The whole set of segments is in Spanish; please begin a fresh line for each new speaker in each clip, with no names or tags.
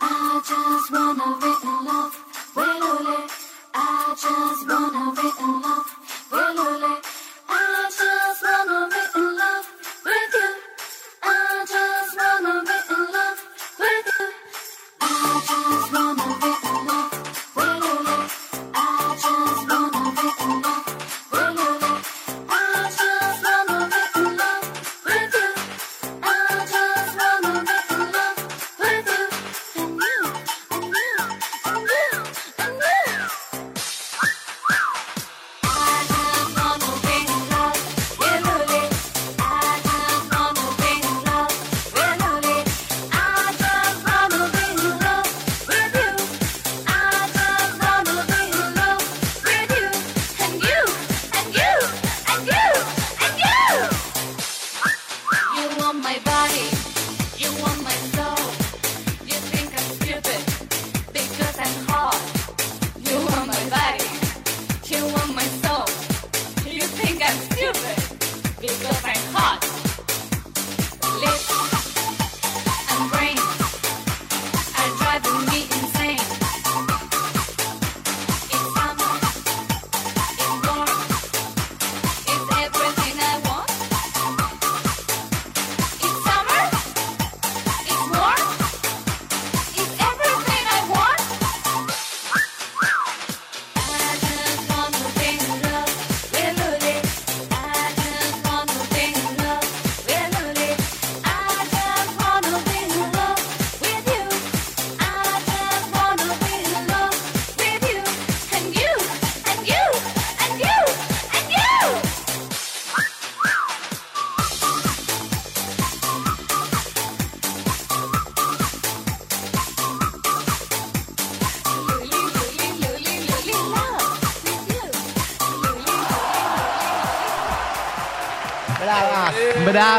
I just wanna be in love with Lule. I just wanna be in love with Lule. I just wanna be in love with you. I just wanna be in love with you. I just wanna be in love with Lule. I just wanna be in love with Lule. I just wanna be in love with you. I just wanna be in love with you. And you, and you, and you, and you. I just wanna be in love with Lule. I just wanna be in love with Lule. I just wanna be in love with you. I just wanna be in love with you. And you, and you, and you, and you. You want my body. You want my soul. You think I'm stupid because I'm hot. You want my body. You want my soul. You think I'm stupid because I'm hot. Lips and brain are driving me insane. It's summer. It's warm. It's everything I want. It's summer. It's warm. It's everything I want. I just want to be in love with Lule. I just want to be in love with Lule. I just want to be in love with you. I just want to be in love with you. And you, and you, and you, and you.
Brava.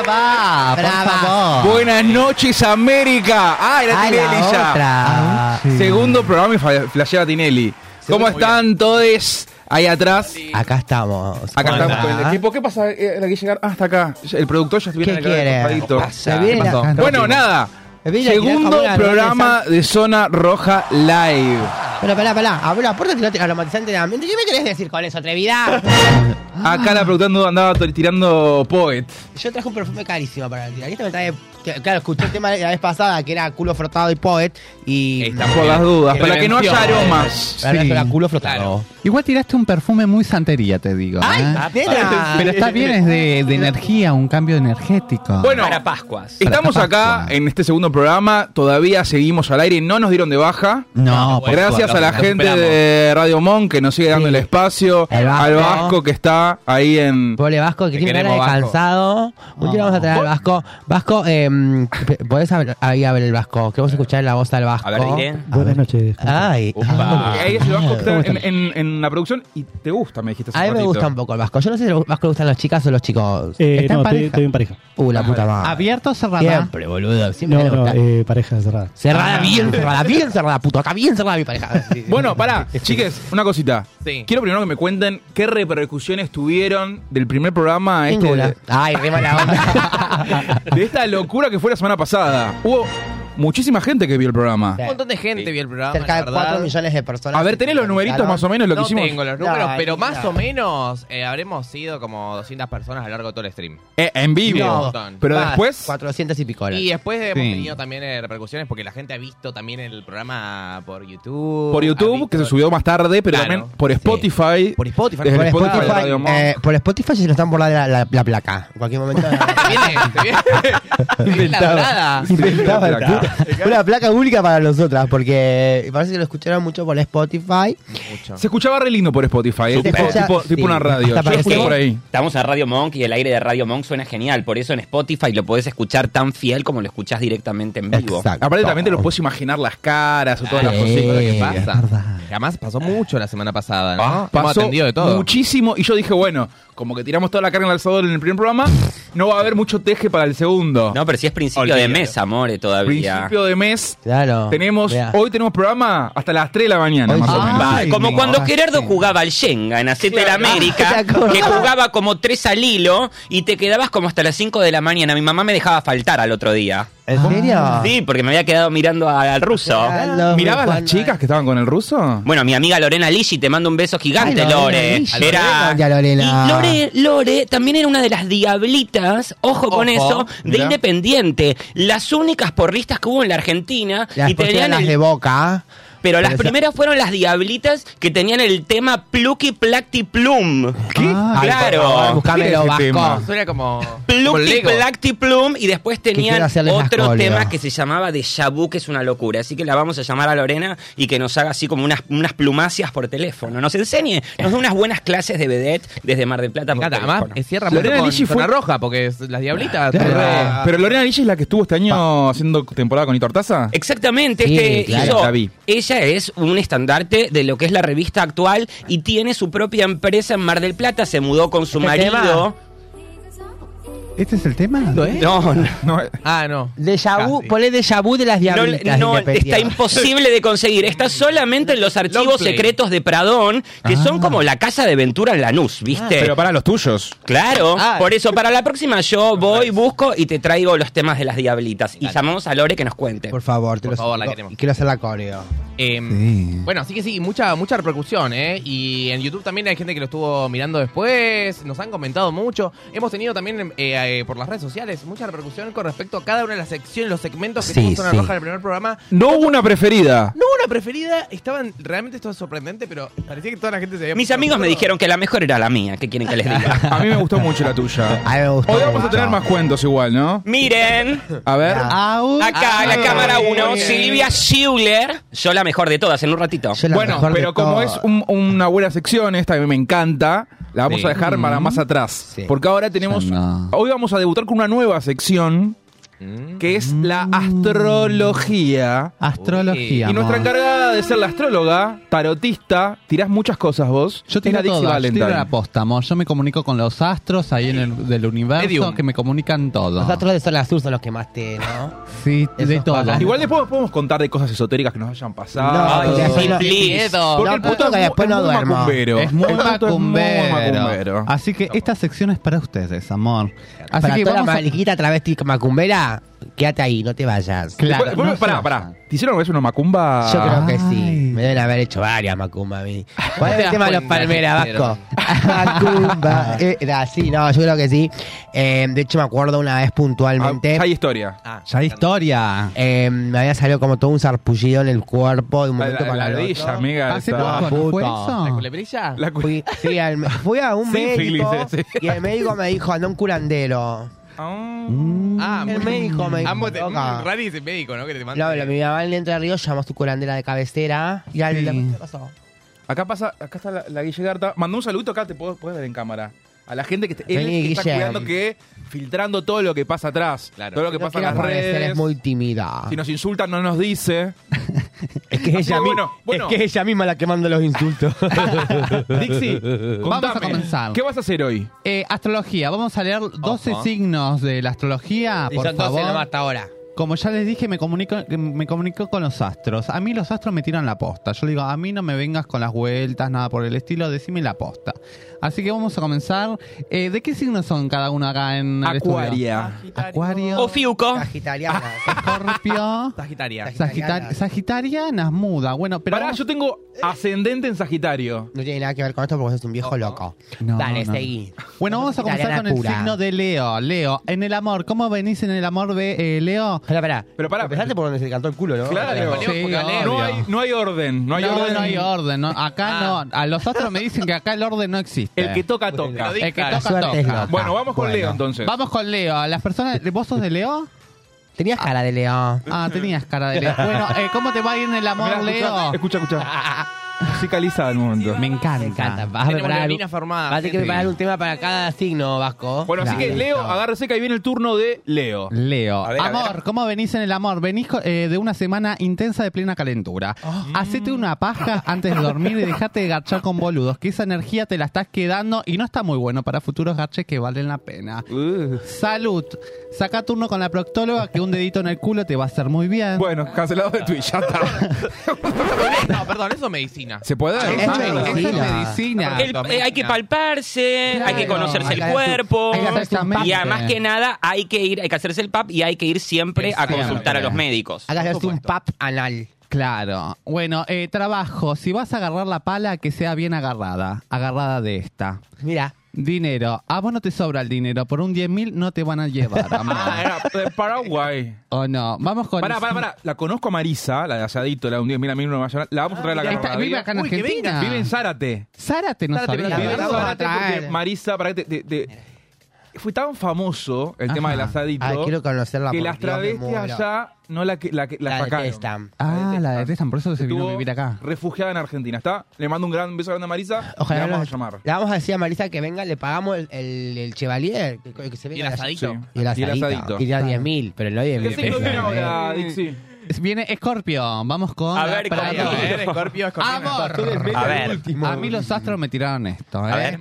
Ah,
Brava, por
Brava.
favor.
Buenas noches, América. Ah, era
Ay,
Tinelli
la
ya. Ah,
otra.
Segundo programa y fa- flasheaba Tinelli. ¿Cómo están todos ahí atrás?
Acá estamos.
Acá
Hola.
estamos con el equipo. ¿Qué pasa? Eh, Era que llegar hasta acá. El productor ya estuviera
¿Qué
acá
quiere?
acostadito.
¿Qué pasa? Se viene
¿Qué
la
pasó?
cantante.
Bueno, nada.
Se viene la
Segundo
cantante.
programa de Zona Roja Live.
Pero pará, pará. Abro la puerta y tirate aromatizante de ambiente. ¿Qué me querés decir con eso, atrevida?
Acá la preguntando andaba to- tirando Poet.
Yo traje un perfume carísimo para tirar. Y este me trae. que- Claro, escuché el tema de la vez pasada que era culo frotado y poet. Y.
Está por las dudas. Para que no haya
Prevención.
aromas.
La verdad
Sí.
que era culo frotado.
Igual tiraste un perfume muy santería, te digo. ¿eh?
Ah,
¡Ay, nena!
Pero está bien, es de, de energía, un cambio energético.
Bueno,
Para Pascuas.
Estamos
Para
acá
Pascua.
en este segundo programa, todavía seguimos al aire, no nos dieron de baja.
no, por
Gracias
favor,
a la
nos
gente
superamos.
de Radio Monk que nos sigue
Sí.
dando el espacio,
El Vasco.
al Vasco que está ahí en...
Pobre Vasco, Oh. que
Te
tiene cara
queremos,
de
Vasco.
cansado. Un día
No.
vamos a traer al Vasco. Vasco, eh, ¿podés ab- ahí abrir el Vasco? Queremos escuchar la voz del Vasco.
A ver, diré.
Buenas noches.
Ay,
Upa.
Ahí es el Vasco que está en, en- en la producción y te gusta, me dijiste. hace
a mí me
ratito.
gusta un poco el Vasco. Yo no sé si el Vasco le gustan las chicas o los chicos.
Eh,
¿Está en
no,
pareja?
estoy, estoy en pareja. Ah, eh,
Uh, la puta
Ah.
madre.
Abierto o cerrado.
Siempre, boludo. Siempre
No,
le
no,
gusta.
eh, pareja cerrada.
cerrada,
Ah.
bien cerrada, bien cerrada, puto. Acá bien cerrada mi pareja. Sí, sí.
Bueno, pará, chiques, una cosita.
Sí.
Quiero primero que me cuenten qué repercusiones tuvieron del primer programa a este
Ninguna.
de,
Ay, re mala onda.
de esta locura que fue la semana pasada. Hubo muchísima gente que vio el programa.
Sí.
Un montón de gente vio el programa.
Cerca de
la verdad.
4 millones de personas.
A ver, ¿tenés los numeritos más o menos lo que
no
hicimos?
tengo los números,
Dale,
pero más
dale.
o menos eh, habremos sido como 200 personas a lo largo de todo el stream.
Eh, en vivo.
No.
Pero después.
400 y pico.
Y después hemos
Sí.
tenido también eh, repercusiones porque la gente ha visto también el programa por YouTube.
Por
ha
YouTube,
visto-
que se subió más tarde, pero
Claro.
también por Spotify.
Por Spotify.
Desde
Por
el Spotify, de
Spotify,
Radio Monk.
eh, por Spotify se nos están borrando la, la, la placa. En cualquier momento.
Te viene, te viene, te viene la dorada.
Inventaba
Inventaba
la
la
Una placa pública para nosotras, porque parece que lo escucharon mucho por Spotify.
Mucho.
Se escuchaba re lindo por Spotify, ¿eh?
Se
tipo,
escucha-
tipo- tipo
sí.
una radio. Yo
Hasta
lo escuché
parece-
por ahí.
Estamos a Radio Monk y el aire de Radio Monk suena genial. Por eso en Spotify lo podés escuchar tan fiel como lo escuchás directamente en vivo.
Exacto.
Aparte también te lo puedes imaginar las caras o todas las
Sí,
cositas que
es
pasa.
verdad.
Además pasó mucho la semana pasada, ¿no?
Ah,
Hemos
pasó
atendido de todo.
muchísimo y yo dije, bueno, como que tiramos toda la carne al asador en el primer programa, no va a haber mucho teje para el segundo.
No, pero si es principio de mes, amore, todavía.
Principio de mes,
Claro.
tenemos,
Mirá.
hoy tenemos programa hasta las 3 de la mañana,
Hoy
más o
sí.
menos.
Va,
Ay,
como
me
cuando
mataste.
Gerardo jugaba al Shenga en Acete de la
¿te
América,
acordás?
que jugaba como tres al hilo y te quedabas como hasta las 5 de la mañana. Mi mamá me dejaba faltar al otro día.
¿En serio?
Sí, porque me había quedado mirando a- al ruso.
Miraba
¿Mirabas las chicas que estaban con el ruso?
Bueno, mi amiga Lorena Lisi, te mando un beso gigante,
Ay, Lorena
Lore.
Lisi.
Era...
Grande a Lorena.
Y Lore, Lore también era una de las diablitas, ojo con
Ojo,
eso, de
mirá.
Independiente. Las únicas porristas que hubo en la Argentina.
Las
y tenían
las
el-
de boca.
Pero las
Pero esa-
primeras fueron las diablitas que tenían el tema Plucky Placti Plum.
Ah, ay, por favor,
claro.
Buscame lo
¿Qué es ese
vasco.
tema?
Eso era como... como
Plucky
Lego.
Placti Plum y después tenían
quiero hacerles las
otro
colias.
tema que se llamaba Déjà Vu, que es una locura. Así que la vamos a llamar a Lorena y que nos haga así como unas, unas plumacias por teléfono. Nos enseñe, nos dé unas buenas clases de vedette desde Mar del Plata.
Me
por
encanta. Además,
teléfono.
eh, cierra
Lorena
mucho con
Lisi fue-
Zona Roja, porque es- las diablitas...
Claro.
re-
Pero Lorena Lillis es la que estuvo este año haciendo temporada con Itortaza.
Exactamente,
Sí,
este
claro.
hizo-
La vi.
ella es un estandarte de lo que es la revista actual y tiene su propia empresa en Mar del Plata, se mudó con su
¿Este
marido.
¿Este es el tema?
No, no,
No, eh,
Ah, no.
Déjà vu,
Casi.
poné déjà vu de las diablitas.
no,
independientes.
está imposible de conseguir. Está solamente en los archivos
play.
secretos de Pradón, que son
Ah.
como la casa de Ventura en Lanús, ¿viste?
pero para los tuyos.
Claro,
Ah.
por eso para la próxima yo voy, busco y te traigo los temas de las diablitas. Y
Dale.
llamamos a Lore que nos cuente.
Por favor, te
Por
lo
favor, la queremos.
Quiero hacer la coreo.
Em,
Sí.
Bueno, así que sí, mucha, mucha repercusión, ¿eh? Y en YouTube también hay gente que lo estuvo mirando después, nos han comentado mucho. Hemos tenido también eh, eh, por las redes sociales mucha repercusión con respecto a cada una de las secciones, los segmentos que
Sí,
tuvo Zona
sí.
Roja en el primer programa.
No hubo una preferida.
No una preferida, estaban, realmente esto es sorprendente, pero parecía que toda la gente se había...
Mis amigos me dijeron que la mejor era la mía, ¿qué quieren que les diga?
A mí me gustó mucho la tuya.
A mí me gustó
Hoy vamos a
mucho.
tener más cuentos igual, ¿no?
Miren,
A ver.
Au.
Acá,
Ah,
la cámara
muy
1,
bien.
Silvia Schuller. Yo la mejor de todas, en un ratito.
Yo la
Bueno,
mejor de
pero como es
todas.
un- una buena sección esta, que me encanta, la vamos
Sí.
a dejar para más atrás.
Mm. Sí.
Porque ahora tenemos...
Ya no.
Hoy vamos a debutar con una nueva sección,
Mm.
que es la astrología.
Astrología.
Y nuestra
amor.
encargada de ser la astróloga, tarotista, tirás muchas cosas vos.
Yo
es
tiro
la Dixie
todo, yo
Valentine.
tiro la posta, amor. Yo me comunico con los astros ahí en el, del universo
Medium.
que me comunican todo.
Los astros de Sol Azul son los que más te, ¿no?
Sí, de
Esos
todo.
pagan.
Igual después podemos contar de cosas esotéricas que nos hayan pasado.
No,
Ay,
ya
sí,
no-
please.
Porque
No,
el puto
puto que
es mu-
después
es
no
muy
duermo.
macumbero.
Es muy
El puto es muy
macumbero.
macumbero.
Así que esta sección es para ustedes, amor. Así
Para
que
toda
vamos
la
a...
mariquita travesti macumbera, quédate ahí, no te vayas.
Claro,
Vos- vos-
no
pará,
se
pará.
vayan.
¿Te hicieron una vez una macumba?
Yo creo que sí.
Ay.
Me deben haber hecho varias macumba a mí. ¿Cuál
No
es
te
el
das
tema de los
cuenta,
palmeras,
Jero.
Vasco? macumba. Era sí, no, yo creo que sí. Eh, de hecho, me acuerdo una vez
Ah,
puntualmente.
ya hay historia.
Ah,
Ya hay historia.
eh, me había salido como todo un sarpullido en el cuerpo de un
La,
momento
la- la
para el otro.
ardilla, amiga.
Hace
esa.
poco, ¿no fue
puta.
eso?
¿La culebrilla?
La cu-
Fui, sí, al me- fui a un
Sífilis,
médico
sí.
y el médico me dijo, anda un curandero.
Ah.
Ah,
El
muy-
médico me dijo,
Oh. Ambos te-
"Loca".
mm, Rari es el médico, ¿no? Que te manda.
No,
eh.
pero mi mamá en Entre Ríos llamó a su curandera de cabecera y al...
Sí.
¿Qué pasó?
Acá pasa, acá está la, la Guille Garta. Mandó un saludo acá, te puedo, puedes ver en cámara. A la gente que, te- él
Vení,
que está
Guille.
cuidando que filtrando todo lo que pasa atrás.
Claro.
Todo lo que
No
pasa en
quiero
las
aparecer,
redes.
es muy tímida.
Si nos insultan, no nos dice.
Es que,
ella mi- bueno, bueno. es que
ella misma la que manda los insultos.
Dixie, contame.
a comenzar.
¿Qué vas a hacer hoy?
Eh, astrología. Vamos a leer 12
Ojo.
signos de la astrología, por
son 12
favor.
nomás hasta ahora.
Como ya les dije, me comunico, me comunico con los astros. A mí los astros me tiran la posta. Yo le digo, a mí no me vengas con las vueltas, nada por el estilo, decime la posta. Así que vamos a comenzar. Eh, ¿De qué signos son cada uno acá en el estudio?
Acuaria.
Acuario,
Oh,
O Fiuco.
Sagitariana.
Escorpio,
Sagitaria.
Sagitari- Sagitarianas, muda. Bueno, pero...
Pará,
vamos-
yo tengo ascendente en Sagitario. Oh,
No tiene nada que ver con esto porque sos un viejo loco.
No,
Dale,
no.
seguí.
Bueno, vamos a comenzar con
Sagitariana
el
pura.
signo de Leo. Leo, en el amor, ¿cómo venís en el amor de eh, Leo?
Espera, pará.
Pero pará.
Empezaste por donde se le cantó el culo, ¿no?
Claro.
Ponemos porque
Sí,
vale.
No
obvio.
hay, no hay orden. No hay
no,
orden.
no hay orden. no. Acá
Ah.
no. A los astros me dicen que acá el orden no existe.
El que toca, toca.
Lo dije.
El que
La
toca,
suerte es
toca.
loca.
Bueno, vamos con
Bueno.
Leo entonces.
Vamos con Leo. Las personas, ¿vos sos de Leo?
Tenías cara de león.
Ah, tenías cara de Leo. Bueno, eh, ¿cómo te va a ir en el amor,
Mirá,
Leo?
Escucha, escucha. Musicalizada al momento.
Me encanta.
Me encanta.
Ah,
Vas a
Tenemos
preparar,
leoninas formadas,
vas a tener que
gente.
preparar un tema para cada signo, Vasco.
Bueno, así
Claro.
que Leo, agárrese que ahí viene el turno de Leo.
Leo,
A ver, a ver.
amor, ¿cómo venís en el amor? Venís co- eh, de una semana intensa de plena calentura.
Ah. Mm.
Hacete una paja antes de dormir y dejate de garchar con boludos, que esa energía te la estás quedando y no está muy bueno para futuros garches que valen la pena.
Uh.
Salud, saca turno con la proctóloga que un dedito en el culo te va a hacer muy bien.
Bueno, cancelado de Twitch, ya está.
No, perdón, eso es medicina.
¿Se puede?
Es
Ah,
Esa
medicina.
es medicina.
El- eh, hay que palparse, hay que
Claro,
conocerse
hay que
el
hacer-
cuerpo.
hay que hacerse un pap.
y además que nada, hay que ir, hay que hacerse el pap y hay que ir siempre a consultar a los médicos.
Hágase un pap anal.
Claro. Bueno, eh, trabajo. Si vas a agarrar la pala, que sea bien agarrada. Agarrada de esta.
Mira.
Dinero. A vos no te sobra el dinero. Por un 10.000 mil no te van a llevar,
Ah,
amor.
era de Paraguay.
¿O Oh, no? Vamos con...
Pará, pará, pará. La conozco a Marisa, la de Asadito, la de un 10.000 a mí no me va a llorar. La vamos a traer a la
Está-
cara.
vive acá en
Uy, que
Argentina.
venga. Vive en Zárate.
Zárate no
Zárate,
sabía.
pero vive en
la vamos a
Zárate porque
traer.
Marisa, para que te- te- te- Fue tan famoso el tema
Ajá.
del asadito
Ah, quiero conocerla.
que
por
las
Dios, me
travestis
muero.
allá no la, que- la, que- la
La
sacaron.
detestan.
Ah, la detestan. Por eso se vino a
Estuvo
vivir acá.
refugiada en Argentina, ¿está? Le mando un gran beso grande a Marisa.
Ojalá
la vamos
nos-
a llamar.
Le vamos a decir a Marisa que venga, le pagamos el, el, el chevalier. Que, que se venga
el
la-
asadito.
Y el
Y el
asadito.
asadito.
Y ya 10 mil, pero no 10
¿Qué
mil.
signo tiene
¿eh?
ahora, Dixie?
Viene Escorpio. Vamos con...
A
la
ver,
Prado.
Escorpio,
Escorpio, eh,
Ah,
Escorpio, Escorpio.
Amor.
A ver,
A mí los astros me tiraron esto, ¿eh?
A ver.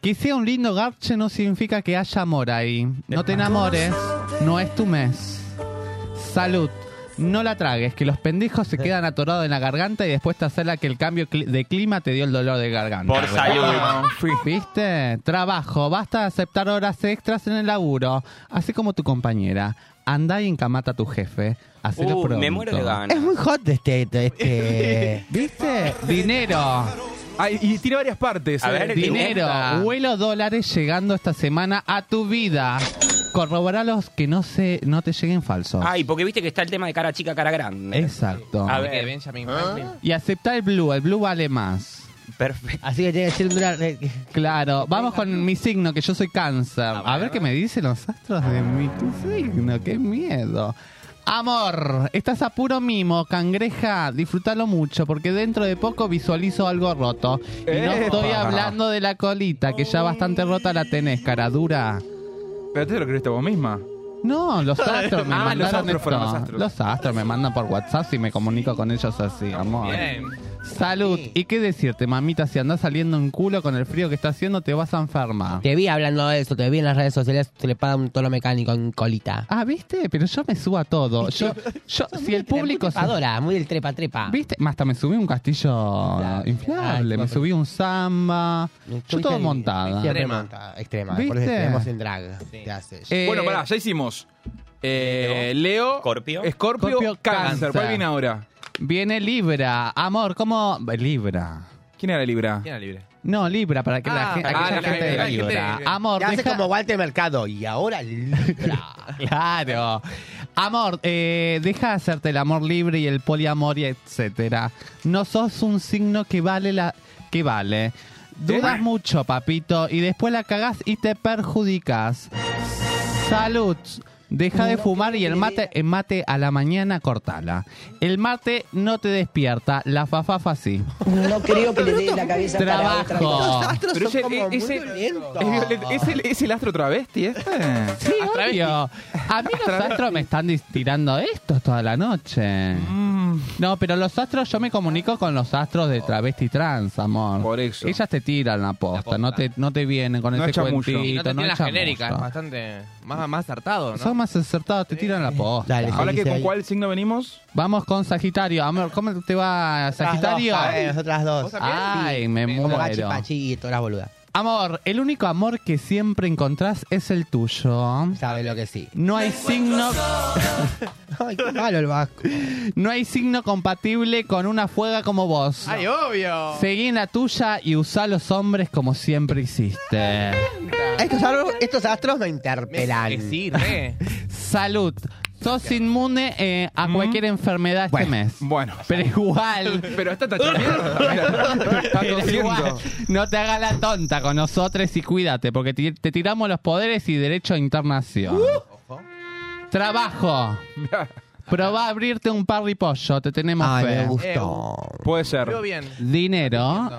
Que sea un lindo garche no significa que haya amor ahí. No te enamores, no es tu mes. Salud. No la tragues, que los pendejos se quedan atorados en la garganta y después te hacerla que el cambio cli- de clima te dio el dolor de garganta.
por salud.
Ah, fui.
¿Viste? Trabajo. Basta de aceptar horas extras en el laburo. Así como tu compañera. Andá y encamata a tu jefe. Hacelo
Uh,
pronto.
me muero de
Es
ganas.
muy hot este. este...
¿Viste? Dinero.
Ah, y tiene varias partes.
A
eh.
ver,
Dinero,
Dinero.
vuelo dólares llegando esta semana a tu vida. Corroboralos que no se, no te lleguen falsos.
Ay, porque viste que está el tema de cara chica, cara grande.
Exacto.
A
Que
ver.
Benjamin Franklin.
Y aceptar el blue, el blue vale más.
Perfecto.
Así que tiene que ser una... re-
Claro, vamos con mi signo, que yo soy cáncer. A ver qué me dicen los astros de mi signo, qué miedo. Amor, estás a puro mimo, cangreja, disfrútalo mucho, porque dentro de poco visualizo algo roto. Y no
Epa.
estoy hablando de la colita, que ya bastante rota la tenés, cara dura.
Pero te lo creíste vos misma.
No, los astros me
Ah, los
mandaron
astros fueron
esto.
los astros.
Los astros me mandan por WhatsApp y me comunico con ellos así, amor.
Bien.
Salud. ¿Y qué decirte, mamita? Si andás saliendo en culo con el frío que está haciendo, te vas a enfermar.
Te vi hablando de eso, te vi en las redes sociales, se le paga un tono mecánico en colita.
Ah, ¿viste? Pero yo me subo a todo. Yo, yo si el público...
Muy
se-
trepadora, muy del trepa trepa.
¿Viste? Hasta me subí a un castillo
Inflable.
inflable,
Ay,
me
tipo,
subí a un samba. Yo
Estuviste
todo
ahí,
montada.
siempre
Extrema.
montada, Extrema.
¿Viste?
Por eso tenemos en drag. Te hace.
Eh,
bueno, pará, ya hicimos. Eh, Leo,
Scorpio.
Scorpio,
Scorpio,
cáncer.
Cáncer.
¿Cuál viene ahora?
Viene Libra. Amor, ¿cómo...? Libra.
¿Quién era Libra?
Tiene libre.
No, Libra, para que la
Ah,
gente,
para
aquella
que la
gente
gente-
de
la gente
Libra.
de-
Amor,
Te hace
deja-
como Walter Mercado. Y ahora Libra.
Claro. Amor, eh, deja de hacerte el amor libre y el poliamor y etcétera. No sos un signo que vale la que vale. Dudas mucho, papito, y después la cagás y te perjudicas. Salud. Deja de fumar y el mate, el mate a la mañana cortala. El mate no te despierta, la fafafa sí.
No creo que le dé la cabeza para otra.
Trabajo.
Pero ese- e- ese- es violento. ¿Es el, es el astro travesti este?
Sí, obvio. A mí los astros me están dis- tirando estos toda la noche.
Mm,
No, pero los astros, yo me comunico con los astros de travesti trans, amor.
Por eso.
Ellas te tiran la posta, No, te, no te vienen con
No es
ese
chamullo.
cuentito.
Y
Y no te
no
tiene
es
las
chamullo.
genéricas, es bastante más, más acertado, ¿no?
Son más acertados, te tiran la posta.
Dale.
Ahora que
dice
con
ahí.
cuál signo venimos?
Vamos con Sagitario, amor. ¿Cómo te va, Sagitario?
Nosotras dos.
¿Vos
Ay, me
Como Gachi
muero.
Pachi y todas las boludas.
Amor, el único amor que siempre encontrás es el tuyo.
Sabe lo que sí.
No hay signo
Ay, qué malo el Vasco.
No hay signo compatible con una fuega como vos.
¡Ay, obvio!
Seguí en la tuya y usá a los hombres como siempre hiciste.
Estos astros, estos astros me
Me-
interpelan.
que sí, re.
Salud. Sos inmune eh, a cualquier enfermedad este
Bueno,
mes.
Mm. Bueno.
Pero igual.
Pero esta está chameando. Está
pero igual,
tosiendo.
no te hagas la tonta con nosotros y cuídate, porque ti- te, tiramos los poderes y derecho a internación. Trabajo. Probá a abrirte un parripollo, te tenemos
Ay,
fe.
me gustó.
Puede ser.
Eh, Veo bien.
Dinero.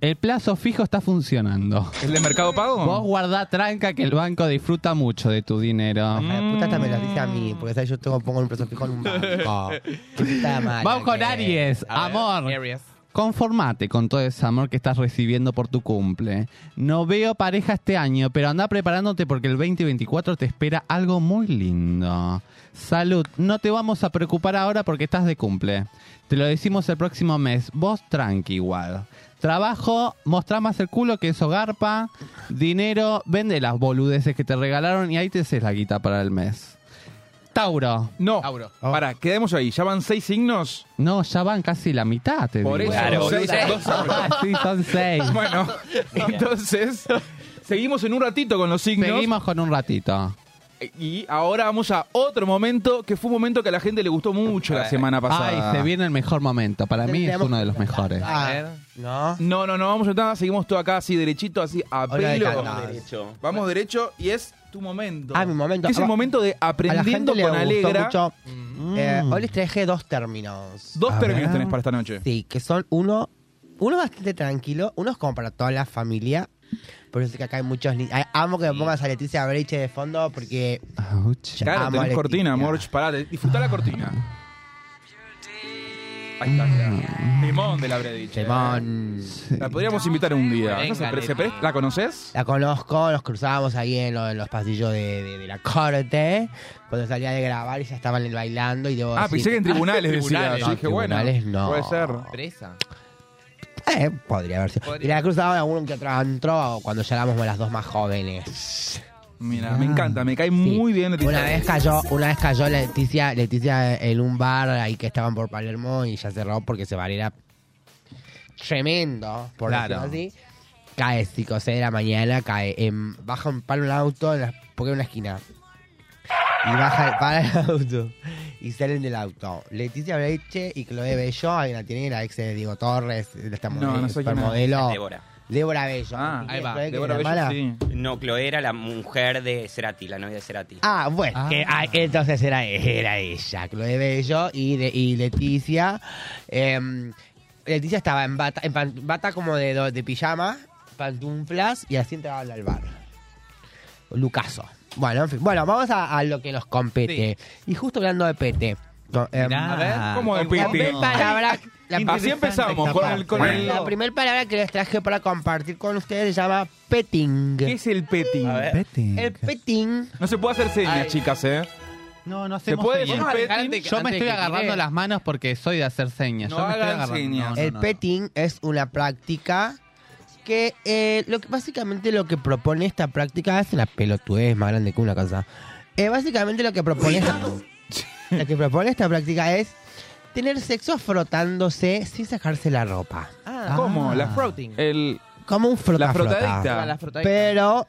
El plazo fijo está funcionando.
¿El de Mercado
Vos
Pago?
guardá tranca que el banco disfruta mucho de tu dinero.
Ay, Ah, puta, esta me la dice a mí, porque ¿sabes? yo tengo, pongo un plazo fijo en un banco. Qué puta madre
Vamos con
que-
Aries,
A ver,
amor.
Aries.
Conformate con todo ese amor que estás recibiendo por tu cumple. No veo pareja este año, pero anda preparándote porque el 2024 te espera algo muy lindo. Salud, no te vamos a preocupar ahora porque estás de cumple. Te lo decimos el próximo mes, vos tranqui igual. Trabajo, mostrá más el culo que eso garpa. Dinero, vende las boludeces que te regalaron y ahí te haces la guita para el mes. Tauro.
No.
Tauro.
Ah.
Para, quedemos ahí. Ya van seis signos.
No, ya van casi la mitad, te
Por
digo.
eso.
Claro,
seis,
boludo.
dos signos.
Ah, sí, son seis.
Bueno, entonces seguimos en un ratito con los signos.
Seguimos con un ratito.
Y ahora vamos a otro momento que fue un momento que a la gente le gustó mucho
Eh.
la semana pasada.
Ay, se viene el mejor momento. Para mí es
Tendríamos
uno de los
que cantar.
mejores.
Ah,
A ver.
¿No?
No, no, no vamos a estar. Seguimos todo acá así derechito, así a
Hora de
pelo.
cantar.
Vamos derecho y es tu momento.
Ah, mi momento.
Es el
Ah,
momento de
A la gente
aprendiendo
le
con
gustó
Alegra.
mucho.
Mm.
Mm.
Eh, hoy les traje dos términos.
Dos
Mm. A
términos
ver.
tenés para esta noche.
Sí, que son uno, uno bastante tranquilo, uno es como para toda la familia. Por eso es que acá hay muchos ni- Ay, Amo que me pongas a Leticia Breche de fondo porque
Ouch.
Ya.
Claro,
Amo
tenés
a
cortina,
Leticia.
amor. Pará, de- disfrutá la cortina. Ahí está, mirá. Limón de la Bredich.
Temón.
La podríamos invitar un día.
Venga,
¿Se pre- se
Leti.
pre- ¿La conoces?
La conozco, nos cruzábamos ahí en, lo- en los pasillos de, de- de la corte. Cuando salía de grabar y ya estaban bailando y debo
Ah,
decir-
pensé que en tribunales decías.
Tribunales.
Yo dije, bueno,
Tribunales no.
puede ser.
Presa.
Eh, podría haber sido.
Podría.
Y la he cruzado en algún que otro antro o cuando ya éramos las dos más jóvenes. Ah,
Mira, Ah, me encanta, me cae muy bien Leticia.
Una vez cayó, una vez cayó Leticia, Leticia en un bar ahí que estaban por Palermo y ya cerró porque se bar era tremendo, por
Claro.
decirlo así. Cae 5 6 de la mañana, cae, em, baja un palo un auto en la, porque era una esquina. Y baja el palo el auto. Y salen del auto. Leticia Breche y Chloe Bello, ahí la tienen, la ex de Diego Torres, esta
No,
modelo-
no sé
esta
quién es.
modelo.
Débora.
Débora Bello.
Ah,
¿Y
ahí va,
Chloe, que
Débora
era
Bello,
mala?
sí.
No, Chloe era la mujer de Cerati, la novia de Cerati.
Ah, bueno,
Ah.
que- ah, entonces era, era ella, Chloe Bello y, de- y Leticia. em, Leticia estaba en bata, en pan- bata como de, do- de pijama, pantuflas y así entraba al bar. Lucaso. Bueno, en fin. Bueno, vamos a, a lo que nos compete. Y justo hablando de Pete. no, em,
Mirá.
A ver, ¿cómo
Ah,
el
la
piti?
primer palabra... La
Así empezamos, con el, con el-
la primer palabra que les traje para compartir con ustedes se llama petting.
¿Qué es el petting?
Petting.
El petting
No se puede hacer señas,
Ay.
chicas, ¿eh?
No, no
¿Se
hacemos
puede decir
señas.
Vamos a dejar
petting?
antes que-
Yo me
antes
estoy
que
agarrando
tire.
las manos porque soy de hacer señas.
No
Yo me estoy
hagan
agarrando.
señas.
No, no,
El
no.
petting es una práctica que eh, lo que básicamente lo que propone esta práctica es una pelotudez más grande que una cosa. Eh, básicamente lo que propone esta, lo que propone esta práctica es tener sexo frotándose sin sacarse la ropa.
¿Cómo?
Ah.
La
Frotting.
El,
Como un frota
la frotadita.
La frotadita.
Pero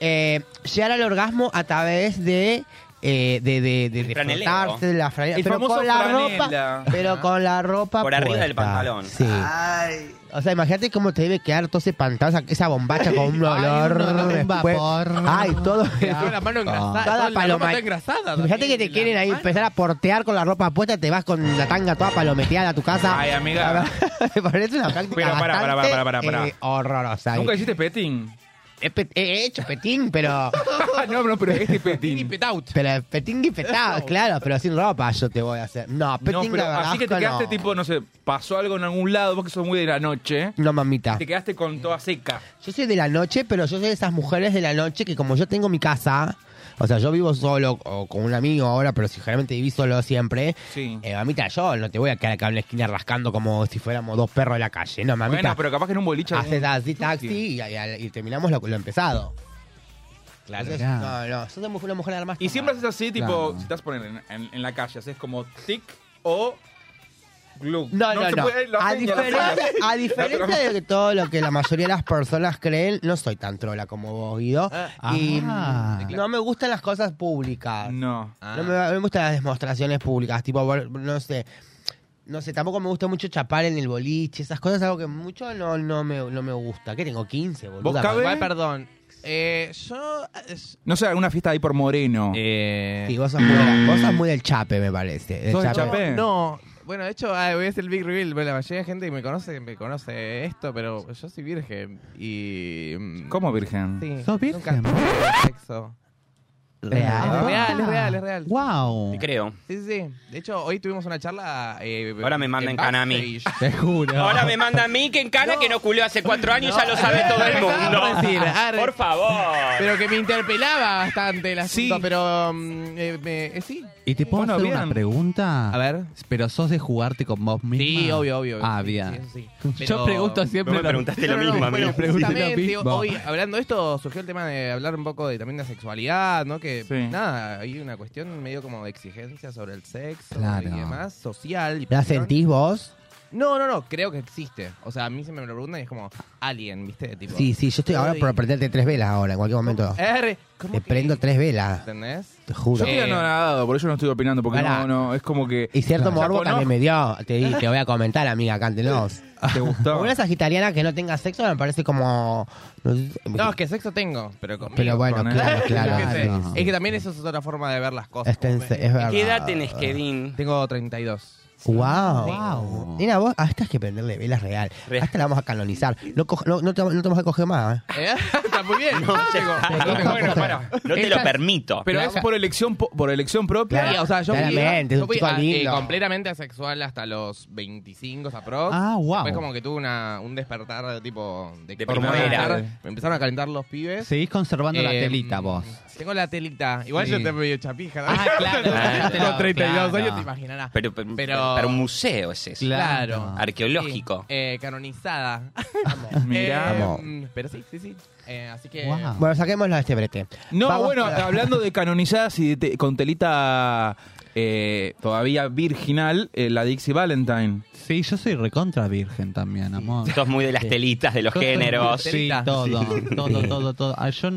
eh, llegar al orgasmo a través de eh, de, de, de- de
franeleo.
frotarse de la franela,
El
pero
famoso
con la
franela.
ropa,
Ah.
pero con la ropa
Por arriba del
puesta.
pantalón.
Sí. O sea, imagínate cómo te debe quedar todo ese pantalón, esa bombacha con un
Ay,
olor.
un olor, un
después.
vapor.
Ay, todo eso.
Toda la mano
Ah.
engrasada.
Toda
Toda la
paloma-
ropa está engrasada.
Imagínate que te
La
quieren ahí
mano.
empezar a portear con la ropa puesta, te vas con la tanga toda palometeada a tu casa.
Ay, amiga.
Me parece una práctica
Pero pará, pará,
bastante,
pará, pará, pará.
eh, horrorosa.
¿Nunca hiciste petting?
He, pe- he hecho petín, pero,
Ah,
no, no, pero este
Mini
petting.
pet out.
pero petín y petado, claro, pero sin ropa yo te voy a hacer. No,
No,
petín
pero
la verdad,
así que te
no.
quedaste tipo, no sé, pasó algo en algún lado, vos que sos muy de la noche, Mm,
No, mamita.
te quedaste con toda seca.
Yo soy de la noche, pero yo soy de esas mujeres de la noche que como yo tengo mi casa, o sea, yo vivo solo o con un amigo ahora, pero si generalmente viví solo siempre,
Sí.
eh, mamita, yo no te voy a quedar acá en la esquina rascando como si fuéramos dos perros de la calle. No, mamita,
Bueno, pero capaz que en un boliche...
haces
algún-
así taxi y, y- y terminamos lo, lo empezado. Claro. no, no, sos de mujer- una mujer armada.
Y siempre haces así, tipo,
Claro.
si estás poner en, en- en la calle, haces como tic o glue.
No, no,
se
no.
puede- lo
A
hacen y lo hacen.
diferencia, a diferencia de que todo lo que la mayoría de las personas creen, no soy tan trola como vos, Guido. Y
Ah.
mm, no me gustan las cosas públicas.
No.
No me, me gustan las demostraciones públicas, tipo, bueno, no sé. no sé, tampoco me gusta mucho chapar en el boliche, esas cosas, algo que mucho no, no, me, no me gusta. ¿Qué tengo? 15, boludo.
¿Vos cabe?
Igual, perdón. Eh, yo. es-
No sé, alguna fiesta ahí por Moreno.
eh,
Sí, vos sos, muy, de- vos sos muy del chape, me parece. Del
¿Sos del
chape?
chape?
No. Bueno, de hecho, ah, voy a hacer el Big Reveal. Bueno, la mayoría de gente que me conoce, me conoce esto, pero yo soy virgen. Y. mm,
¿Cómo, Virgen?
Sí.
¿Sos virgen?
Nunca tuve sexo.
Real.
Es real, es real, es real.
Wow.
Te creo.
Sí, sí, sí. De hecho, hoy tuvimos una charla. eh,
Ahora me mandan
en
cana a mí.
backstage.
Te juro.
Ahora me manda a mí que encana que no culió hace cuatro años y ya lo sabe todo el
Vamos a decir, arre.
mundo. Por favor.
Pero que me interpelaba bastante el
Sí.
asunto, pero. mm, eh, me- eh, sí.
¿Y te puedo
Bueno,
hacer
bien.
una pregunta?
A ver.
¿Pero sos de jugarte con vos mismo?
Sí, obvio, obvio.
Ah,
Sí,
bien.
sí, eso sí. Pero-
Yo pregunto siempre.
Vos me preguntaste lo
No, no, no,
mismo,
bueno,
amigo.
pregunté lo
justamente,
mismo.
Hoy, hablando de esto, surgió el tema de hablar un poco de también de sexualidad, ¿no? Que
Sí.
nada, hay una cuestión medio como de exigencia sobre el sexo
Claro.
y demás, social. Y
¿La
presión.
sentís vos?
No, no, no, creo que existe. O sea, a mí se me lo preguntan y es como alien, ¿viste? Tipo,
Sí, sí, yo estoy ahora por prenderte tres velas ahora, en cualquier momento.
R, ¿cómo
Te
que-
prendo tres velas,
¿Entendés?
te
Yo
juro.
Eh,
todavía no he nadado, por eso no estoy opinando, porque
Pará.
no, no, es como que...
Y cierto
Ya
morbo
conozco-
también me dio. Te, di- te voy a comentar, amiga, cántenos.
¿Te gustó?
Una sagitariana que no tenga sexo me parece como...
No, es que sexo tengo, pero conmigo.
Pero bueno,
con él.
claro,
Yo qué
claro.
sé.
claro.
Es que también eso es otra forma de ver las cosas.
Este es,
eh.
es verdad.
¿Qué edad tenés, Kevin?
Tengo 32.
Wow.
Wow.
Mira, vos, a esta es que prenderle velas real.
Real.
A esta la vamos a canonizar. No, co- no, no te, no te vas a coger más. ¿eh?
¿Eh? Está muy bien.
Ah,
Digo,
no,
tengo-
bueno, para.
No te lo permito.
Pero es por elección, po- por elección propia.
Claro.
Sí, o sea, yo fui,
Claramente, es
yo
un
fui
chico
a- eh,
lindo.
completamente asexual hasta los 25 aprox.
Ah, wow.
Después como que tuve una, un despertar de tipo... De,
De
hormonas.
primavera.
Me empezaron a calentar los pibes.
Seguís conservando la
Eh,
telita vos.
mm,
Tengo la telita. Igual
Sí.
yo te medio chapija.
Ah,
¿no?
claro,
claro,
Tengo 32 años,
claro.
te imaginarás.
Pero, pero,
Pero-
para un museo es eso.
Claro.
Arqueológico.
Sí, eh, canonizada.
Mirá.
Eh,
Vamos.
Pero sí, sí, sí. Eh, así que...
Guau.
Bueno, saquémoslo de este brete.
No,
Vamos
bueno,
con la-
hablando de canonizadas y de te- con telita eh, todavía virginal, eh, la Dixie Valentine.
Sí, yo soy recontra virgen también, amor.
Sos muy de las telitas, de los géneros.
Sí, todo, todo, todo, todo. Ah, Yo,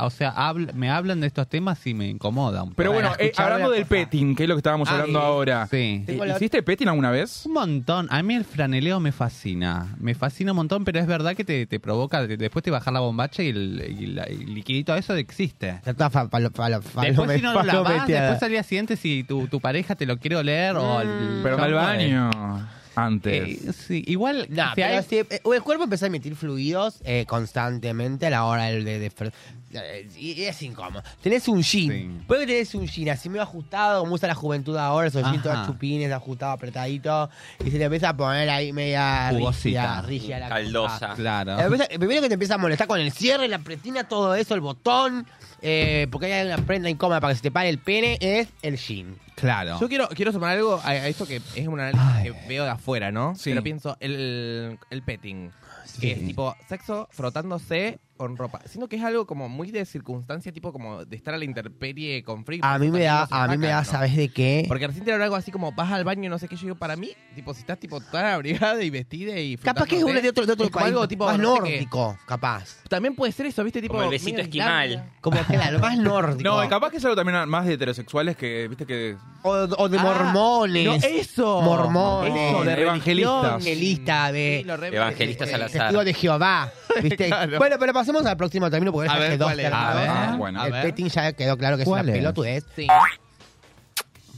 o sea, habl- me hablan de estos temas y me incomoda un poco.
Pero bueno, eh,
escuchar
hablando
una
del
cosa.
petting, que es lo que estábamos
Ah,
hablando
sí.
ahora.
Sí.
Eh, ¿Hiciste petting alguna vez?
Un montón. A mí el franeleo me fascina. Me fascina un montón, pero es verdad que te, te provoca. te- después te bajar la bombacha y el, y la- y el liquidito eso existe.
Ya está fa- palo- palo-
Después
palome-
si no lo lavas,
palometeada.
después al día siguiente si tu, tu pareja te lo quiere oler o...
Mm.
el-
Pero en el
no,
baño. Antes.
eh, sí, igual...
Nah,
si
pero
hay-
sí, eh, el cuerpo empieza a emitir fluidos eh, constantemente a la hora del- de, de fre- eh, y es incómodo. Tenés un jean,
Sí.
puede que tenés un jean así medio ajustado, como usa la juventud ahora, esos jeans
Ajá.
todos chupines, ajustado, apretadito, y se te empieza a poner ahí media
Jugosita.
rígida, rígida la cosa.
Caldosa.
Eh,
Claro.
empieza- Primero que te empieza a molestar con el cierre, la pretina, todo eso, el botón, eh, porque hay una prenda incómoda para que se te pare el pene, es el jean.
Claro.
Yo quiero, quiero sumar algo a, a esto que es un análisis que veo de afuera, ¿no?
Sí.
Pero pienso, el, el petting. Que es tipo sexo frotándose con ropa. Siento que es algo como muy de circunstancia, tipo como de estar a la intemperie con frío.
A mí me da, a mí me da,
saber
¿sabes de qué?
Porque recién te algo así como vas al baño y no sé qué. Yo digo, para mí, tipo, si estás tipo tan abrigada y vestida y.
Capaz que es uno
frotándote,
de otro, de otro
es como
país,
Algo tipo.
más
no sé qué.
nórdico, capaz.
También puede ser eso, ¿viste? Tipo.
Oh,
Como el besito
medio
esquimal.
Islandia.
Como claro, más nórdico.
No, y capaz que es algo también más de heterosexuales que, viste que...
o, o de
Ah,
mormones.
no, eso.
Mormones.
Eso, de
Evangelistas.
religión.
Evangelista de-
Sí, lo re-
Evangelista
eh,
Salazar.
Testigo de Jehová. ¿viste?
Claro.
Bueno, pero pasemos al próximo término porque
A
ya
ver,
quedó
¿cuál es?
claro.
A
ver,
Ah, bueno.
El petting ya quedó claro que es una
¿Cuál es?
pelotudez.
Sí.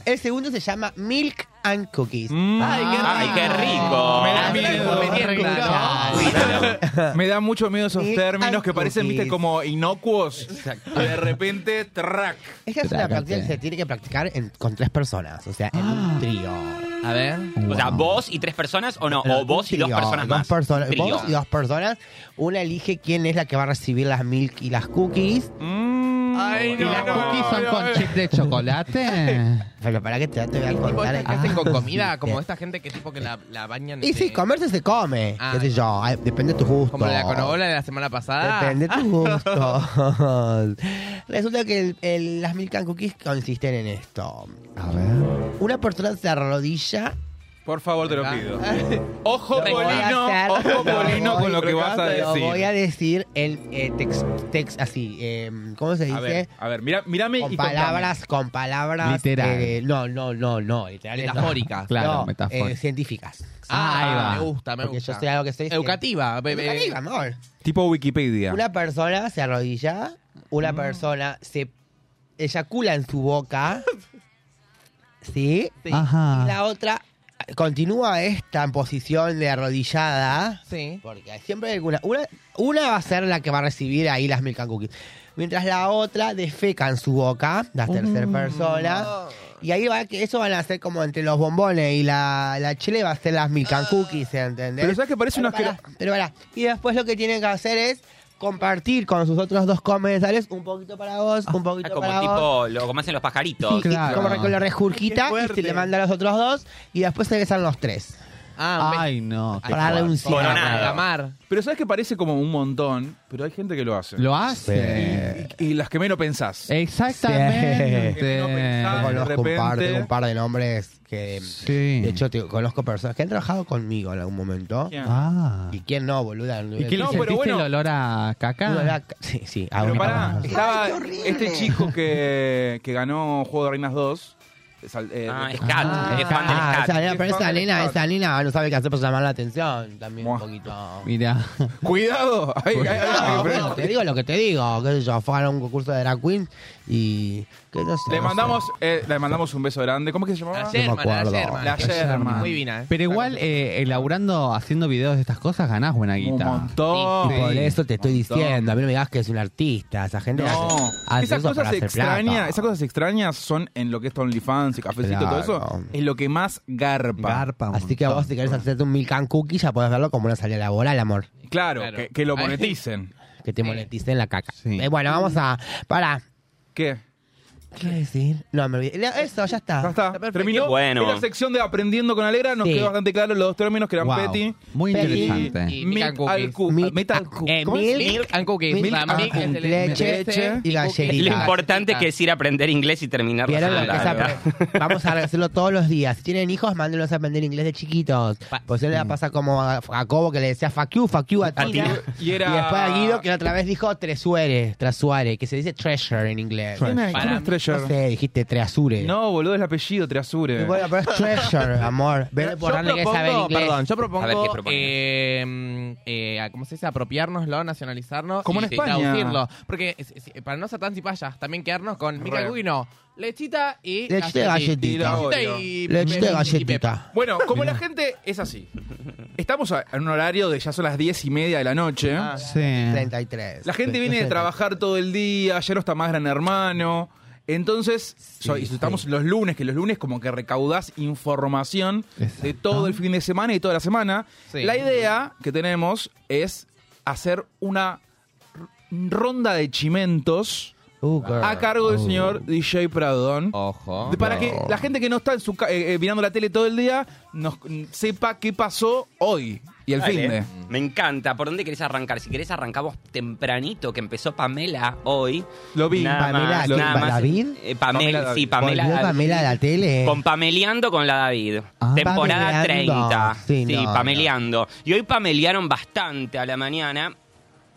El segundo se llama Milk and Cookies.
Mm,
Ah, Ay, qué rico.
Me da
Ah,
miedo.
me tiembla.
Claro.
Me da mucho miedo esos
Y
términos que parecen,
cookies.
viste, como inocuos. Y de repente, track.
Esta es una
Trágate.
práctica que se tiene que practicar en- con tres personas, o sea, en un trío.
A ver.
O sea, vos y tres personas o no, o
Pero
vos y
un
dos
trío,
personas más.
Dos personas,
Trío.
vos y dos personas. Una elige quién es la que va a recibir las milk y las cookies.
Ay,
¿Y
no.
las
no,
cookies son
no,
con
no.
chip de chocolate?
Pero para que te, te voy a
Es tipo
contar.
esta que hacen con
Ah,
comida, como
¿viste?
esta gente que tipo que la, la bañan.
Y
de-
sí, comerse se come.
Ah.
qué sé yo, ay, depende de tu gusto.
Como la Ah. conobola de la semana pasada.
Depende de tus gustos. Resulta que el- el- las milk and cookies consisten en esto.
A ver.
Una persona se arrodilla
Por favor, te lo pido. Ojo,
Lo voy a
Polino.
hacer. Lo
Ojo, Polino,
voy-
con lo que vas a
Lo voy a decir
decir.
el eh, text, text así. eh, ¿Cómo se dice?
A ver, a ver, mira, mírame y
con
contame.
palabras, con palabras.
Literal.
eh, no, no, no, no. Literales, no.
Metafóricas.
Claro,
No,
metáfora.
eh, científicas.
Ah,
Ahí va.
me gusta, me
Porque
gusta.
yo soy algo que estoy.
Educativa, bebé.
Educativa, amor.
Tipo Wikipedia.
Una persona se arrodilla,
Mm.
una persona se eyacula en su boca, ¿sí?
Sí.
Ajá.
Y la otra eh, continúa esta en posición de arrodillada,
Sí.
porque siempre hay alguna. Una, una va a ser la que va a recibir ahí las milk and cookies, mientras la otra defeca en su boca, la tercera persona. Y ahí va, que eso van a ser como entre los bombones y la, la chile va a ser las milk and cookies, ¿entendés?
Pero sabes que parece una
Pero pará, pero pará. Y después lo que tienen que hacer es compartir con sus otros dos comensales un poquito para vos, un
Ah,
poquito para
como
vos.
tipo, lo, como hacen los
Sí,
pajaritos.
sí,
Claro.
Como que lo rejurquita
Ay, qué
y se le
fuerte.
manda a los otros dos y después se besan los tres.
Ah, me-
Ay, no. qué
para darle un
fuerte.
cierre.
Bueno, nada.
para amar.
Pero sabes que parece como un montón, pero hay gente que lo hace.
Lo hace.
y, y las que menos pensás.
Eh,
Exactamente.
Sí. No pensaba.
Conozco un, par,
repente-
tengo un par de nombres que...
Sí.
De hecho, te- conozco personas que han trabajado conmigo en algún momento.
Bien.
Ah.
¿Y quién no, boluda?
¿Y qué le
No, pero
sentiste
bueno.
el olor a caca?
Uno la- Sí, sí. a
Pero
una
pará,
persona.
estaba
Ay, qué horrible.
este chico que, que ganó Juego de Reinas 2. sal- eh,
Ah, es
de-
Cat, es fan del
Ah,
Cat.
esa nena, pero
Es
esa
fan del
nena,
Cat.
esa nena no sabe qué hacer para llamar la atención también un
Mua.
poquito.
Mira.
Cuidado. Ay, ay, ay,
No,
ay,
bueno, te digo lo que te digo, qué sé yo, fueron a un concurso de drag queen y que no sé,
le
no
mandamos eh, le mandamos un beso grande. ¿Cómo es que se llamaba?
La
me
Sherman, la
acuerdo.
Sherman.
La Sherman.
Muy
¿eh?
divina.
Pero igual, eh, elaborando, haciendo videos de estas cosas, ganás buena
Un
guita.
montón.
sé. Y por eso te estoy
Montón.
diciendo, a mí no me digas que es un artista, esa gente hace,
No,
hace
esas
eso para
cosas,
hacer
extrañas,
plata.
esas cosas extrañas son en lo que es OnlyFans y cafecito y todo eso,
Claro.
es lo que más garpa.
Garpa. un
Así que vos si querés hacerte un milk and cookie ya podés verlo como una salida laboral, amor,
Claro,
Claro.
Que, que lo
Ay.
moneticen.
que te moneticen la caca.
Sí.
Eh, bueno, vamos a para
¿Qué?
¿Qué decir? No, me olvidé. Eso, ya está.
Ya está,
perfecto.
terminó.
Bueno.
En la sección de Aprendiendo con Alegra nos
Sí.
quedó bastante claro los términos que eran
Wow.
Petty.
Muy
Petty.
interesante.
Y-
Meat
Milk and cookies.
al cu-
Milk-
meat al cu-
eh,
¿cómo es?
milk-
Milk and cookies.
Milk
La
and
milk es el-
leche,
leche
y galletitas.
Lo
Ah,
importante que es ir a aprender inglés y terminar la
Vieron lo que es
secundaria.
apre- Vamos a hacerlo todos los días. Si tienen hijos, mándenlos a aprender inglés de chiquitos. Pues él le pasa como a a Cobo que le decía fuck you, fuck you a
A
Tina.
Tina.
Y era-
Y después a Guido que la otra vez dijo tresuere, trasuare, que se dice treasure en inglés.
¿Quién es-
Para-
quién es Treasure?
No sé, dijiste treasure.
No, boludo, es el apellido
Y
Triasure.
Bueno, pero es treasure, amor. Ven
Yo
por darle que
propongo-
saber inglés.
Perdón, yo
A ver, ¿qué
propongo,
propones?
eh, eh, ¿cómo se dice? Apropiárnoslo, nacionalizarnos.
Como
y
en España.
traducirlo. Porque es- es- para no ser tan cipayas, también quedarnos con Mica
Re.
Guino, lechita y
Lechita y galletita.
Lechita y-
Leche de
y-
galletita.
Bueno, como la gente es así. Estamos a- en un horario de ya son las diez y media de la noche.
Ah.
Sí.
33.
La gente viene de trabajar todo el día, ya no está más gran hermano. Entonces, so- y estamos los lunes, que los lunes como que recaudás información de
Exacto.
todo el fin de semana y toda la semana.
Sí.
La idea que tenemos es hacer una r- ronda de chimentos
Uh, girl.
a cargo del señor DJ Pradón.
Ojo.
De- Para que la gente que no está en su ca- eh, eh, mirando la tele todo el día nos mm, sepa qué pasó hoy y el
Dale.
fin de.
Me encanta. ¿Por dónde querés arrancar? Si querés arrancamos tempranito, que empezó Pamela hoy.
Lo vi.
Nada
Pamela,
más,
¿quién?
nada más.
¿David?
Eh, Pamela,
Pamela David.
sí, Pamela.
Volvió
David.
Pamela a la tele.
Con Pameleando con la David.
Ah.
Temporada
Eh, Pameleando. Ah,
30.
Sí,
Sí,
no,
Pameleando. Y hoy Pamelearon bastante a la mañana.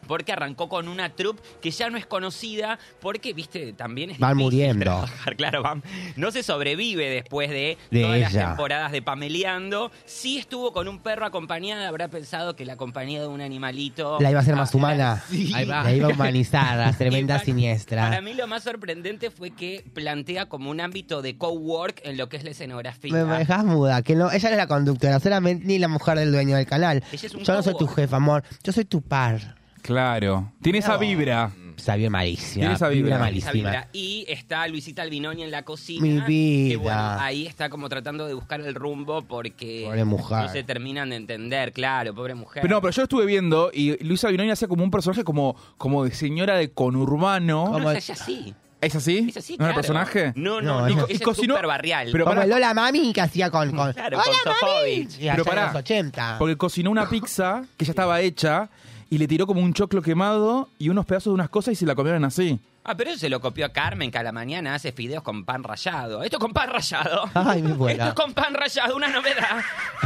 Porque arrancó con una troupe que ya no es conocida, porque, viste, también es
Van
difícil
muriendo.
trabajar, claro, van- no se sobrevive después de,
De
todas las
ella.
temporadas de Pameleando. Sí estuvo con un perro acompañada, habrá pensado que la compañía de un animalito...
La iba a hacer
Ah,
más humana.
sí.
Ahí va. La iba a humanizar, la tremenda
Iván,
siniestra.
Para mí lo más sorprendente fue que plantea como un ámbito de cowork en lo que es la escenografía.
Me, me dejas muda, que no, ella no es la conductora, solamente ni la mujer del dueño del canal.
Ella es un
Yo no soy tu
cowboy.
jefa, amor, yo soy tu par.
Claro. Tiene esa vibra.
Sabía malísima.
Tiene esa vibra.
Esa
malísima.
vibra. Y está Luisita Albinoni en la cocina.
Mi vida.
que, bueno, ahí está como tratando de buscar el rumbo porque
Pobre mujer.
no se terminan de entender, claro, pobre mujer.
Pero no, pero yo estuve viendo y Luisa Binoni hacía como un personaje como, como de señora de conurbano.
No,
Como-
es así.
¿Es así?
Es así,
¿No era
claro.
personaje?
No, no,
No,
no.
es-
ella
y
es
cocinó-
súper barrial.
pero
Como
para-
Lola Mami que hacía con. con
claro,
¡Hola,
con Sofovich.
mami! Y allá
Pero pará.
en los 80.
Porque cocinó una pizza que ya estaba hecha y le tiró como un choclo quemado y unos pedazos de unas cosas y se la comieron así.
Ah, pero eso se lo copió a Carmen, que a la mañana hace fideos con pan rallado. Esto es con pan rallado.
Ay, muy buena.
Esto es con pan rallado, una novedad.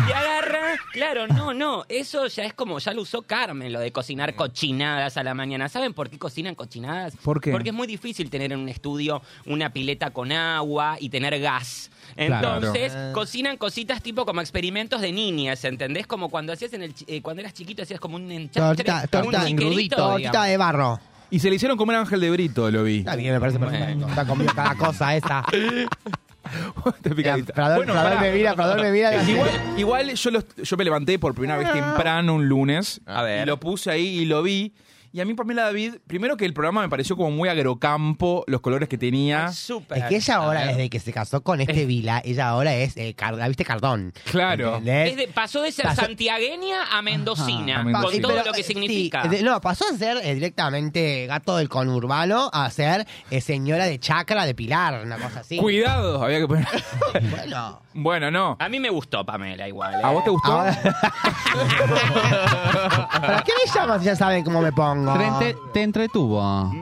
Y agarra, claro, no, no, eso ya es como, ya lo usó Carmen, lo de cocinar cochinadas a la mañana. ¿Saben por qué cocinan cochinadas?
¿Por qué?
Porque es muy difícil tener en un estudio una pileta con agua y tener gas. Entonces, cocinan cositas tipo como experimentos de niñas, ¿entendés? Como cuando hacías en el chi- eh, cuando eras chiquito hacías como un enchastre,
Torta,
un
torta,
chiquerito,
tortita de barro.
Y se le hicieron comer a Ángel de Brito, lo vi.
Está bien, me parece perfecto. Está comido cada cosa esa.
Te picadita.
Frador,
Bueno,
Frador
pará.
me mira, Frador me mira.
Igual, igual yo, los- yo me levanté por primera vez temprano un lunes.
A ver.
Y lo puse ahí y lo vi. Y a mí, Pamela David, primero que el programa me pareció como muy agrocampo, los colores que tenía.
Ah, Súper.
Es que ella ahora, desde que se casó con este Vila, ella ahora es, eh, Car- la viste Cardón.
Claro.
¿Entendés?
Es de- pasó de ser
Pasó-
santiagueña a mendocina,
Ajá, a
con
mendocina.
todo
Pero,
lo que
eh, sí,
significa.
de- no, pasó a ser eh, directamente gato del conurbano a ser eh, señora de chacra de Pilar, una cosa así.
Cuidado, había que poner.
Bueno,
bueno, no.
A mí me gustó Pamela igual. ¿eh?
¿A vos te gustó?
¿para qué me llamas si ya saben cómo me pongo?
Te, entre- te entretuvo.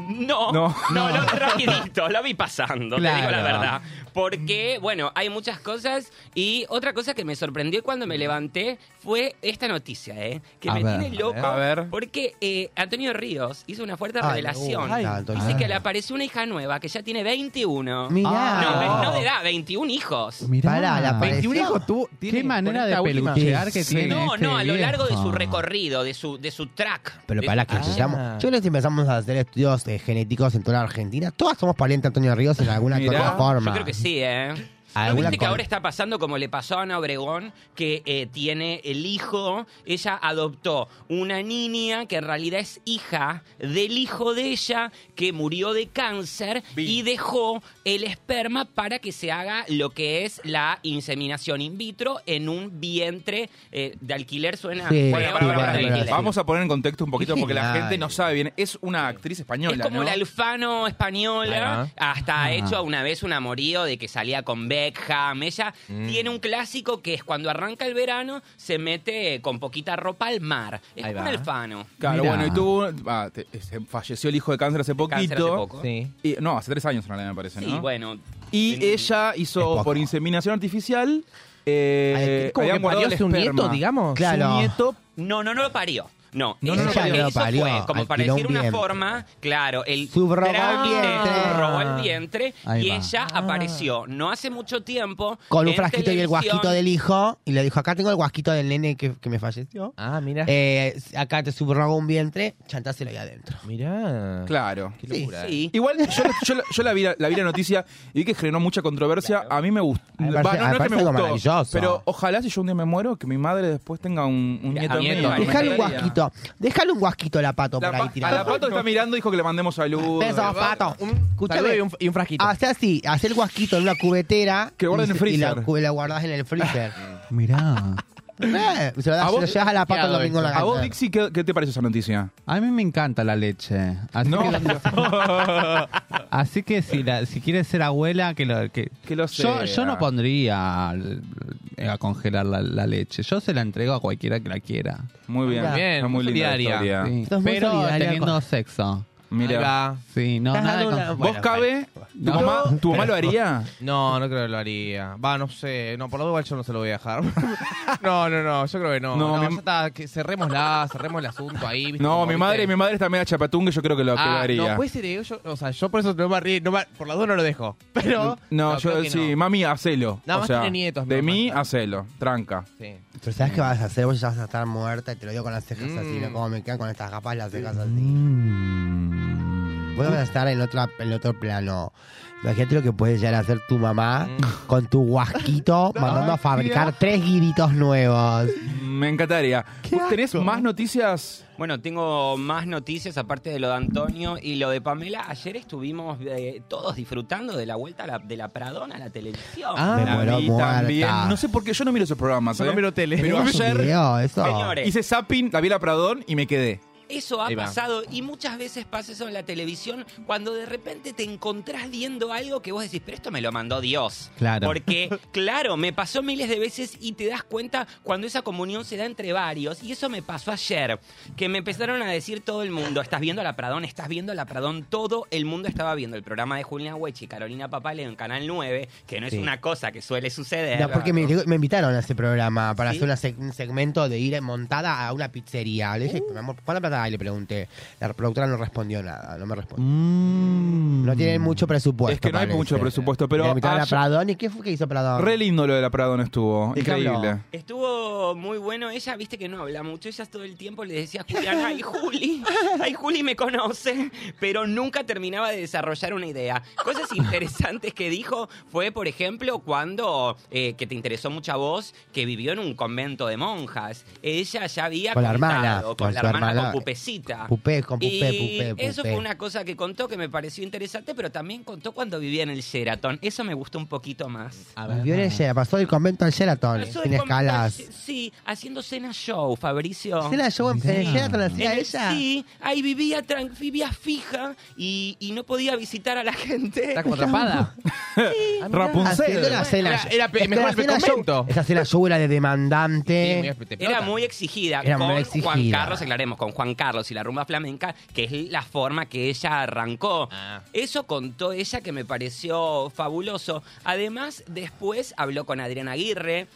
No, no,
No.
no, rapidito, lo vi pasando, te digo la
Claro.
verdad. Porque, bueno, hay muchas cosas y otra cosa que me sorprendió cuando me levanté fue esta noticia, ¿eh? Que
A
me
ver,
tiene loco.
a ver.
Porque eh, Antonio Ríos hizo una fuerte
Ay,
revelación.
me gusta, Antonio. Ah.
Dice que le apareció una hija nueva que ya tiene 21.
Mirá.
No, no de edad, 21 hijos.
Mirá.
Pará, la pareció.
21 hijos tú-
tiene
Qué manera
con
de
esta última-
peluchear que
Sí.
tiene.
No,
este
no, a lo largo de su Ah.
viejo.
recorrido, de su, de su track.
Pero
De-
para que empezamos. Yo creo que si empezamos a hacer estudios eh, genéticos en toda la Argentina, todas somos parientes de Antonio Ríos en alguna
Mirá.
otra forma.
Yo creo que sí, ¿eh? ¿No
Alguna
viste que
cosa.
ahora está pasando como le pasó a Ana Obregón, que eh, tiene el hijo? Ella adoptó una niña que en realidad es hija del hijo de ella que murió de cáncer y dejó el esperma para que se haga lo que es la inseminación in vitro en un vientre eh, de alquiler. Suena.
Sí,
feo,
Bueno, pará, pará,
pero
pará,
de
sí,
pará.
alquiler.
Vamos a poner en contexto un poquito porque la
Genial.
gente no sabe bien. Es una actriz española.
Es como
¿no?
la Alfano española, hasta ha hecho una vez un amorío de que salía con Beckham. Ella tiene un clásico que es cuando arranca el verano, se mete con poquita ropa al mar. Es
Ahí
como un
va.
Alfano.
Claro,
Mirá.
bueno, y tuvo. ah, te- se falleció el hijo de cáncer hace poquito.
Cáncer hace poco.
Sí.
Y- no, hace tres años en realidad me parece,
Sí,
¿no?
bueno.
Y
en-
ella
Es
hizo
poco.
por inseminación artificial. Eh,
Ay,
Como que
habían guardado
parió
el
su
esperma.
nieto, digamos.
Claro.
Su nieto.
No, no, no lo parió. No,
No,
ella
no lo
lo que
parió.
hizo
Lo parió,
fue, como para
alquiló
decir
un
una
vientre.
forma, claro, el
Subrogó el
trámite,
vientre.
robó el vientre
Ahí
y
va.
ella apareció no hace mucho tiempo
Con un
en
frasquito y el
televisión.
guasquito del hijo, y le dijo: Acá tengo el guasquito del nene que, que me falleció.
Ah, mira.
Eh, acá te subrogo un vientre, chantáselo ahí adentro.
Mirá.
Claro.
Sí,
Sí.
Igual yo, la- yo la- yo la, vi, la, la vi la noticia y vi que generó mucha controversia. A mí me gustó.
A mí me parece- a mí me parece algo maravilloso.
Pero ojalá si yo un día me muero, que mi madre después tenga un, un nieto.
nieto,
mío.
Ah,
Dejale un
me gustaría.
guasquito. Dejale un guasquito a la pato
La
por ahí
pa- a la
tirado.
pato está mirando, dijo que le mandemos saludos.
Besos, pato.
Saludo y un, y un frasquito.
Hace así, hace el guasquito en una cubetera.
Que guarda en el
y se- Y la,
freezer.
cu- la guardás en el freezer.
Mirá.
Eh, se lo das,
¿A
se
vos-
lo llevas a la pato el
hago
domingo en la
A vos,
casa.
Dixie, ¿qué, qué te pareció esa noticia?
A mí me encanta la leche. Así,
No.
que, así que si, la- si quieres ser abuela, que lo. Que,
Que lo
yo,
sea.
yo no pondría al- eh, a congelar la, la leche. Yo se la entrego a cualquiera que la quiera.
Muy bien.
Bien,
Está muy linda la
solidaria.
historia.
Sí.
Sos muy
Pero
solidaria
teniendo
con-
sexo.
Ahí
Mira.
va.
Sí, no,
Estás
nada de
dando una-
con-
¿Vos,
Bueno,
Cabe? ¿Tu
No.
mamá, tu mamá lo haría?
No, no creo que lo haría. Va, no sé. No, por lo igual yo no se lo voy a dejar. no, no, no. Yo creo que no.
No,
No,
mi-
ya está. Que cerremos la, cerremos el asunto ahí. ¿viste?
No,
Como,
mi
¿viste?
madre, mi madre está media chapatunga, yo creo que lo, que lo
Ah,
haría.
no, puede ser. eh, Yo, o sea, yo por eso no me río. No me- por la duda no lo dejo. Pero.
No,
creo
yo
que
sí,
no.
mami, hacelo.
Nada
o
más
sea,
tiene nietos, mi
De
mamá.
mí, hacelo. Tranca.
Sí.
Pero ¿sabes qué vas a hacer? Vos ya vas a estar muerta y te lo digo con las cejas
Mm.
así, ¿no? Como me quedan con estas capas las cejas así.
Mm.
Vos vas a estar en, otra, en otro plano. Imagínate lo que puede llegar a hacer tu mamá
Mm.
con tu guasquito mandando a fabricar tres guiritos nuevos.
Me encantaría. ¿Vos tenés más noticias?
Bueno, tengo más noticias aparte de lo de Antonio y lo de Pamela. Ayer estuvimos eh, todos disfrutando de la vuelta a la- de la Pradona a la televisión.
Ah, Me
La
muero
vi
muerta.
también. No sé por qué yo no miro esos programas.
Ah, Yo no
¿eh?
miro tele.
Pero
¿Vos
ayer
video, eso?
Señores,
hice zapping, la vi a la Pradón y me quedé.
Eso ha
Ahí va.
pasado y muchas veces pasa eso en la televisión cuando de repente te encontrás viendo algo que vos decís, pero esto me lo mandó Dios.
Claro.
Porque, claro, me pasó miles de veces y te das cuenta cuando esa comunión se da entre varios. Y eso me pasó ayer, que me empezaron a decir todo el mundo, estás viendo a la Pradón, estás viendo a la Pradón. Todo el mundo estaba viendo el programa de Julián Huechi y Carolina Papaleo en Canal 9, que no es
Sí.
una cosa que suele suceder.
No, porque me, me invitaron a ese programa para
Eh, ¿Sí?
hacer una seg- un segmento de ir montada a una pizzería. Le dije, mi amor, ¿cuánta plata hay? Le pregunté. La productora no respondió nada, no me respondió.
Mm.
No tienen mucho presupuesto.
Es que no hay
parece.
mucho presupuesto, pero
Me invitaron a
ayer-
Pradón. ¿Y qué fue que hizo Pradón?
Re lindo lo de la Pradón estuvo.
¿De qué
Increíble.
habló?
Estuvo muy bueno. Ella, viste que no habla mucho. Ella todo el tiempo le decía a Julián, ay, Juli, ay, Juli me conoce. Pero nunca terminaba de desarrollar una idea. Cosas interesantes que dijo fue, por ejemplo, cuando, eh, que te interesó mucho a vos, que vivió en un convento de monjas. Ella ya había
Con la hermana,
contado con
con
la
su
hermana,
hermana.
con Pupecita.
Pupé, con Pupé,
Y
Pupé, Pupé.
eso fue una cosa que contó que me pareció interesante, pero también contó cuando vivía en el Sheraton. Eso me gustó un poquito más.
Vivió en el Sheraton, pasó del convento al Sheraton,
Pasó de
sin
comprar-
escalas.
Sí, haciendo cena show, Fabricio.
¿Se la llevó en en el Sheraton? ¿La hacía
En el-
ella?
Sí, ahí vivía, tran- vivía fija y, y no podía visitar a la gente.
Está como atrapada.
Ah,
Haciendo la
Rapunzel.
cena.
Era- era pe-
Es que
mejor
la
el
cena show-
convento.
Esa cena show era de demandante.
Sí, me- te
Eh, Era
explota.
muy exigida
Era
con
muy exigida.
Juan Carlos, aclaremos, con Juan Carlos y la rumba flamenca, que es la forma que ella arrancó.
Ah.
Eso contó ella que me pareció fabuloso. Además, después habló con Adriana Aguirre,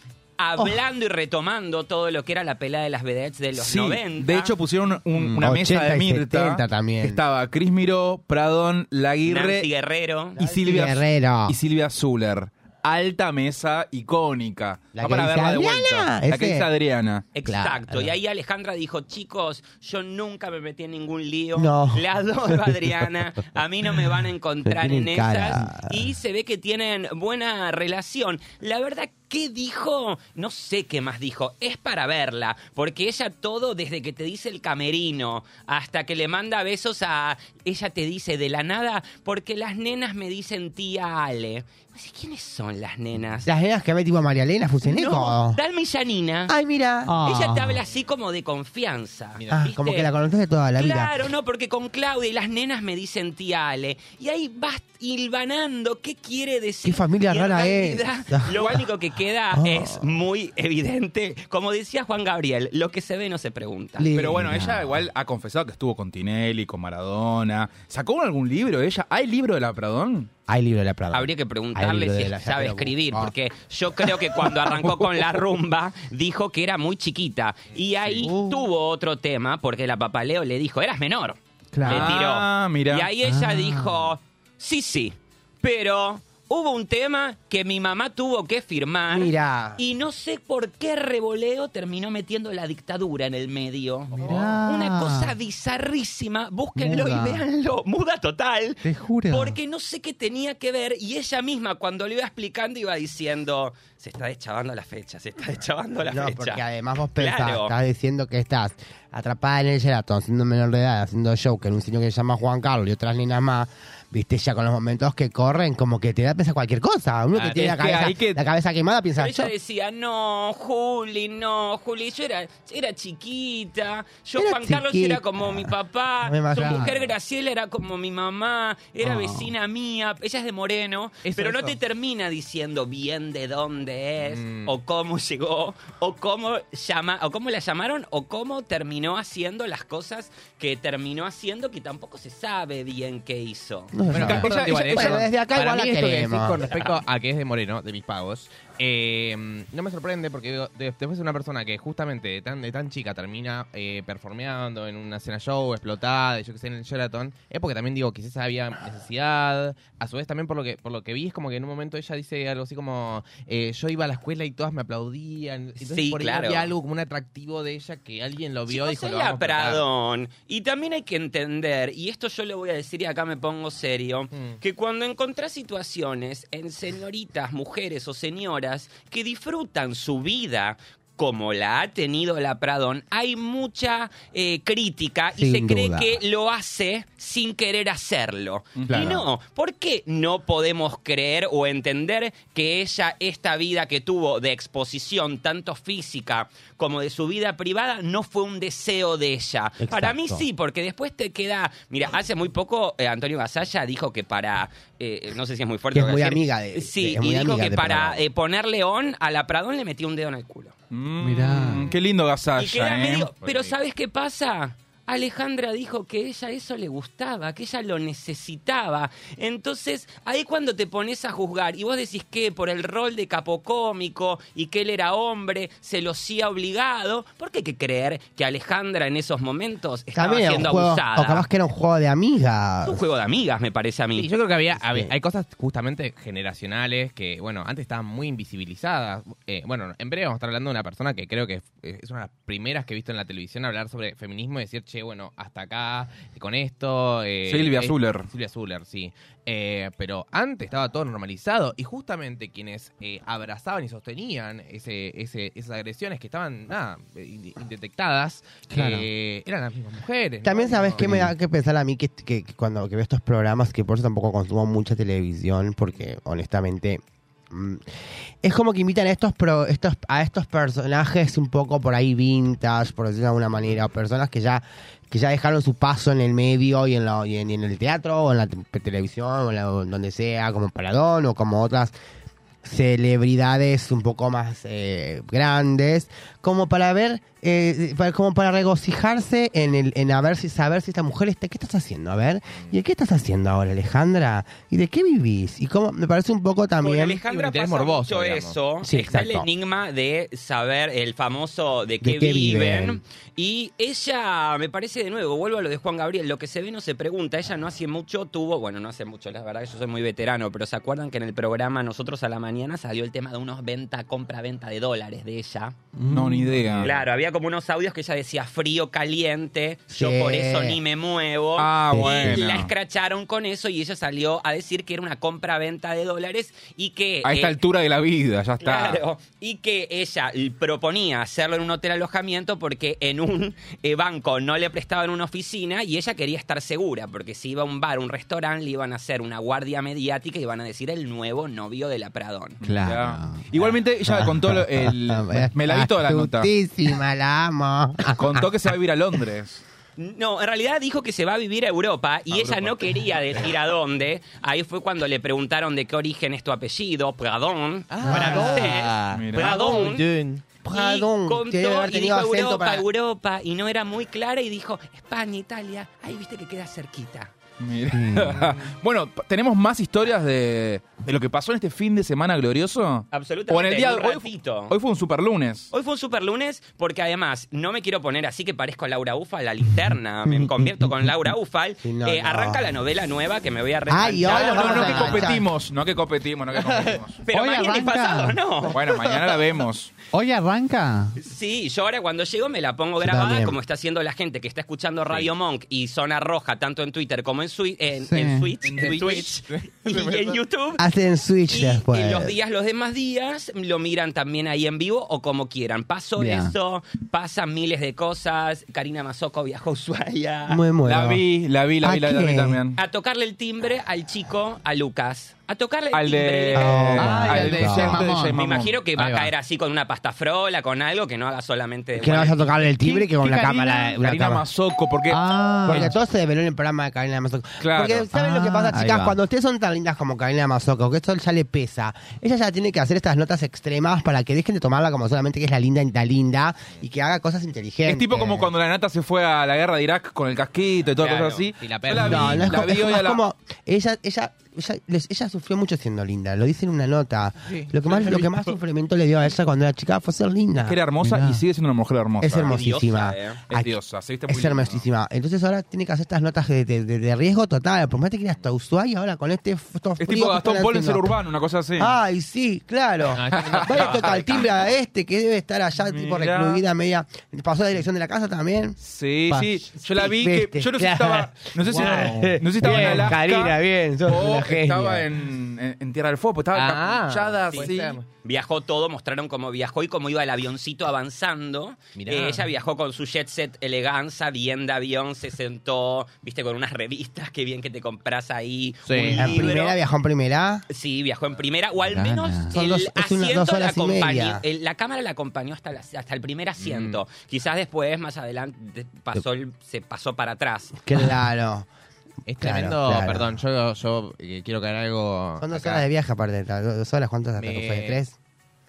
hablando y retomando todo lo que era la pelea de las vedettes de los
Sí,
90.
de hecho pusieron un-
Mm,
una mesa
80
de
y
Mirta.
70 también.
que Estaba Cris Miró, Pradón,
Nancy
Laguirre
Guerrero.
y Silvia
Guerrero.
y Silvia Zuller. Alta mesa icónica.
La
Va
que
para
dice
verla de
Adriana,
vuelta. La que
ese.
dice Adriana.
Exacto.
Claro.
Y ahí Alejandra dijo, chicos, yo nunca me metí en ningún lío.
No.
La adoro a Adriana. A mí no me van a encontrar
Me
en
tienen cara.
esas. Y se ve que tienen buena relación. La verdad, ¿qué dijo? No sé qué más dijo. Es para verla. Porque ella todo, desde que te dice el camerino hasta que le manda besos a... Ella te dice de la nada, porque las nenas me dicen tía Ale. No sé quiénes son las nenas.
Las nenas que ve tipo María Elena Fuseneco.
No, Dalma y Yanina.
Ay, mira.
Ella te habla así como de confianza.
Ah,
¿viste?
como que la conoces de toda la vida.
Claro, no, porque con Claudia y las nenas me dicen tía Ale. Y ahí vas hilvanando qué quiere decir.
Qué familia
Y en
rara es.
realidad, Lo único que queda
Ah.
es muy evidente. Como decía Juan Gabriel, lo que se ve no se pregunta.
Le-
Pero bueno,
Mira.
ella igual ha confesado que estuvo con Tinelli, con Maradona. ¿Sacó algún libro ella? ¿Hay libro de la Pradón?
Hay libro de la Prada.
Habría que
Hay
preguntarle
libro
si
de la- ya,
sabe
pero-
escribir,
Ah.
porque yo creo que cuando arrancó con la rumba dijo que era muy chiquita. Y ahí tuvo otro tema, porque la papaleo le dijo, eras menor.
Claro.
Le tiró.
Ah, mira.
Y ahí ella dijo, sí, sí, pero hubo un tema que mi mamá tuvo que firmar.
Mira.
Y no sé por qué revoleo terminó metiendo la dictadura en el medio.
Mirá.
Una cosa bizarrísima. Búsquenlo
Muda.
y véanlo. Muda total.
Te juro.
Porque no sé qué tenía que ver y ella misma cuando lo iba explicando iba diciendo, se está deschavando la fecha, se está deschavando la
No,
fecha.
porque además vos pensás,
Claro.
estás diciendo que estás atrapada en el Sheraton, siendo menor de edad, haciendo show, que en un señor que se llama Juan Carlos y otras nenas más, viste, ya con los momentos que corren, como que te da pensar cualquier cosa. Uno que
Claro.
tiene la
Es que hay
cabeza,
que-
la cabeza quemada piensa,
Pero ella
yo,
decía, no, Juli, no, Juli, yo era, era chiquita, yo
Era
Juan Carlos
chiquita.
era como mi papá,
No me Oh.
su
vayas.
mujer Graciela era como mi mamá, era
Ah.
vecina mía, ella es de Moreno,
Eso,
pero no
eso.
te termina diciendo bien de dónde es,
Mm.
o cómo llegó, o cómo llama, o cómo la llamaron, o cómo terminó haciendo las cosas que terminó haciendo que tampoco se sabe bien qué hizo.
no se
Bueno,
sabe.
acá-
ella-
igual,
ella-
eso.
bueno,
desde acá
Para
igual
mí
la
esto que
queremos.
decís con respecto a que es de Moreno, de mis pagos, eh, no me sorprende porque digo, de- después una persona que justamente de tan, de tan chica termina eh, performeando en una cena show, explotada, yo que sé, en el Sheraton, es porque también digo, quizás había necesidad, a su vez también por lo que por lo que vi es como que en un momento ella dice algo así como, eh, yo iba a la escuela y todas me aplaudían, entonces
Sí,
por ahí
claro.
había algo como un atractivo de ella que alguien lo vio y
Chicos,
dijo,
es
lo
la
vamos a explotar".
Pradón. Y también hay que entender, y esto yo lo voy a decir y acá me pongo serio,
Mm.
que cuando encontrás situaciones en señoritas, mujeres o señoras que disfrutan su vida como la ha tenido la Pradón, hay mucha eh, crítica y
Sin
se cree
duda.
que lo hace sin querer hacerlo.
Claro.
Y no, ¿por qué no podemos creer o entender que ella, esta vida que tuvo de exposición, tanto física como de su vida privada, no fue un deseo de ella? Para mí sí, porque después te queda. Mira, hace muy poco eh, Antonio Basaya dijo que para. eh, no sé si es muy fuerte.
Que es
lo
muy
decir.
amiga de-
Sí,
es muy
y dijo
amiga
que
de
para
Pradón.
eh, ponerle on a la Pradón le metió un dedo en el culo.
Mm,
Mirá.
Qué lindo
Y queda
gasalla, ¿eh?
medio- Pero ¿sabes qué pasa? Alejandra dijo que ella eso le gustaba, que ella lo necesitaba. Entonces, ahí cuando te pones a juzgar y vos decís que por el rol de capocómico y que él era hombre, se lo hacía obligado, porque hay que creer que Alejandra en esos momentos estaba
También era un
siendo
juego, o
abusada.
capaz que era un juego de amigas.
Es un juego de amigas, me parece a mí.
Sí, yo creo que había, había- hay cosas justamente generacionales que, bueno, antes estaban muy invisibilizadas. Eh, bueno, en breve vamos a estar hablando de una persona que creo que f- eh, es una de las primeras que he visto en la televisión hablar sobre feminismo y decir, che, bueno, hasta acá, eh, con esto. eh,
Silvia
es-
Zuller.
Silvia Zuller, sí. Eh, pero antes estaba todo normalizado y justamente quienes eh, abrazaban y sostenían ese, ese- esas agresiones que estaban, nada, eh, inde- indetectadas,
Claro.
eh, eran las mismas mujeres. ¿no?
También sabes
No,
que me da que pensar a mí que, que- que cuando que veo estos programas, que por eso tampoco consumo mucha televisión, porque honestamente mm, es como que invitan a estos, pro- estos a estos personajes un poco por ahí vintage, por decirlo de alguna manera, o personas que ya que ya dejaron su paso en el medio y en, la- y en, y en el teatro o en la te- televisión o en la- o en donde sea, como Paradón o como otras celebridades un poco más eh, grandes, como para ver, eh, para- como para regocijarse en el, en a ver si saber si esta mujer está, ¿qué estás haciendo? A ver, ¿y de qué estás haciendo ahora, Alejandra? ¿Y de qué vivís? Y cómo me parece un poco
Con
también.
un
Alejandra
interés
pasa
morboso,
mucho
digamos.
eso.
Sí,
está el
exacto.
enigma de saber el famoso de qué,
qué
viven.
viven.
Y ella, me parece de nuevo, vuelvo a lo de Juan Gabriel, lo que se ve no se pregunta. Ella no hace mucho tuvo, bueno, no hace mucho, la verdad que yo soy muy veterano, pero ¿se acuerdan que en el programa Nosotros a la Mañana salió el tema de unos venta, compra-venta de dólares de ella?
No, ni idea.
Claro, había como unos audios que ella decía frío, caliente, yo
Sí.
por eso ni me muevo.
Ah,
Y
bueno.
La escracharon con eso y ella salió a decir que era una compra-venta de dólares y que...
A esta
eh,
altura de la vida, ya está.
Claro, y que ella l- proponía hacerlo en un hotel alojamiento porque en un eh, banco no le prestaban una oficina y ella quería estar segura, porque si iba a un bar, un restaurante, le iban a hacer una guardia mediática y iban a decir el nuevo novio de la Pradón.
Claro.
Ya. Igualmente, ella contó lo- el. Me la di toda la nota.
Astutísima, la amo.
Contó que se va a vivir a Londres.
No, en realidad dijo que se va a vivir a Europa y ella no quería decir a dónde. Ahí fue cuando le preguntaron de qué origen es tu apellido, Pradón.
Ah,
francés,
mira.
Pradón.
Pradón,
Y contó
debe haber
y
tenido
dijo
acento
Europa,
para-
Europa, y no era muy clara, y dijo España, Italia, ahí viste que queda cerquita.
Mira. bueno, p- tenemos más historias de, de lo que pasó en este fin de semana glorioso.
Absolutamente,
O en el día
en un
de hoy.
ratito.
Hoy fue un super lunes.
Hoy fue un super lunes porque además no me quiero poner así que parezco Laura Ufal, la linterna, me convierto con Laura Ufal.
Sí, no,
Eh,
no.
Arranca la novela nueva que me voy a
Ay, hoy
reenganchar.
lo
No, no,
vamos
no
a
que
enganchar.
competimos, no que competimos, no que competimos.
Pero
Hoy
mañana y
arranca.
pasado no.
Bueno, mañana la vemos.
Hoy arranca.
Sí, yo ahora cuando llego me la pongo
Yo
grabada,
también.
como está haciendo la gente que está escuchando Radio Monk y Zona Roja, tanto en Twitter como en, Sui- en,
Sí.
en Switch, en,
Twitch.
Twitch y en YouTube.
Hacen switch
Y,
después.
y los días, los demás días, lo miran también ahí en vivo o como quieran. Pasó
Bien.
eso, pasan miles de cosas. Karina Mazoco viajó a Ushuaia
Muy bueno.
La vi, la vi, la vi, la
Ah, ¿A
vi, la vi
quién?
también.
a tocarle el timbre al chico, a Lucas. A tocarle el
Al
timbre.
de. Oh,
Ah,
al
al
de
de
Jay
Jay
Mamón.
Mamón.
Jay
Me
Mamón.
imagino que va
Ahí
a
va.
caer así con una pastafrola, con algo que no haga solamente de
Que no
bueno,
vayas a tocarle el timbre que con
¿Qué
la
Karina?
cámara. una
Karina
cámara.
Mazoco, porque.
Ah,
Porque todo se develó en el programa de Karina Mazoco.
Claro.
Porque saben
Ah,
lo que pasa,
ahí
chicas,
va.
cuando ustedes son tan lindas como Karina Mazoco, que esto ya le pesa, ella ya tiene que hacer estas notas extremas para que dejen de tomarla como solamente que es la linda y la linda y que haga cosas inteligentes.
Es tipo como cuando la nata se fue a la guerra de Irak con el casquito y todo
Claro,
cosas así.
y la
Yo
perla.
vi,
No, no es,
la
como,
vi
es
hoy a la-
como ella, ella, ella, les- ella sufrió mucho siendo linda, lo dice en una nota. lo que más, lo que más sufrimiento le dio a ella cuando era chica fue ser linda.
Que era hermosa
Mirá.
y sigue siendo una mujer hermosa.
Es hermosísima.
Diosa, eh.
Es este
Aquí-
diosa, se viste muy
Es
linda.
hermosísima. Entonces ahora tiene que hacer estas notas de, de- de- de riesgo total. Por más que ir hasta Ushuaia ahora con este estos
Es
fríos
tipo
que
Gastón
están
Paul en
haciendo.
ser urbano, una cosa así.
Ay, sí, claro.
Ah,
Vale, toca el timbre a este que debe estar allá, tipo
Mirá.
recluida, media. Pasó la dirección de la casa también.
Sí,
Pa-
sí. Yo la vi
viste,
que. Yo no sé si
claro.
estaba. No sé si,
Wow.
no sé si estaba en
Bien,
Alaska.
Karina, bien, sos
o
una genia.
estaba en, en- en Tierra del Fuego, estaba
Ah,
capuchada
sí.
así.
Puede ser.
Viajó todo, mostraron cómo viajó y cómo iba el avioncito avanzando.
Mirá.
Eh, ella viajó con su jet set eleganza, bien de avión, se sentó, viste, con unas revistas, qué bien que te compras ahí.
Sí.
un
En
libro.
primera, viajó en primera.
Sí, viajó en primera, o al
Gana.
menos
Son
el
dos- es una-
asiento
dos
la
horas y
acompañó.
media. Mm.
el- la cámara la acompañó hasta, la- hasta el primer asiento. Quizás después, más adelante, pasó, el- se pasó para atrás.
Claro.
Es
Claro,
tremendo,
claro.
perdón, yo, yo eh, quiero caer algo.
Son dos
acá.
horas de viaje aparte. ta- do- Dos horas, ¿cuántas hasta
Me-
que fue? ¿Tres?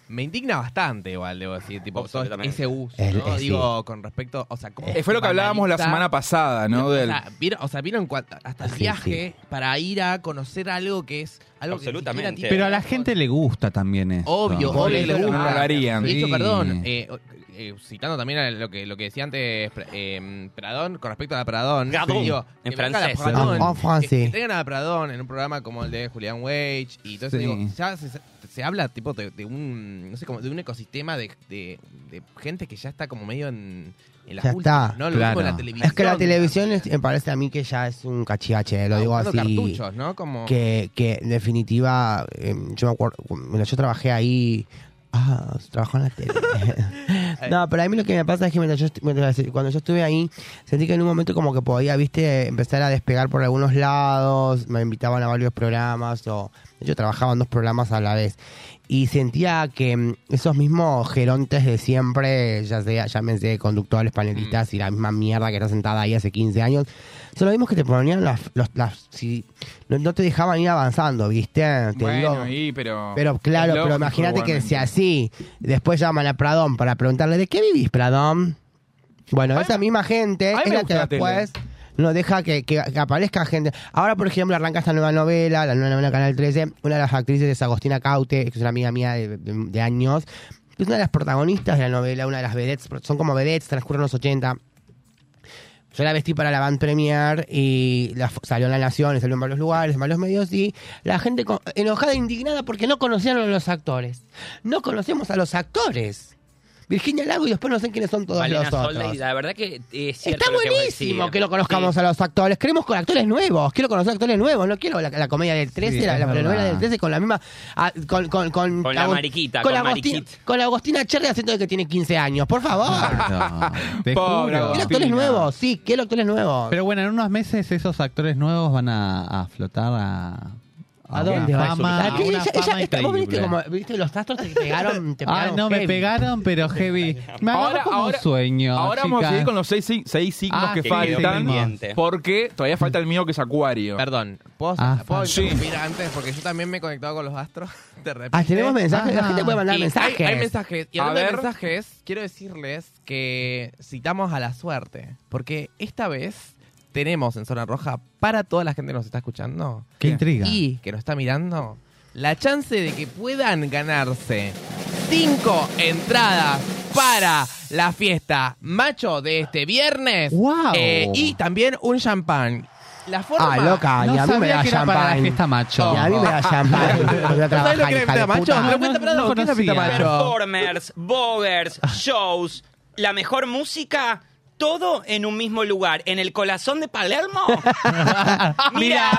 Me indigna bastante, igual, debo decir, tipo, todo
Absolutamente.
ese uso,
El-
¿no?
eh, sí.
Digo, con respecto, o sea, ¿cómo
Eh, Fue lo que hablábamos la
banaliza-
semana pasada, ¿no?
O
Del,
sea, vieron, o sea, vieron cuánto- hasta el
Sí,
viaje para ir a conocer algo que es algo que ni siquiera
Absolutamente.
tiene-
Pero a la gente le gusta también esto.
Obvio,
Por
obvio,
eso
le
lo
gusta.
harían.
De hecho,
Sí.
perdón, eh, eh, citando también a lo que, lo que decía antes eh, Pradón, con respecto a la Pradón.
Gadon,
digo,
en
que venga la
francés.
Pradón,
En- en francés.
Que, que tengan a Pradón en un programa como el de Julián Wage y todo eso.
Sí.
digo, ya se, se habla tipo de, de un, no sé, como de un ecosistema de, de- de gente que ya está como medio en, en las
Ya
últimas,
está.
¿no? Lo
Claro.
mismo en la televisión.
Es que la televisión es- me parece a mí que ya es un cachivache, eh, lo
Está
digo así.
buscando Ah, cartuchos, ¿no? Como...
que, que en definitiva, eh, yo me acuerdo, bueno, yo trabajé ahí. Ah, trabajó en la tele. no, pero a mí lo que me pasa es que mientras yo estu- mientras- cuando yo estuve ahí, sentí que en un momento como que podía, viste, empezar a despegar por algunos lados, me invitaban a varios programas, o yo trabajaba en dos programas a la vez. Y sentía que mm, esos mismos gerontes de siempre, ya sea, llámense conductores, panelistas y la misma mierda que está sentada ahí hace 15 años, son los mismos que te ponían las... los- las- si- no, no te dejaban ir avanzando, ¿viste? Te digo-
bueno, y, pero.
pero claro,
es
pero
lógico,
imagínate que
igualmente.
si así después llaman a Pradón para preguntarle de qué vivís, Pradón. Bueno,
A
esa
mí-
misma gente
a mí me
es la
gusta
que
la tele.
después no deja que, que- que aparezca gente. Ahora, por ejemplo, arranca esta nueva novela, la nueva novela de Canal 13. Una de las actrices es Agostina Caute, que es una amiga mía de, de- de años. Es una de las protagonistas de la novela, una de las vedettes. Son como vedettes, transcurren los 80. Yo la vestí para la Van Premier y la, fo- salió en La Nación, y salió en varios lugares, en varios medios y la gente co- enojada, indignada porque no conocían a los actores. No conocemos a los actores. Virginia Lago y después no sé quiénes son todos
Malena
los
Solda,
otros.
y la verdad que eh, es cierto
Está
lo que vos
buenísimo
decís.
que, no conozcamos
Sí.
a los actores. Queremos con actores nuevos. Quiero conocer actores nuevos. No quiero la, la comedia del 13,
Sí,
la,
es
la
verdad.
telenovela del 13 con la misma. ah, con, con, con,
Con la
Agos-
mariquita,
Con,
con
Agostina-
Mariquit.
con Agostina Cherry haciendo que tiene 15 años. Por favor.
No, Ah, te
Pobre
juro.
Agustín.
quiero actores
Agostina.
nuevos. Sí, quiero actores nuevos.
Pero bueno, en unos meses esos actores nuevos van a, a flotar a...
¿A dónde
una
va?
fama,
¿A qué?
a una
Ella- ella-
fama
esta- vos viste
increíble.
como, viste los astros te pegaron, te
Ay,
pegaron
Ah, no, me
heavy.
pegaron, pero heavy. Me agarró como un sueño,
Ahora vamos a seguir
chicas.
con los seis, sig- seis signos
Ah,
que
sí,
faltan.
pendiente.
Porque todavía falta el mío que es Acuario.
Perdón, ¿puedo,
Ah,
¿puedo
sí.
interrumpir antes? Porque yo también me he conectado con los astros de repente.
Ah, tenemos mensajes, la
Ah.
gente puede mandar
Y
mensajes.
Hay, hay mensajes. Y
A
hablando de
ver.
mensajes, quiero decirles que citamos a la suerte. Porque esta vez tenemos en Zona Roja, para toda la gente que nos está escuchando
Qué intriga.
y que nos está mirando, la chance de que puedan ganarse cinco entradas para la fiesta macho de este viernes.
Guau.
Eh, y también un champán. La forma...
Ah, loca,
no
y a mí me
sabía
da
que era para la
champán.
fiesta macho.
Y a mí me da champán. Voy a
¿Sabes lo
trabajar,
que era
hija de
Fiesta Macho?
puta. Ah,
Me
No,
cuenta,
no,
Prado,
no
¿qué es la Fiesta
conocía.
Macho?
Performers, bogers, shows, la mejor música, todo en un mismo lugar, en el corazón de Palermo. Mira,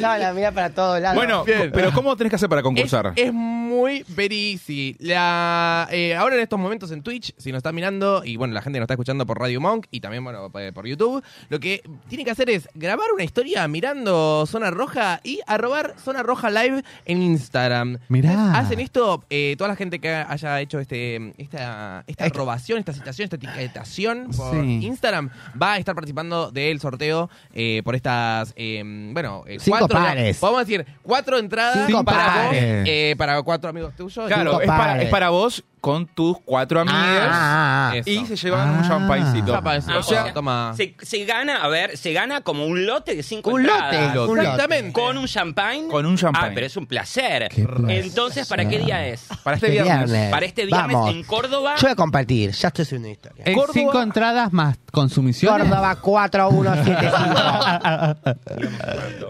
No, la mira para todos lados.
Bueno,
Bien.
pero ¿cómo tenés que hacer para
Es,
concursar?
es muy very easy. La, eh, ahora en estos momentos en Twitch, si nos está mirando, y bueno, la gente que nos está escuchando por Radio Monk y también bueno, p- por YouTube, lo que tiene que hacer es grabar una historia mirando Zona Roja y arrobar Zona Roja Live en Instagram.
Mirá.
Entonces, Hacen esto eh, toda la gente que haya hecho este esta, esta arrobación, esta citación, esta etiquetación por
Sí.
Instagram, va a estar participando del sorteo eh, por estas, eh, bueno, eh,
Cinco
cuatro,
pares.
Podemos decir, cuatro entradas
Cinco
para vos,
pares.
eh, para cuatro amigos tuyos.
Claro,
Cinco
es para,
pares.
es para vos con tus cuatro amigos.
Ah, ah, ah.
y se llevan un
Ah.
champancito.
Champancito.
O sea,
toma.
Se, se gana, a ver, se gana como un lote de cinco
Un
entradas.
lote, un lote.
Exactamente.
Con un champagne.
Con un champagne.
Ah, pero es un placer.
Qué placer.
Entonces, ¿para qué día es?
para este viernes.
Para este viernes
Vamos.
en Córdoba.
Yo voy a compartir, ya estoy haciendo una historia.
Eh,
Córdoba-
Cinco entradas más consumiciones.
Córdoba 4175.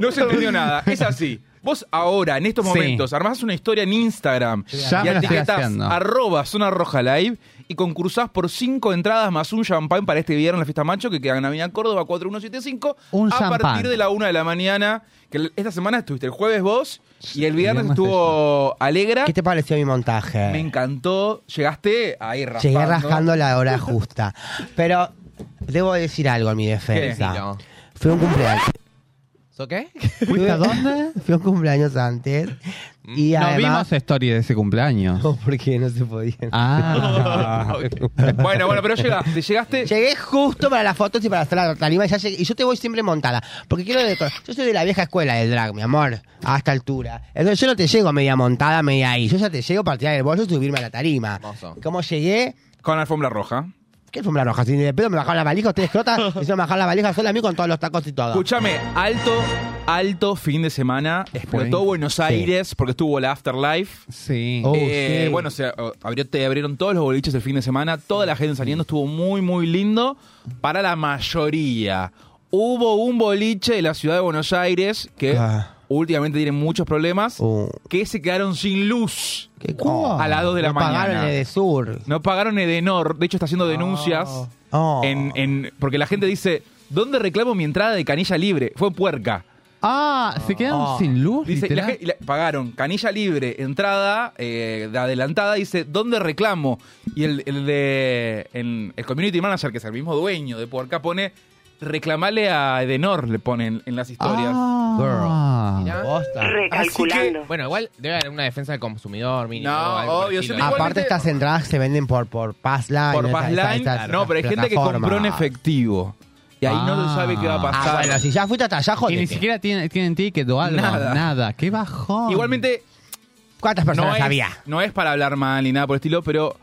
No se entendió nada. Es así. Vos ahora, en estos
Sí.
momentos, armás una historia en Instagram
Ya
y
me la estoy
etiquetás
haciendo.
arroba arroba Zona Roja Live y concursás por cinco entradas más un champán para este viernes la fiesta macho que queda en Avenida Córdoba 4175
Un
a
champán.
partir de la una de la mañana. Que l- esta semana estuviste el jueves vos y el viernes
viernes
estuvo Alegra.
¿Qué te pareció mi
Me
montaje?
encantó. Llegaste ahí raspando.
Llegué rascando la hora justa. Pero debo decir algo en mi defensa.
Decilo.
Fue un cumpleaños.
¿So qué?
¿Fuiste a dónde?
Fue un cumpleaños antes. Y
no
además.
vimos story de ese cumpleaños.
No, porque no se podía.
Ah,
Bueno, bueno, pero llegaste. Llegaste.
Llegué justo para las fotos y para hacer la tarima y ya llegué. Y yo te voy siempre montada. Porque quiero decorar. Yo soy de la vieja escuela del drag, mi amor. A esta altura. Entonces yo no te llego media montada, media ahí. Yo ya te llego para tirar el bolso y subirme a la tarima.
Hermoso.
Y Como llegué.
Con la alfombra roja.
¿Qué fue una roja? Sin de pedo me bajaron la valija, ustedes crotas. me hicieron bajar la valija sola a mí con todos los tacos y todo.
Escúchame, alto, alto fin de semana. Explotó
Sí.
Buenos Aires porque estuvo la Afterlife.
sí.
Oh,
Eh,
sí.
Bueno, se oh, abrió, te abrieron todos los boliches el fin de semana, toda la gente saliendo, estuvo muy, muy lindo para la mayoría. Hubo un boliche de la ciudad de Buenos Aires que
Ah.
últimamente tiene muchos problemas,
Oh.
que se quedaron sin luz
¿Qué
a las 2 de la
Lo Pagaron
mañana.
de sur.
No pagaron Edenor, de hecho está
Ah.
haciendo denuncias
Ah.
Oh.
en, en- porque la gente dice, ¿dónde reclamo mi entrada de canilla libre? Fue en puerca.
Ah, se quedaron
Ah.
sin luz.
Dice, la
literal?
gen- la- pagaron canilla libre, entrada, eh, de adelantada, dice, ¿dónde reclamo? Y el, el de en- el community manager, que es el mismo dueño de Puerca, pone, reclamale a Edenor, le ponen en las historias.
Ah.
Girl. Mirá.
Posta.
Recalculando.
Bueno, igual debe haber una defensa del consumidor mínimo.
No,
algo por el
obvio,
estilo.
siempre igual-
Aparte
Igualmente-
estas entradas se venden por, por Passline.
Por
esa- esa-
Passline,
esas-
no, pero hay
esas
gente que compró en
plataformas.
efectivo. Y ahí no se
Ah.
sabe qué va a
Ah,
pasar.
bueno, si ya fuiste hasta allá,
Y
jodete.
ni siquiera tienen, tienen ticket o algo.
Nada.
Nada. Qué bajón.
Igualmente,
¿Cuántas personas
no es,
había?
no es para hablar mal ni nada por el estilo, pero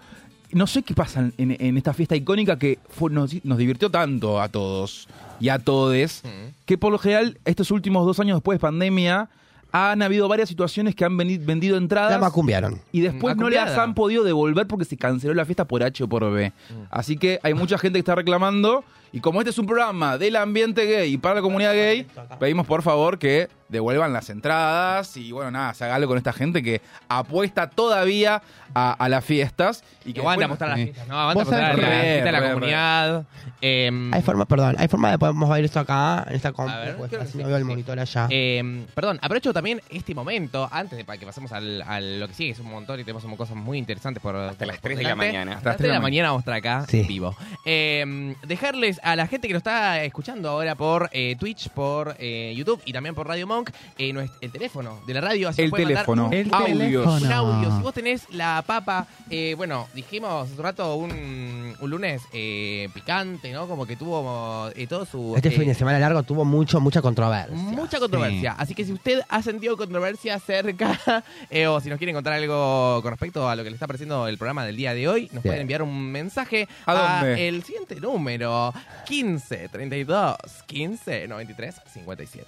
no sé qué pasa en, en esta fiesta icónica que fue- nos, nos divirtió tanto a todos y a todes, que por lo general, estos últimos dos años después de pandemia, han habido varias situaciones que han veni- vendido
La
entradas.
macumbiaron.
y después no
Macumbiada.
las han podido devolver porque se canceló la fiesta por H o por B.
Mm.
Así que hay mucha gente que está reclamando. Y como este es un programa del ambiente gay y para la comunidad gay, pedimos por favor que devuelvan las entradas. Y bueno, nada, se haga algo con esta gente que apuesta todavía a, a las fiestas. Y
Que
que
aguanta
después-
apostar a las
Sí.
fiestas, ¿no? Aguanta
Vos sabés
apostar a la
que-
la
Re,
fiesta de la
re, re.
comunidad. Em,
Hay forma, perdón, hay forma de podemos ver esto acá, en esta compu.
A ver,
pues,
creo que
así no
sí,
veo el
sí.
monitor allá.
Eh, perdón, aprovecho también este momento, antes de para que pasemos al, a lo que sigue, que es un montón y tenemos como cosas muy interesantes por... Hasta
las 3 de la mañana.
Hasta las 3 de la mañana vamos a estar acá,
Sí.
vivo. Eh, dejarles a la gente que nos está escuchando ahora por eh, Twitch, por eh, YouTube y también por Radio Monk, eh, nues- el teléfono de la radio. Así
El
pueden mandar
teléfono.
un-
El
Audios.
teléfono.
un audio. Si vos tenés la papa, eh, bueno, dijimos hace un rato un, un lunes eh, picante, ¿no? Como que tuvo eh, todo su...
este
eh,
fin de semana largo tuvo mucho, mucha controversia.
Mucha controversia. Así que si usted ha sentido controversia acerca eh, o si nos quiere contar algo con respecto a lo que le está pareciendo el programa del día de hoy, nos
Sí.
pueden enviar un mensaje
¿A dónde?
el siguiente número 15 32 15 93 57.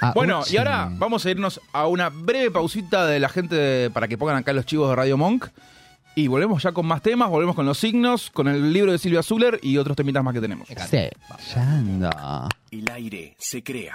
Ah,
Bueno,
uchi.
y ahora vamos a irnos a una breve pausita de la gente de- para que pongan acá los chivos de Radio Monk. Y volvemos ya con más temas, volvemos con los signos, con el libro de Silvia Zuller y otros temitas más que tenemos.
Sí.
Yanda.
El aire se crea.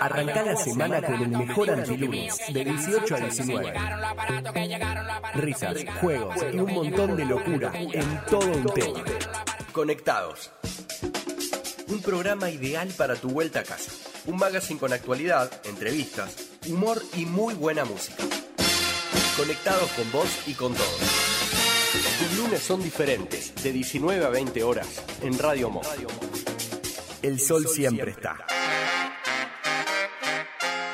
Arranca la semana con el mejor antilunes, de 18 a 19. Risas, juegos y un montón de locura en todo un tema. Conectados. Un programa ideal para tu vuelta a casa. Un magazine con actualidad, entrevistas, humor y muy buena música. Conectados con vos y con todos. Tus lunes son diferentes, de 19 a 20 horas, en Radio Mo. El sol siempre está.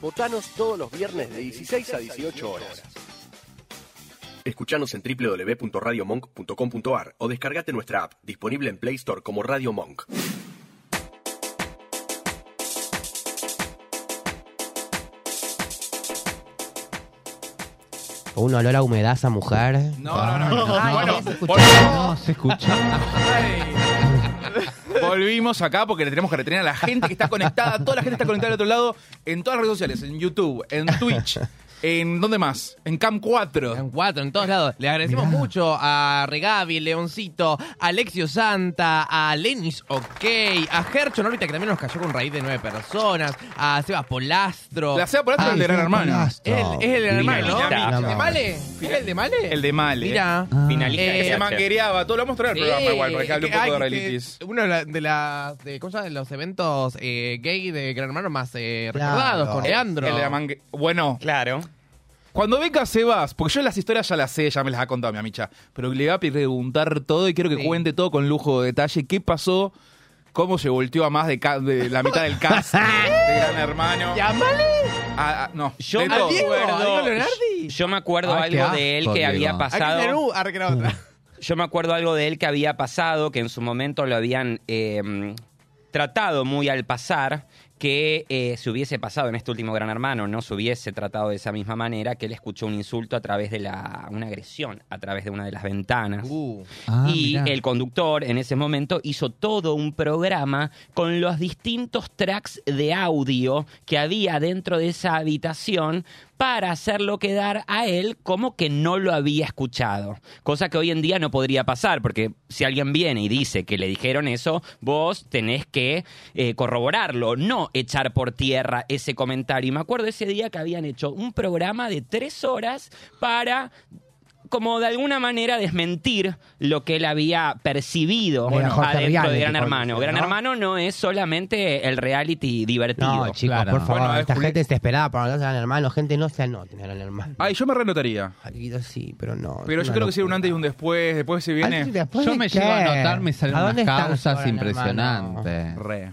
Botanos todos los viernes de 16 a 18 horas. Escuchanos en www.radiomonk.com.ar o descargate nuestra app, disponible en Play Store como Radio Monk.
Un olor a humedad esa mujer.
No, no, no. no.
Ah,
bueno,
No, se escucha.
vol- volvimos acá porque le tenemos que retener a la gente que está conectada. Toda la gente está conectada al otro lado en todas las redes sociales: en YouTube, en Twitch, en. ¿Dónde más? En Cam 4.
En cuatro, en todos lados. Le agradecemos mucho a Regavi, Leoncito, a Alexio Santa, a Lenis OK, a Gercho Norita, que también nos cayó con raíz de nueve personas, a Sebas Polastro.
La sea por esto es el de Gran Hermano.
Es el- es el de hermano, ¿no?
Finalista.
¿El de Male? ¿Es el de Male?
El de Male.
Mira.
Ah. Finalista.
Eh,
Que se
de VH.
manguereaba. Todo lo vamos a traer al programa
Sí,
igual para que hable un poco
hay
de
que-
realities.
Uno de, la- de las de, ¿cómo se llama? de los eventos eh, gay de Gran Hermano más eh, recordados con Leandro.
El de la mangue- Bueno,
Claro.
Cuando venga Sebas, porque yo las historias ya las sé, ya me las ha contado mi amicha, pero le voy a preguntar todo y quiero que
Sí.
cuente todo con lujo de detalle. ¿Qué pasó? ¿Cómo se volteó a más de, ca- de la mitad del cast? de gran hermano.
¿Y a Male?
Ah, ah, no.
Yo
de
me
todo.
Diego?
acuerdo.
¿A Diego Leonardi?
Yo me acuerdo
Ay, Ah, qué
algo de él
asco,
que había
Diego.
Aquí en
pasado.
ah,
Perú, arregla otra.
Yo me acuerdo algo de él que había pasado, que en su momento lo habían eh, tratado muy al pasar, que eh, se hubiese pasado en este último Gran Hermano, no se hubiese tratado de esa misma manera, que él escuchó un insulto a través de la, una agresión a través de una de las ventanas.
Uh.
Ah,
y
mirá.
el conductor en ese momento hizo todo un programa con los distintos tracks de audio que había dentro de esa habitación para hacerlo quedar a él como que no lo había escuchado. Cosa que hoy en día no podría pasar, porque si alguien viene y dice que le dijeron eso, vos tenés que eh, corroborarlo, no echar por tierra ese comentario. Y me acuerdo ese día que habían hecho un programa de tres horas para como de alguna manera desmentir lo que él había percibido
Bueno, Jorge
adentro de
Rial,
Gran
tipo,
Hermano. Gran
¿no?
Hermano no es solamente el reality divertido.
No, chicos,
Claro.
Ah, por favor,
Bueno, a ver,
esta
Juli-
gente desesperada por anotarse al hermano. Gente, no se anoten al hermano.
Ay, yo me renotaría.
Querido, sí, pero no.
Pero yo creo que sí, un antes y un después. Después se viene.
Yo me llego a anotar, me salen unas causas
impresionante
impresionantes.
Re.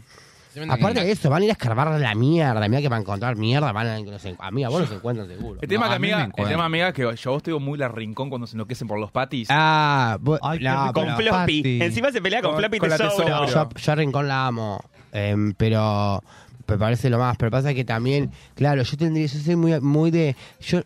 Aparte de eso, van a ir a escarbar la mierda, la mierda que van a encontrar mierda, van a, no sé, amiga, vos los encuentran seguro.
El tema,
No,
que
a mí me
amiga, el
encuentro.
tema, amiga, que yo a vos te digo muy la rincón cuando se enloquecen por los patis.
Ah, vos-
Ay, qué
no,
rico.
con
pero-
Flo-
Floppy.
Patti.
Encima se pelea con,
Con-
Floppy
con la
Tesouro.
Tesouro.
yo, yo a Rincón la amo, em, pero me parece lo más. Pero pasa que también, claro, yo tendría, yo soy muy, muy de. Yo,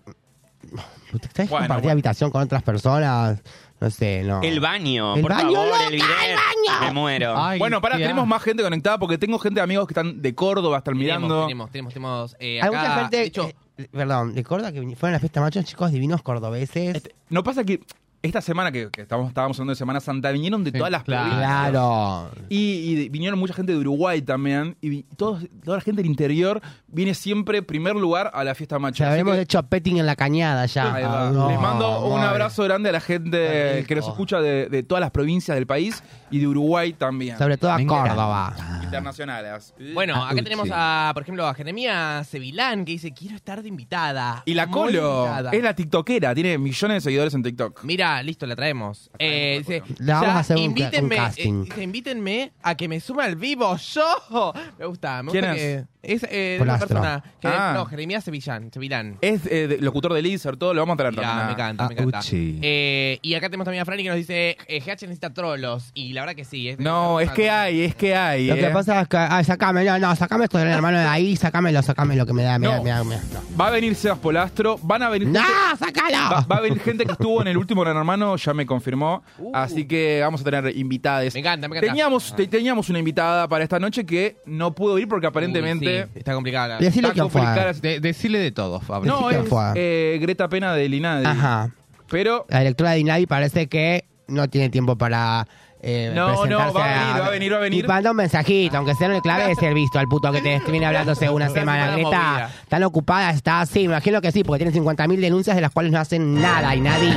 ¿Ustedes
Bueno,
compartir
bueno.
habitación con otras personas? No sé, no.
El baño,
El
por
baño,
favor,
loca,
el bidet.
el baño.
Me muero.
Ay,
bueno, pará,
qué
tenemos más gente conectada porque tengo gente de amigos que están de Córdoba, están mirando.
Tenemos, tenemos, tenemos, tenemos, eh,
Hay
acá,
mucha gente.
de hecho,
eh, perdón, de Córdoba que vin- fueron a la fiesta macho, chicos divinos cordobeses.
Este, No pasa que esta semana que, que estábamos, estábamos hablando de Semana Santa, vinieron de
Sí,
todas las
claro.
provincias.
claro.
Y, y de- vinieron mucha gente de Uruguay también. Y vi- todos, toda la gente del interior viene siempre primer lugar a la fiesta macho.
Ya
Así
habremos
que-
hecho petting en la cañada ya.
Ahí va.
Ah, no,
Les mando un
madre.
abrazo grande a la
Qué
gente
rico.
que nos escucha de, de todas las provincias del país y de Uruguay también.
Sobre todo a
Me encanta.
Córdoba.
Internacionales.
bueno, acá
Uchi.
tenemos a, por ejemplo, a Jeremías Sevilán, que dice, quiero estar de invitada.
Y la
Muy
Colo
invitada.
es la tiktokera, tiene millones de seguidores en TikTok.
Mira, listo, la traemos. Eh, dice,
La vamos
ya,
a hacer un ca- un
invítenme, eh,
casting.
dice, invítenme a que me suma al vivo yo. Me gusta, me gusta
¿Quién
que... Es, eh, una
Polastro.
persona. que-
Ah.
No, Jeremías Sevillán. Sevillán.
Es eh, de- locutor de Lizard, todo lo vamos a traer
Mirá,
también.
me encanta, me
Ah,
encanta.
Uchi.
Eh, y acá tenemos también a Franny que nos dice, eh, GH necesita trolos. Y la verdad que sí. eh.
No, es que hay, es que hay.
Lo que
eh.
pasa es que, ay, sacame, no, no, sacame esto del hermano de ahí, sacámelo, sacame lo que me da, me da,
No.
me da, me da, no.
Va a venir Sebas Polastro, van a venir
¡No,
gente-
sacalo!
va, va a venir gente que estuvo en el último Gran Hermano, ya me confirmó,
Uh.
así que vamos a tener invitades.
Me encanta, me encanta.
Teníamos, te- teníamos una invitada para esta noche que no pudo ir porque aparentemente
Uy, sí, está complicada. la-
Decirle quién fue.
complicada.
De- decile de todo, Fabri.
No,
Decí que
es
fue.
eh, Greta Pena de Linadi.
Ajá.
Pero
La directora de Inavi parece que no tiene tiempo para. Eh,
No, no,
presentarse
va a venir, va a venir, va a venir.
Y manda un mensajito, aunque sea no le clave de ser visto al puto que te viene hablándose una semana.
semana
Greta,
movida.
tan ocupada está así, me imagino que sí, porque tiene 50.000 denuncias de las cuales no hacen nada y nadie.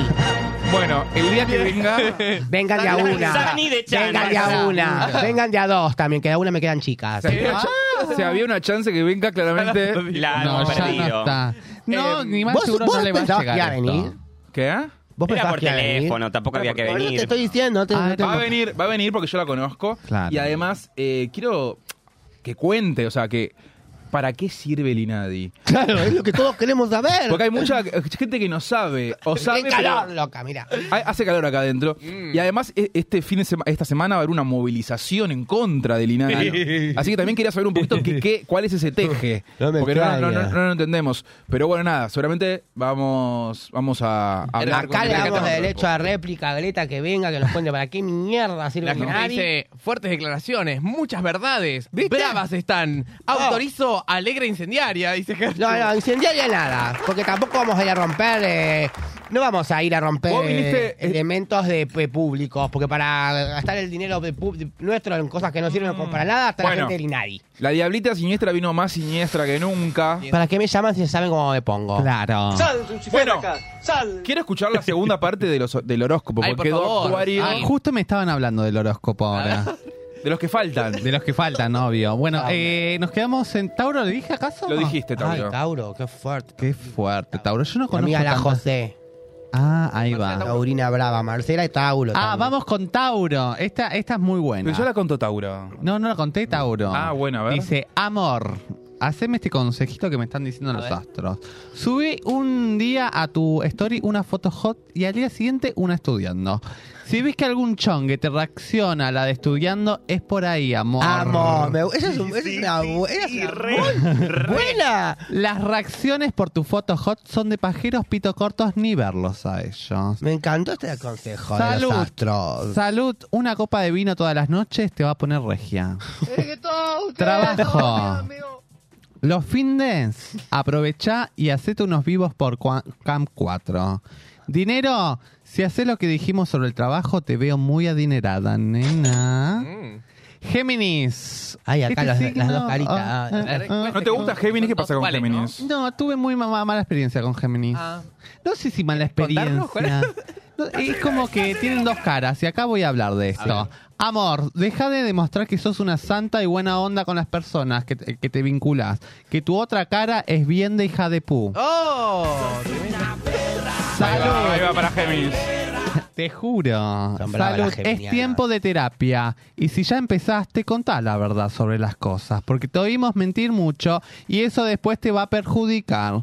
bueno, el día que venga,
Vengan de a una.
Sani de Chan.
Vengan de a una. Vengan de a dos también, que de a una me quedan chicas. Ah.
se había, una cha- se había una chance que venga claramente.
La
no,
hemos
ya no
perdido.
está. No,
Eh,
ni más
¿vos-
seguro
vos
no le va a
pensabas que
llegar esto.
iba a venir?
¿qué?
¿Vos
Era
pensabas
por
que iba a venir?
teléfono, tampoco había que
Por eso te
venir.
estoy diciendo, no te-
Ah,
no te-
Va a venir, va a venir porque yo la conozco.
Claro.
Y además, eh, quiero que cuente, o sea, que ¿para qué sirve el INADI?
Claro, es lo que todos queremos saber.
Porque hay mucha gente que no sabe, o sabe,
¡Qué
pero-
calor, loca, mira.
Hay- Hace calor acá adentro.
Mm.
Y además, e- este fin de sema- esta semana va a haber una movilización en contra del INADI. Así que también quería saber un poquito qué, qué- cuál es ese teje.
No me
Porque no, no-
extraña.
no- no lo entendemos. Pero bueno, nada, seguramente vamos, vamos a, a hablar
Acá
con-
le damos
con-
derecho a réplica a Greta que venga, que nos cuente para qué mierda sirve
La
el
gente
nadie.
dice fuertes declaraciones, muchas verdades, bravas están. Autorizo alegre incendiaria, dice Gertrude.
No, no, incendiaria nada, porque tampoco vamos a ir a romper, eh, no vamos a ir a romper
Vos viniste,
eh,
eh,
elementos de, de públicos, porque para gastar el dinero de pub- de nuestro en cosas que no sirven como para nada, hasta la
Bueno.
gente del nadie.
La diablita siniestra vino más siniestra que nunca.
¿Para qué me llaman si saben cómo me pongo?
Claro.
Bueno, quiero escuchar la segunda parte de los- del horóscopo,
Ay,
porque
por
quedó
favor.
actuario
Ay.
Justo me estaban hablando del horóscopo ahora.
Ah.
de los que faltan.
De los que faltan, obvio. Bueno, eh, nos quedamos en Tauro, ¿le dije acaso?
Lo dijiste, Tauro.
Ay, Tauro, qué fuerte.
Qué fuerte, Tauro. Yo no conozco.
Amiga la
tantas-
José,
Ah, ahí va.
Taurina Brava, Marcela y Tauro.
Ah,
también.
vamos con Tauro. Esta, esta es muy buena.
Pero yo la conto Tauro.
No, no la conté, Tauro.
Ah, bueno, a ver.
Dice, amor, haceme este consejito que me están diciendo los astros. Sube un día a tu story una foto hot y al día siguiente una estudiando. Si ves que algún chongue te reacciona a la de estudiando, es por ahí, amor.
Amo, me, esa es, un- esa es una, bu- esa es una bu- buena.
Las reacciones por tu foto hot son de pajeros pito cortos ni verlos a ellos.
Me encantó este consejo de
Salud.
los astros.
Salud, una copa de vino todas las noches te va a poner regia. Trabajo. Los findes, aprovechá y hacete unos vivos por cua- Camp 4. Dinero, si haces lo que dijimos sobre el trabajo, te veo muy adinerada, nena.
Mm.
Géminis.
Ay, acá
Este
las- las
signo-
dos caritas.
ah, ah,
La
ah.
respuesta
¿No te gusta Géminis? ¿Qué pasa con
¿Cuál es, no?
Géminis?
No, tuve muy ma- mala experiencia con Géminis.
Ah.
No sé si mala
¿Querés
experiencia. No, es como que tienen dos caras y acá voy a hablar de eso. Amor, deja de demostrar que sos una santa y buena onda con las personas que, te- que te vinculas. Que tu otra cara es bien de hija de pu.
¡Oh!
Ahí
Salud.
va, ahí va para Géminis.
Te juro.
Son bravas
Salud,
las
es
geminianas.
tiempo de terapia. Y si ya empezaste, contá la verdad sobre las cosas. Porque te oímos mentir mucho y eso después te va a perjudicar.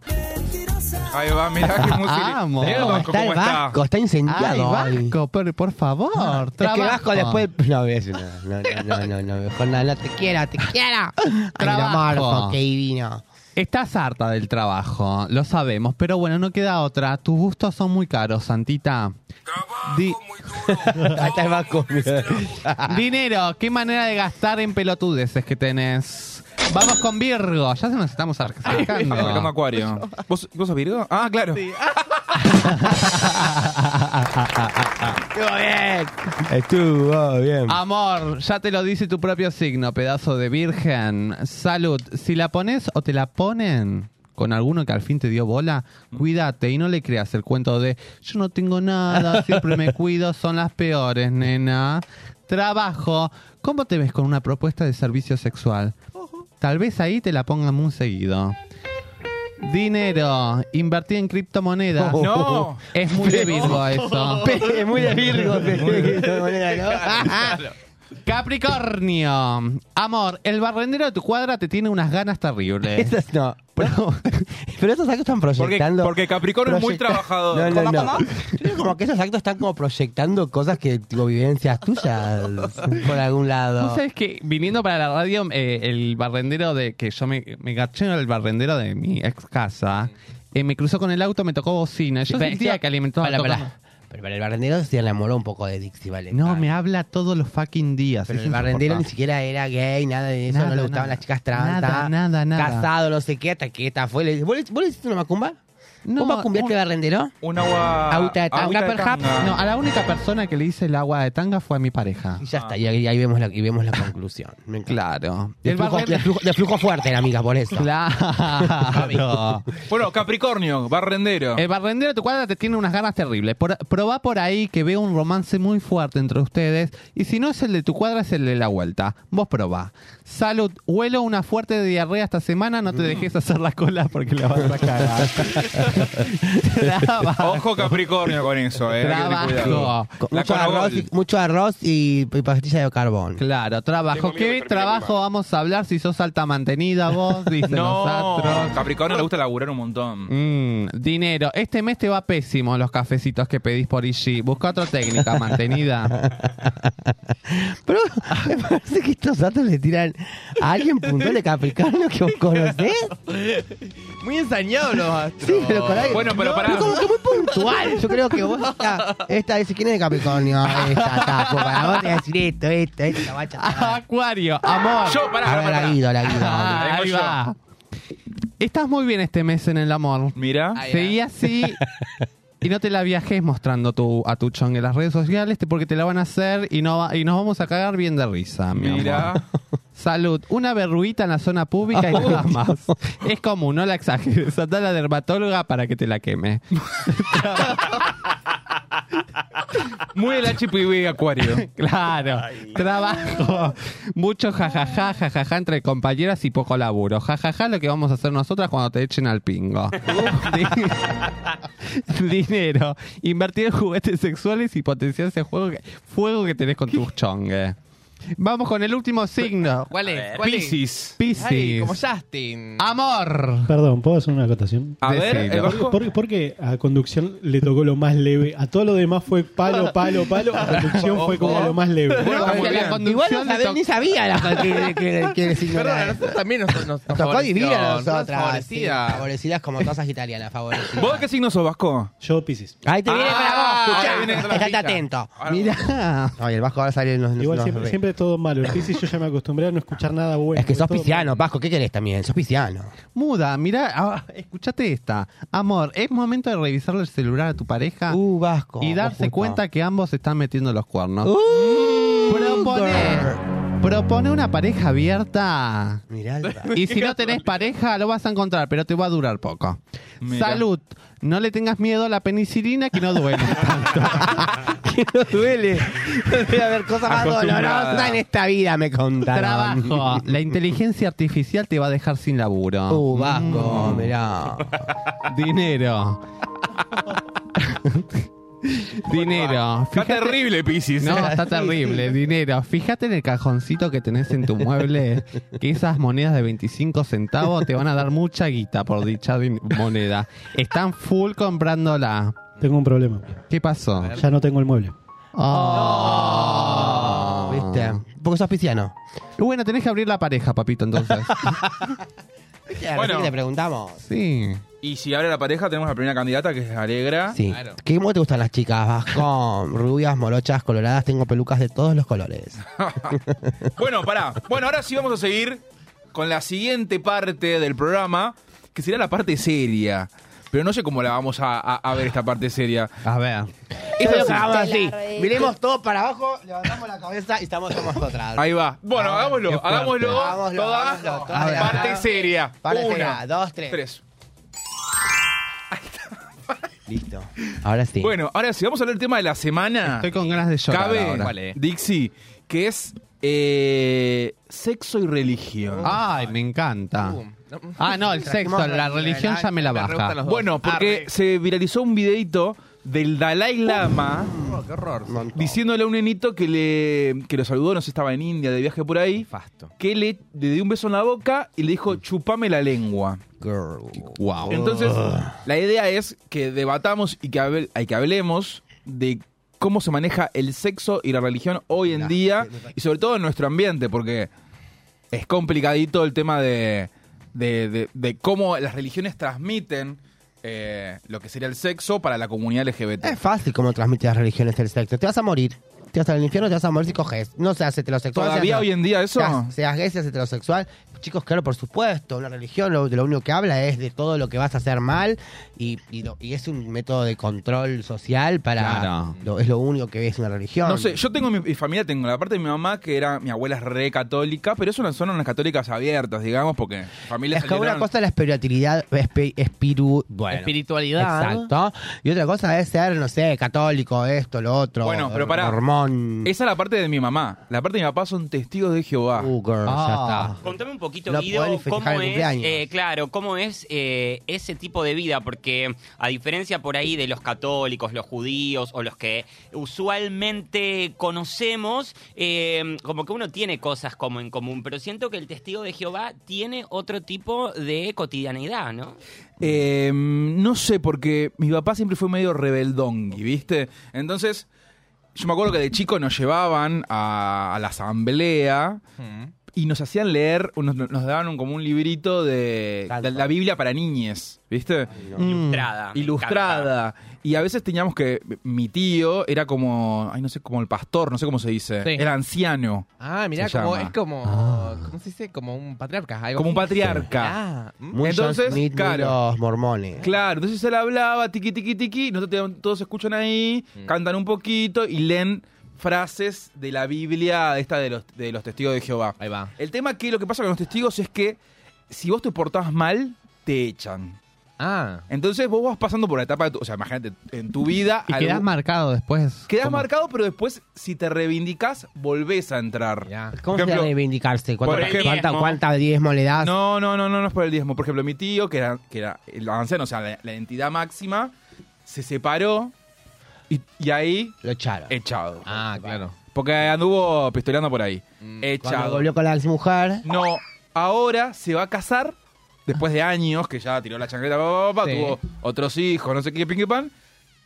Ahí va, mirá
Ah,
qué música.
Amo.
Mirá
¿Cómo
cómo-
está el
cómo está.
Vasco? Está
Ay,
incendiado. hoy. Ah,
Vasco, Ah, pero por favor.
Es que
trabajo.
Vasco después. No, voy a decir nada. no, no, no, no, no, mejor nada, no te quiero, te quiero. Ay, la
Trabajo.
Marco, qué divino.
Estás harta del trabajo, lo sabemos, pero bueno, no queda otra. Tus gustos son muy caros, Santita. Di-
Ahí está el Vasco.
dinero, qué manera de gastar en pelotudeces que tenés. Vamos con Virgo, ya se nos estamos
Estamos sacando
acercando.
Acuario. ¿Vos, ¿Vos sos Virgo? Ah, claro.
Estuvo bien. Estuvo bien.
Amor, ya te lo dice tu propio signo, pedazo de virgen. Salud, si la pones o te la ponen con alguno que al fin te dio bola, cuídate y no le creas el cuento de yo no tengo nada, siempre me cuido, son las peores, nena. Trabajo, ¿cómo te ves con una propuesta de servicio sexual? Tal vez ahí te la pongan muy seguido. Dinero, invertir en criptomonedas.
No.
Es muy de Virgo eso.
Oh. Es muy de Virgo. de manera, ¿no?
Capricornio. Amor, el barrendero de tu cuadra te tiene unas ganas terribles.
Esas no. Pero, pero esos actos están
Porque,
proyectando.
porque Capricornio es muy
proyecta-
trabajador.
No, no, no. Yo digo como que esos actos están como proyectando cosas que vivencias tuyas por algún lado.
Tú sabes que viniendo para la radio, eh, el barrendero de que yo me, me garché en el barrendero de mi ex casa, eh, me cruzó con el auto, me tocó bocina. Yo
Pero
sentía
esto-
que alimentaba
Pará,
todo-
pará. Pero para el barrendero se enamoró un poco de Dixie, vale.
No, me habla todos los fucking días.
Pero
es
el barrendero ni
insoportable.
siquiera era gay, nada de eso, no
Nada,
le gustaban
nada.
las chicas trans.
Nada,
estaba
nada, nada.
Casado, no sé qué, hasta que esta fue. le- ¿Vos le, vos le hiciste una macumba?
No,
¿Vos macumbiaste
un-
barrendero?
Un agua.
Auta de tanga,
agüita de
perhaps.
tanga.
No, a la única persona que le hice el agua de tanga fue a mi pareja.
Y ya está, y ahí, ahí vemos la, y vemos la conclusión. Me encanta.
Claro.
De,
El
flujo, de,
barrendero.
flujo, de flujo fuerte, era, amiga, por eso.
Claro.
Bueno, Capricornio, barrendero.
El barrendero de tu cuadra te tiene unas ganas terribles. Por, probá por ahí que veo un romance muy fuerte entre ustedes. Y si no es el de tu cuadra, es el de la vuelta. Vos probá. Salud,
Mm.
huelo una fuerte diarrea esta semana. No te dejes hacer la cola porque la vas a cagar. Trabajo.
Ojo Capricornio con eso, eh. hay que tener cuidado.
Trabajo.
Co-
La
mucho, arroz,
Conagol.
y- mucho arroz y, y pastilla de carbón.
Claro, trabajo.
Tengo miedo de
¿Qué
terminar
trabajo
mal.
vamos a hablar si sos alta mantenida vos? Dicen los
No,
astros.
Capricornio le gusta laburar un montón.
Mm, dinero. Este mes te va pésimo los cafecitos que pedís por IG. Busca otra técnica mantenida.
Pero me parece que estos datos le tiran a alguien puntual de Capricornio que vos conocés.
Muy ensañados los astros.
Sí, pero con alguien-
Bueno, pero pará.
Pero como que muy puntual. Yo creo que vos esta, esta dice, ¿quién es de Capricornio? Esta, tapo, para vos te voy a decir esto, esto, esto, guacha.
Acuario, amor.
Yo, pará,
A ver,
pará,
la
pará.
Guido, la
Ah,
Guido.
Vengo
ahí
yo.
va. Estás muy bien este mes en el amor.
Mira.
Ahí va.
Seguí así y no te la viajes mostrando tu, a tu chong en las redes sociales te- porque te la van a hacer y, no, va- y nos vamos a cagar bien de risa, mi
Mira.
amor. Salud, una verruguita en la zona pública y nada más. Es común, no la exageres. Anda a la dermatóloga para que te la queme.
Muy el HPV Acuario.
Claro, trabajo. Mucho jajaja, jajaja entre compañeras y poco laburo. Jajaja lo que vamos a hacer nosotras cuando te echen al pingo. Di- Dinero. Invertir en juguetes sexuales y potenciar ese juego que- fuego que tenés con tus chongues. Vamos con el último signo.
¿Cuál es? ¿Cuál es?
Piscis.
Ay,
Piscis.
como Justin.
Amor.
Perdón, ¿puedo hacer una acotación?
A ver,
Decilo.
el bajo.
Porque, porque a conducción le tocó lo más leve. A todo lo demás fue palo, palo, palo. A conducción fue como lo más leve.
Está muy
Porque la
bien.
conducción
Igual no
le
sabés,
to-
ni sabía la que, que, que, que signo
Perdón, a
era.
nosotros también nos, nos, nos
Tocó
favoreció,
divina a
nos
nosotras. sí,
favorecía.
favorecidas como todas italianas, favorecidas.
¿Vos de qué signo sos, Vasco?
Yo, Pisces.
Ahí te viene
Ah, ahora
para vos,
viene
escuchá.
otra
Estate
ficha.
atento.
Ah,
Ah.
Mirá.
Ay, el Vasco ahora sale en los
Igual
los-
siempre,
re-
siempre es todo malo. El Pisces yo ya me acostumbré a no escuchar nada bueno.
Es que sos
Todo-
pisciano, Vasco, ¿qué querés también? Sos pisciano.
Muda, mira, escúchate esta. Amor, es momento de revisarle el celular a tu pareja
Uh, Vasco.
y darse cuenta que ambos están metiendo los cuernos.
Uh.
Propone,
Propone.
propone una pareja abierta.
Mirá, el Vasco.
Y si no tenés pareja, lo vas a encontrar, pero te va a durar poco.
Mira.
Salud. No le tengas miedo a la penicilina que no duele tanto.
que no duele. Debe haber cosas más
Acostumbrada.
dolorosas en esta vida, me contaron.
Trabajo. La inteligencia artificial te va a dejar sin laburo. Mm.
Uh, Vasco, mirá.
Dinero. Dinero.
Está terrible, Piscis.
No, está terrible. Dinero. Fíjate en el cajoncito que tenés en tu mueble, que esas monedas de 25 centavos te van a dar mucha guita por dicha din- moneda. Están full comprándola.
Tengo un problema.
¿Qué pasó?
Ya no tengo el mueble.
Oh.
¿Viste? Porque sos pisciano.
Y Bueno, tenés que abrir la pareja, papito, entonces.
¿Viste?
Bueno.
Bueno. le preguntamos.
Sí.
Y si abre la pareja, tenemos la primera candidata que es Alegra.
Sí.
Claro.
¿Qué cómo te gustan las chicas, Vasco? Rubias, morochas, coloradas, tengo pelucas de todos los colores.
Ah, Bueno, pará. Bueno, ahora sí vamos a seguir con la siguiente parte del programa, que será la parte seria. Pero no sé cómo la vamos a, a- a ver esta parte seria.
A ver.
Esa
Yo
sí.
creo que hagamos
Te
así.
la re-
Miremos todo para abajo, levantamos la cabeza y estamos somos nosotras.
Ahí va. Bueno,
Ah, qué
hagámoslo,
fuerte.
hagámoslo.
Hagámoslo,
Toda
hagámoslo, toda
parte
de la mano.
seria.
Parte
Una,
seria, dos, tres. Listo. Ahora sí.
Bueno, ahora sí, vamos a hablar del tema de la semana.
Estoy con ganas de llorar
Cabe,
ahora.
¿Cuál es?
Dixie, que es eh, sexo y religión.
Ay, me encanta.
Uh, no.
Ah, no, el sexo, la religión ya me la
Me re gustan
baja.
los dos.
Bueno, porque
Arre.
se viralizó un videito del Dalai Lama
Oh, qué horror.
Montón.
diciéndole a un nenito que le que lo saludó, no sé, estaba en India de viaje por ahí,
Fasto.
que le, le dio un beso en la boca y le dijo, chupame la lengua.
Girl.
Wow.
Entonces, la idea es que debatamos y que, hable- y que hablemos de cómo se maneja el sexo y la religión hoy en día y sobre todo en nuestro ambiente, porque es complicadito el tema de, de- de- de cómo las religiones transmiten eh, lo que sería el sexo para la comunidad LGBT.
Es fácil como transmitir las religiones el sexo. Te vas a morir. Te vas al infierno, te vas a morir si coges. No seas heterosexual.
¿Todavía
seas-
hoy en día eso?
Seas, seas gay, seas heterosexual. Chicos, claro, por supuesto, una religión lo, de lo único que habla es de todo lo que vas a hacer mal y, y lo- y es un método de control social para...
Claro.
lo- es lo único que es una religión.
No sé, yo tengo mi, mi familia, tengo la parte de mi mamá que era, mi abuela es re católica, pero eso no son unas católicas abiertas, digamos, porque familias
Es que una
salieron-
cosa es la espiritualidad, espi- espiru- bueno,
Espiritualidad.
exacto. Y otra cosa es ser, no sé, católico, esto, lo otro.
Bueno, pero pará.
Mormón.
Esa es la parte de mi mamá. La parte de mi papá son testigos de Jehová.
Uh, girl,
Ah.
ya
Contame un poquito,
No
Guido,
poder festejar
cómo
el
es,
cumpleaños.
eh, claro, cómo es eh, ese tipo de vida, porque a diferencia por ahí de los católicos, los judíos o los que usualmente conocemos, eh, como que uno tiene cosas como en común, pero siento que el testigo de Jehová tiene otro tipo de cotidianeidad, ¿no?
Eh, no sé, porque mi papá siempre fue medio rebeldongui, ¿viste? Entonces, yo me acuerdo que de chico nos llevaban a, a la asamblea y nos hacían leer, nos, nos daban un- como un librito de,
Tal
de la
cual.
Biblia para niñes, ¿viste? Mm.
Ilustrada. me encanta.
Ilustrada. Y a veces teníamos que. Mi tío era como. Ay, no sé, como el pastor, no sé cómo se dice.
Sí.
Era anciano.
Ah, mirá,
Se
como,
llama. Ah.
es como. ¿Cómo se dice? Como un patriarca. algo
Como un
así.
patriarca.
Ah, mm.
Muy John
Entonces,
Smith, muy
claro.
los mormones.
Claro, entonces él hablaba, tiqui, tiqui, tiqui, nosotros te- todos escuchan ahí,
Mm.
cantan un poquito y leen frases de la Biblia, esta de los, de los testigos de Jehová.
Ahí va.
El tema que lo que pasa con los testigos es que si vos te portás mal, te echan.
Ah.
Entonces vos vas pasando por la etapa de tu, o sea, imagínate, en tu vida...
Y quedás
algún-
marcado después.
quedás
como-
marcado, pero después, si te reivindicás, volvés a entrar.
Mirá.
¿Cómo
Por ejemplo,
se reivindicarse? ¿Cuánta,
por
ejemplo-
cuánta, cuánta diezmo le das?
No, no, no, no, no es por el diezmo. Por ejemplo, mi tío, que era, que era el anciano, o sea, la, la entidad máxima, se separó y, y ahí
Lo echaron.
echado.
Ah, claro. Mm.
Porque anduvo pistoleando por ahí.
Cuando
Echado.
volvió con la mujer,
No, ahora se va a casar después de años que ya tiró la chancleta, pa, pa, pa,
Sí.
tuvo otros hijos, no sé qué, pinky pan.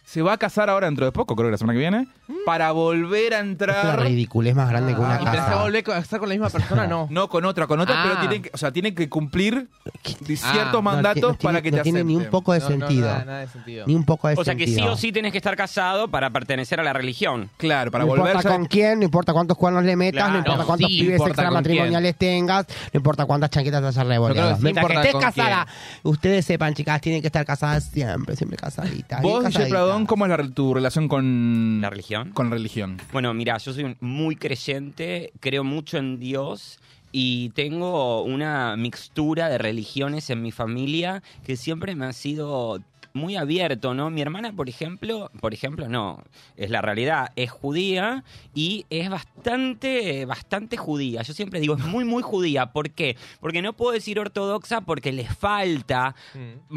Se va a casar ahora dentro de poco, creo que la semana que viene,
Mm.
para volver a
es una
entrar. Ah,
ridiculez más grande que una
¿Y pensás
casa.
volver a estar con la misma persona? No.
No con otra, con otra,
Ah.
pero tienen que, o sea, tienen que cumplir
Ah,
ciertos
no,
mandatos
No ti- no
para
tiene-
que
no
te
tiene ni un
acepten.
poco de
No, no,
sentido.
nada, nada de sentido.
Ni un poco de
O sea que
sentido.
sí o sí tenés que estar casado para pertenecer a la religión.
Claro, para
no
volver
importa con quién, no importa cuántos cuernos le metas,
Claro,
no importa
sí,
cuántos pibes
importa
extramatrimoniales tengas, no importa cuántas chanquetas te hayas
creo
revolvido.
que sí
Mientras que
importa
estés
con
casada, ustedes sepan, chicas, tienen que estar casadas siempre, siempre casaditas. bien
Vos, DJ
casaditas.
Pradón, ¿cómo es la- tu relación con
¿La religión?
Con religión.
Bueno, mira, yo soy un- muy creyente, creo mucho en Dios y tengo una mixtura de religiones en mi familia que siempre me ha sido muy abierto, ¿no? Mi hermana, por ejemplo, por ejemplo, no, es la realidad, es judía y es bastante, bastante judía. Yo siempre digo, es muy, muy judía. ¿Por qué? Porque no puedo decir ortodoxa porque les falta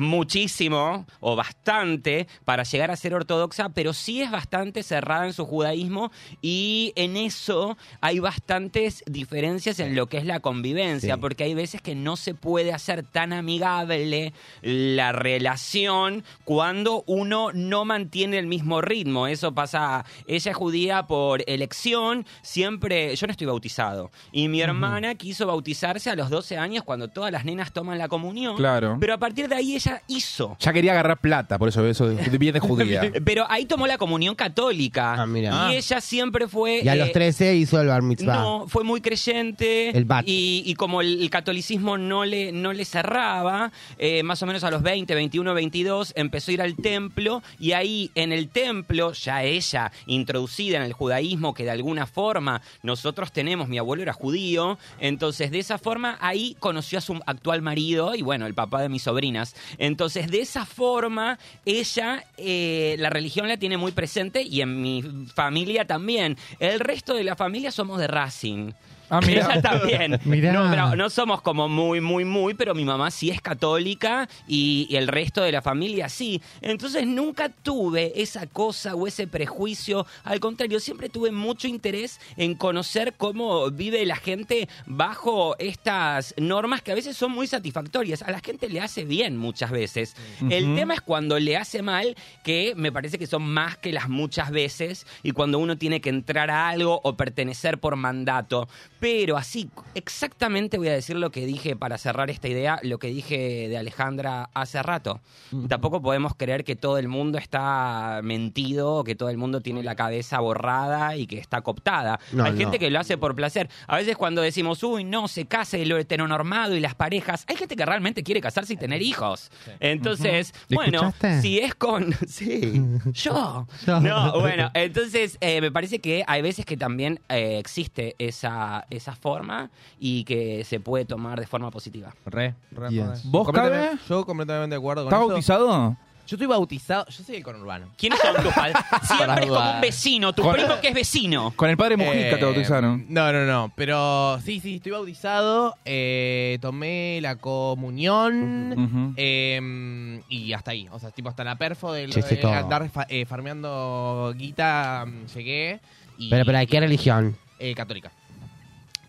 muchísimo o bastante para llegar a ser ortodoxa, pero sí es bastante cerrada en su judaísmo y en eso hay bastantes diferencias en lo que es la convivencia,
Sí.
porque hay veces que no se puede hacer tan amigable la relación cuando uno no mantiene el mismo ritmo. Eso pasa, ella es judía por elección, siempre, yo no estoy bautizado, y mi hermana quiso bautizarse a los 12 años cuando todas las nenas toman la comunión.
Claro.
Pero a partir de ahí ella hizo.
Ya quería agarrar plata, por eso eso viene judía.
Pero ahí tomó la comunión católica.
Ah, mira.
Y
Ah.
ella siempre fue.
Y a los
eh,
13 hizo el bar mitzvah.
No, fue muy creyente.
El bat.
y, y como el, el catolicismo no le, no le cerraba, eh, más o menos a los 20, 21, 22, empezó a ir al templo. Y ahí en el templo, ya ella, introducida en el judaísmo, que de alguna forma nosotros tenemos, mi abuelo era judío. Entonces, de esa forma, ahí conoció a su actual marido y bueno, el papá de mis sobrinas. Entonces, de esa forma, ella, eh, la religión la tiene muy presente y en mi familia también. El resto de la familia somos de Racing.
Ah, mirá.
Ella también.
Mirá.
No, pero no somos como muy, muy, muy, pero mi mamá sí es católica y, y el resto de la familia sí. Entonces nunca tuve esa cosa o ese prejuicio. Al contrario, siempre tuve mucho interés en conocer cómo vive la gente bajo estas normas que a veces son muy satisfactorias. A la gente le hace bien muchas veces. El tema es cuando le hace mal, que me parece que son más que las muchas veces y cuando uno tiene que entrar a algo o pertenecer por mandato. Pero así, exactamente voy a decir lo que dije para cerrar esta idea, lo que dije de Alejandra hace rato. Tampoco podemos creer que todo el mundo está mentido, que todo el mundo tiene la cabeza borrada y que está cooptada.
No,
Hay gente
no.
que lo hace por placer. A veces cuando decimos, uy, no, se case lo heteronormado y las parejas, hay gente que realmente quiere casarse y tener hijos. Eh, Entonces,
¿Le
bueno,
escuchaste?
si es con... Sí, yo.
Yo.
No, bueno, entonces eh, me parece que hay veces que también eh, existe esa, esa forma y que se puede tomar de forma positiva.
Re, re,
Yes.
re.
¿Vos,
Completamente-
Cabe?
Yo completamente de acuerdo con
¿Está
eso.
bautizado?
Yo estoy bautizado. Yo soy el conurbano.
¿Quiénes son tus padres? Siempre es como
dudar.
un vecino, tu
Con-
primo que es vecino.
Con el padre Mujica
Eh,
te bautizaron.
No, no, no. Pero Oh, sí, sí, estoy bautizado. eh, tomé la comunión.
Ujú.
eh, y hasta ahí. O sea, tipo, hasta la perfo del
Sí, sí,
de
todo.
andar fa- eh, farmeando guita. mm, Llegué. Y,
Pero, pero, ¿de ¿qué religión?
eh, católica.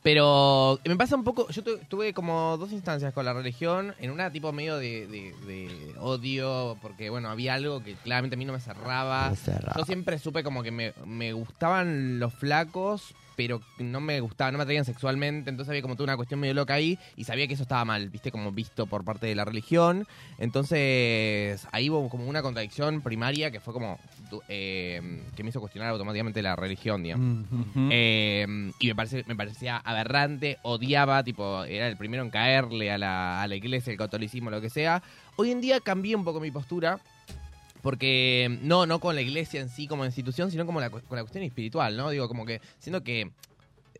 Pero me pasa un poco, yo tu- tuve como dos instancias con la religión, en una tipo medio de, de- de odio, porque bueno, había algo que claramente a mí no me cerraba.
Me cerraba.
Yo siempre supe como que me, me gustaban los flacos, pero no me gustaban, no me atraían sexualmente, entonces había como toda una cuestión medio loca ahí y sabía que eso estaba mal, viste, como visto por parte de la religión. Entonces, ahí hubo como una contradicción primaria que fue como, du- eh, que me hizo cuestionar automáticamente la religión, digamos.
Mm.
Ujú.
Eh, y me, parece, me parecía aberrante, odiaba, tipo, era el primero en caerle a la, a la iglesia, el catolicismo, lo que sea. Hoy en día cambié un poco mi postura, porque em, no, no con la iglesia en sí como institución, sino como la, cu- con la cuestión espiritual, ¿no? Digo, como que, siendo que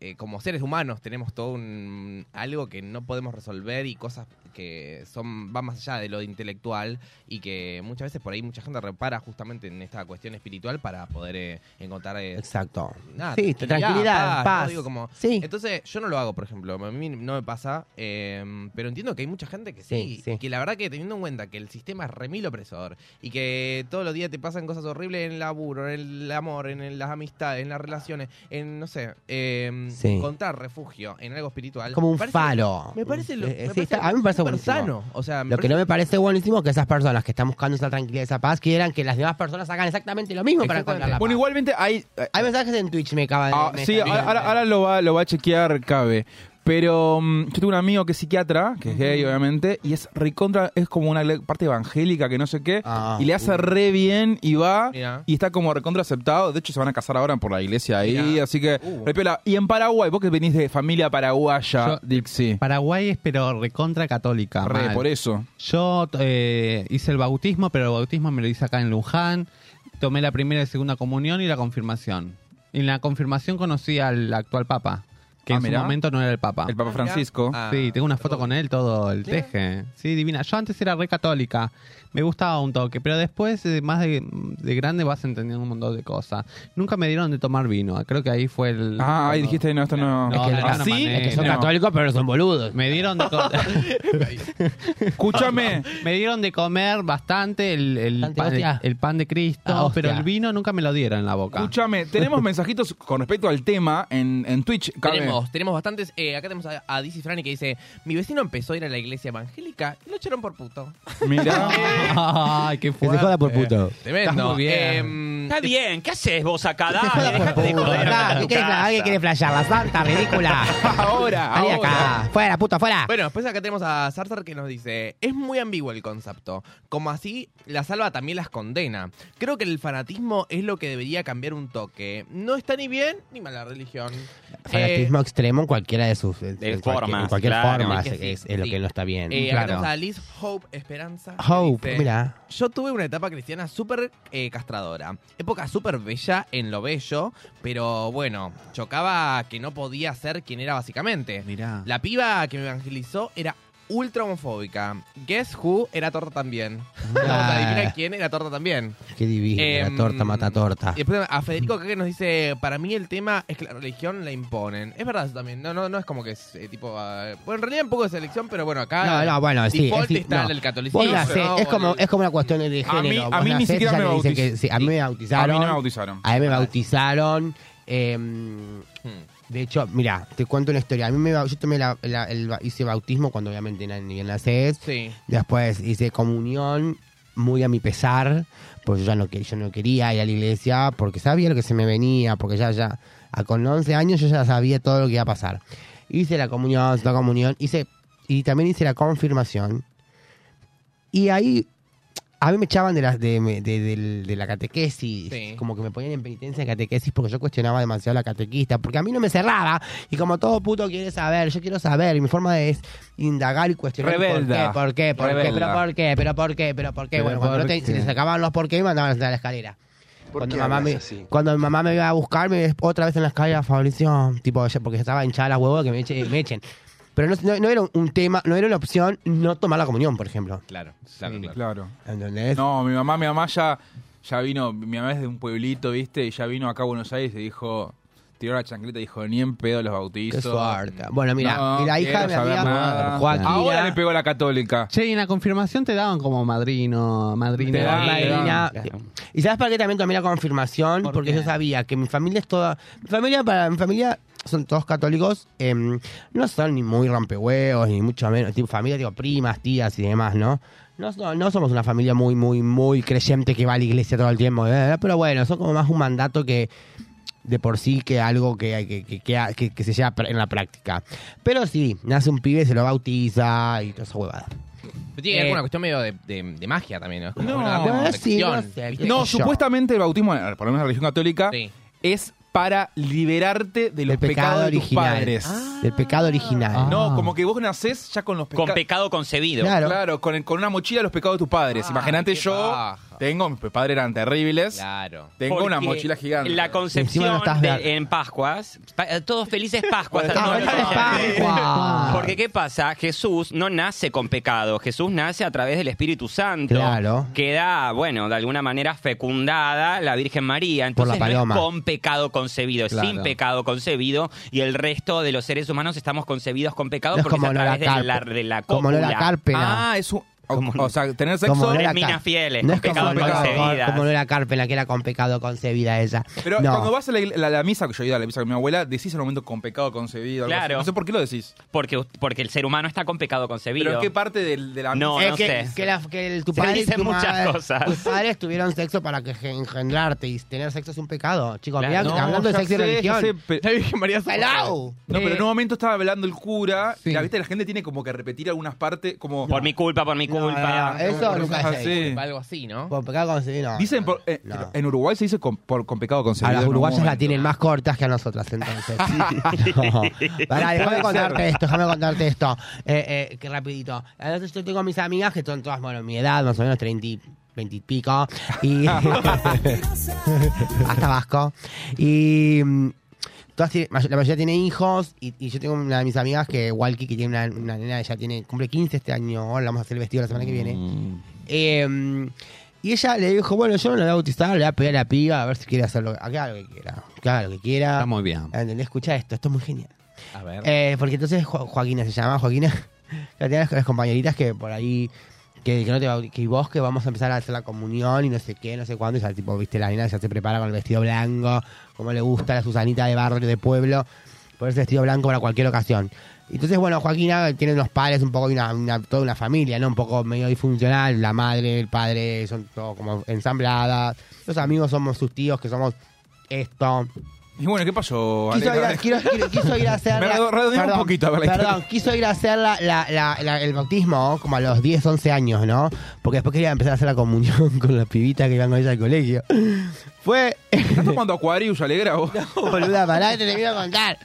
eh, como seres humanos tenemos todo un algo que no podemos resolver y cosas que son van más allá de lo intelectual y que muchas veces por ahí mucha gente repara justamente en esta cuestión espiritual para poder eh, encontrar eh,
Exacto.
nada,
sí, tranquilidad, paz.
¿no? Digo, como-
sí.
Entonces, yo no lo hago, por ejemplo. A mí no me pasa. eh, pero entiendo que hay mucha gente que sí.
Sí, sí.
y Que la verdad que teniendo en cuenta que el sistema es remil opresor y que todos los días te pasan cosas horribles en el laburo, en el amor, en, el- las amistades, en las relaciones, en, no sé, eh,
Sí.
encontrar refugio en algo espiritual.
como un
parece-
faro.
Me parece, lo,
Eh,
me
eh, sí,
parece
está- a mí me parece
súper
buenísimo.
sano. O sea, me
Lo que no
parece-
me parece buenísimo es que esas personas que están buscando esa tranquilidad, esa paz, quieran que las demás personas hagan exactamente lo mismo para encontrar la
Bueno,
paz.
igualmente hay.
Hay mensajes en Twitch, me acaba de...
Ah,
me
sí,
está
ahora, ahora-
diciendo.
ahora lo, va, lo va a chequear Cabe. Pero mm, yo tengo un amigo que es psiquiatra, que es gay, obviamente, y es recontra, es como una le- parte evangélica que no sé qué,
Ah,
y le
uh.
hace re bien y va,
Mirá.
y está como recontra aceptado. De hecho, se van a casar ahora por la iglesia ahí,
Mirá.
así que.
Uh.
re piola. Y en Paraguay, vos que venís de familia paraguaya,
Yo-
Dixie.
Paraguay es pero recontra católica.
Re,
mal.
por eso.
Yo eh, hice el bautismo, pero el bautismo me lo hice acá en Luján. Tomé la primera y segunda comunión y la confirmación. Y en la confirmación conocí al actual Papa, que
Ah,
en
mirá.
su momento no era el Papa.
El Papa Francisco.
Ah,
Sí, tengo una foto con él, todo el teje. Sí, divina. Yo antes era re católica, me gustaba un toque, pero después, eh, más de, de grande, vas entendiendo un montón de cosas. Nunca me dieron de tomar vino, creo que ahí fue el...
Ah, ahí dijiste, no, esto no.
No,
Es que-
de alguna
¿Ah, sí?
manera.
Es que son católicos, pero no son boludos.
Me dieron de co-
Escúchame.
me dieron de comer bastante el, el
Bastante,
pan,
hostia.
el pan de Cristo,
Ah, hostia.
pero el vino nunca me lo dieron en la boca.
Escúchame, tenemos mensajitos con respecto al tema en, en Twitch. Cabe.
Tenemos, tenemos bastantes. eh, acá tenemos a, a Dizzy Frani que dice: Mi vecino empezó a ir a la iglesia evangélica y lo echaron por puto.
Mirá.
Ay, qué
Que se
fuerte.
joda por puto.
Está
Tremendo.
muy
Em,
Está bien, ¿qué haces vos acá? Dale,
Por
dejate de
puto.
joder.
Ah,
andate a tu
¿Qué querés
casa.
flashear? ¿Qué querés flashear? La santa, ridícula.
Ahora,
Salí de
ahora.
acá. Fuera, puta, fuera.
Bueno, después acá tenemos a Sartar que nos dice, es muy ambiguo el concepto, como así la salva también las condena. Creo que el fanatismo es lo que debería cambiar un toque. No está ni bien ni mala religión.
Fanatismo extremo en cualquiera de sus... en-
De
en cualquier-
formas,
En cualquier
claro.
forma
Es que
es,
sí,
es- es lo
sí.
que no está bien.
Eh, acá
claro.
tenemos a Liz Hope Esperanza. que
Hope,
dice,
mira.
Yo tuve una etapa cristiana súper eh, castradora. Época súper bella en lo bello, pero bueno, chocaba que no podía ser quien era básicamente.
Mirá.
La piba que me evangelizó era ultra homofóbica. Guess who era torta también.
Ah.
O sea, adivina quién era torta también.
Qué divino.
Em,
la torta mata torta.
Y después a Federico acá que nos dice, para mí el tema es que la religión la imponen. Es verdad eso también. No, no, no es como que es eh, tipo... ah, bueno, en realidad un poco de selección, pero bueno, acá...
No, no, bueno, sí.
default
es, sí,
está
no.
el catolicismo.
Vos nacés,
¿no?
es, como, es como una cuestión de género.
mí- a
Vos
mí ni
nacés y
siquiera
ya
me
te dicen
bautiz-
que sí, a mí me
A
bautizaron.
mí no me bautizaron.
A mí me bautizaron. em,
Hmm.
de hecho, mira, te cuento una historia. A mí me, bau- yo tomé la- la- el ba- hice bautismo cuando obviamente na- ni bien nacés.
Sí.
Después hice comunión, muy a mi pesar, porque yo ya no, que- yo no quería ir a la iglesia, porque sabía lo que se me venía, porque ya, ya, a con 11 años yo ya sabía todo lo que iba a pasar. Hice la comunión, la comunión, hice, y también hice la confirmación. Y ahí, a mí me echaban de la, de, de- del- de la catequesis,
Sí.
como que me ponían en penitencia de catequesis porque yo cuestionaba demasiado a la catequista, porque a mí no me cerraba, y como todo puto quiere saber, yo quiero saber, y mi forma de- es indagar y cuestionar
Rebelda.
por qué, por qué, por qué,
Rebelda.
pero por qué, pero por qué, pero por qué.
Pero
bueno, cuando
por
no te,
qué.
se les acababan los por qué, me mandaban a la escalera. Cuando, mamá me, cuando mi mamá me iba a buscar, me otra vez en la escalera, Fabricio, tipo, ya- porque ya estaba hinchada las huevos que me, eche- me echen. Pero no, no- no era un tema, no era una opción no tomar la comunión, por ejemplo.
Claro, claro, claro.
Claro.
¿Entendés?
No, mi mamá, mi mamá ya, ya vino, mi mamá es de un pueblito, ¿viste? Y ya vino acá a Buenos Aires y dijo, tiró la chancleta y dijo, ni en pedo los
Qué
bautizos.
suerte. Bueno, mira,
No, eh,
la hija
quiero
de mi
saber
amiga
nada.
Joaquina.
Ahora le pegó la católica.
Che, y en la confirmación te daban como madrino, madrina.
Te daban,
madrina.
te daban.
Madrina. ¿Y sabes para qué también tomé la confirmación?
¿Por
Porque
qué?
yo sabía que mi familia es toda. Mi familia, para mi familia son todos católicos. em, no son ni muy rampehuevos, ni mucho menos. Tipo, familia, digo, primas, tías y demás, ¿no? No, so- no somos una familia muy, muy, muy creyente que va a la iglesia todo el tiempo. eh, Pero bueno, son como más un mandato que de por sí que algo que, que, que- que- que- que se lleva en la práctica. Pero sí, nace un pibe, se lo bautiza y toda esa huevada.
Pero tiene que ver
Eh,
con una cuestión medio de, de- de magia también, ¿no? Es como
No,
una gran
bueno, sí, no
protección,
sé,
¿viste?
qué
No,
sé yo.
supuestamente el bautismo, eh, por lo menos en la religión católica,
Sí.
es para liberarte de los
Del pecado
pecados
original. Ah.
de tus padres.
Del pecado original.
Ah.
No, como que vos nacés ya con los
Con
pecados.
pecado concebido.
Claro.
Claro, con, el- con una mochila de los pecados de tus padres.
Ay,
Imagínate
Ah, qué
yo,
paja.
tengo, mis padres eran terribles,
Claro.
tengo
Porque
una mochila gigante.
La concepción
Encima no estás
de-
de-
en Pascuas, pa- eh, todos felices Pascuas.
Bueno,
a
Ah,
todos.
feliz Pascua.
Porque ¿qué pasa? Jesús no nace con pecado, Jesús nace a través del Espíritu Santo,
Claro.
que da, bueno, de alguna manera fecundada la Virgen María.
Por la
Entonces no es
paloma.
con pecado concebido, es sin
Claro.
pecado concebido y el resto de los seres humanos estamos concebidos con pecado
No es
porque es
como
a
Lola
través de la,
Carpe.
de la
Como Lola
cópula.
Carpena.
Ah, es un...
Como-
O sea, tener
como
sexo...
Lola
Tres minas
Car-
fieles,
No
con
es como
pecado
Lola,
concebidas.
como Lola Carpena, que era con pecado concebida ella.
Pero
no.
cuando vas a la, igle- la- la misa, que yo he ido a la misa con mi abuela, decís en un momento con pecado concebido. algo
Claro.
así. No sé por qué lo decís.
Porque, porque el ser humano está con pecado concebido.
Pero en qué parte del- de, la
No,
misa?
Es
no
que,
sé.
que la- que el- tu
Se
padre y
dicen
tu
muchas
madre-
cosas.
Tus padres tuvieron sexo para que engendrarte y tener sexo es un pecado. Chicos,
Claro.
mirá,
No,
hablando de
ya
sexo y
sé, ya
religión.
sé, pe-
La Virgen María se-
¡Hello!
No, pero en
Eh,
un momento estaba hablando el cura
sí.
y la, ¿viste? la gente tiene como que repetir algunas partes como...
Por mi culpa, por mi
No,
culpa.
no, Eso
como
nunca
cosas
se
así.
Algo así, ¿no?
Con pecado concebido, no.
Dicen por- eh,
No.
en Uruguay se dice con, por- con pecado
A
concebido.
las
en algún
uruguayas la
momento.
tienen más cortas que a nosotras, entonces. No. Pará, déjame contarte esto, déjame contarte esto. Eh, eh, que rapidito. Entonces yo tengo mis amigas que son todas, bueno, mi edad, más o menos 30, y- 20 y pico. Y... Hasta Vasco. Y... mm, todas tienen- la mayoría tiene hijos y, y yo tengo una de mis amigas que Walkie que tiene una, una nena ella tiene cumple 15 este año ahora le vamos a hacer el vestido la semana que viene
Mm.
eh, y ella le dijo, bueno, yo no la voy a bautizar, le voy a pegar a la piba a ver si quiere hacerlo. Acá lo que quiera. Acá lo que quiera.
Está muy bien.
¿Entendés? Escucha esto, esto es muy genial.
A ver.
Eh, porque entonces Jo- Joaquina se llama, Joaquina, la tenía las, las compañeritas que por ahí, que, que no te baut- que vos que vamos a empezar a hacer la comunión y no sé qué, no sé cuándo, y ya tipo, viste, la nena ya se prepara con el vestido blanco, como le gusta la Susanita de barrio, de pueblo, ponerse vestido blanco para cualquier ocasión. Entonces, bueno, Joaquina tiene unos padres un poco y una, una- toda una familia, ¿no? Un poco medio disfuncional, la madre, el padre, son todos como ensambladas, los amigos somos sus tíos, que somos esto,
Y bueno, ¿qué pasó?
Quiso ir, a,
Alejandra?
quiero- quiero- quiso ir a hacer.
Me
la-
redo- redondea un
perdón,
poquito, a ver la
Perdón,
historia.
quiso ir a hacer la- la- la- la- el bautismo como a los 10, 11 años, ¿no? Porque después quería empezar a hacer la comunión con las pibitas que iban con ella al colegio. Fue.
¿Estás tomando Aquarius, Alegra? vos?
Boluda, pará, que te termino de contar.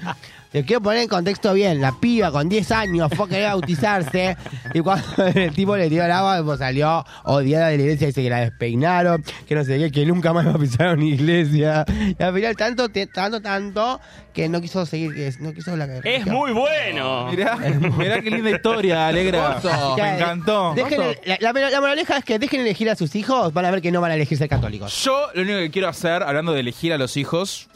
Te quiero poner en contexto bien. La piba con 10 años fue a querer bautizarse y cuando el tipo le tiró el agua, pues, salió odiada de la iglesia. Dice que la despeinaron, que no sé qué, que nunca más bautizaron la iglesia. Y al final, tanto, te- tanto, tanto, que no quiso seguir, que no quiso la carrera.
Es muy bueno.
Ah, Mirá, mirá qué linda historia, Alegra.
Así que,
Me encantó.
dejen el- la, la- la moraleja es que dejen elegir a sus hijos, van a ver que no van a elegir ser católicos.
Yo lo único que quiero hacer, hablando de elegir a los hijos,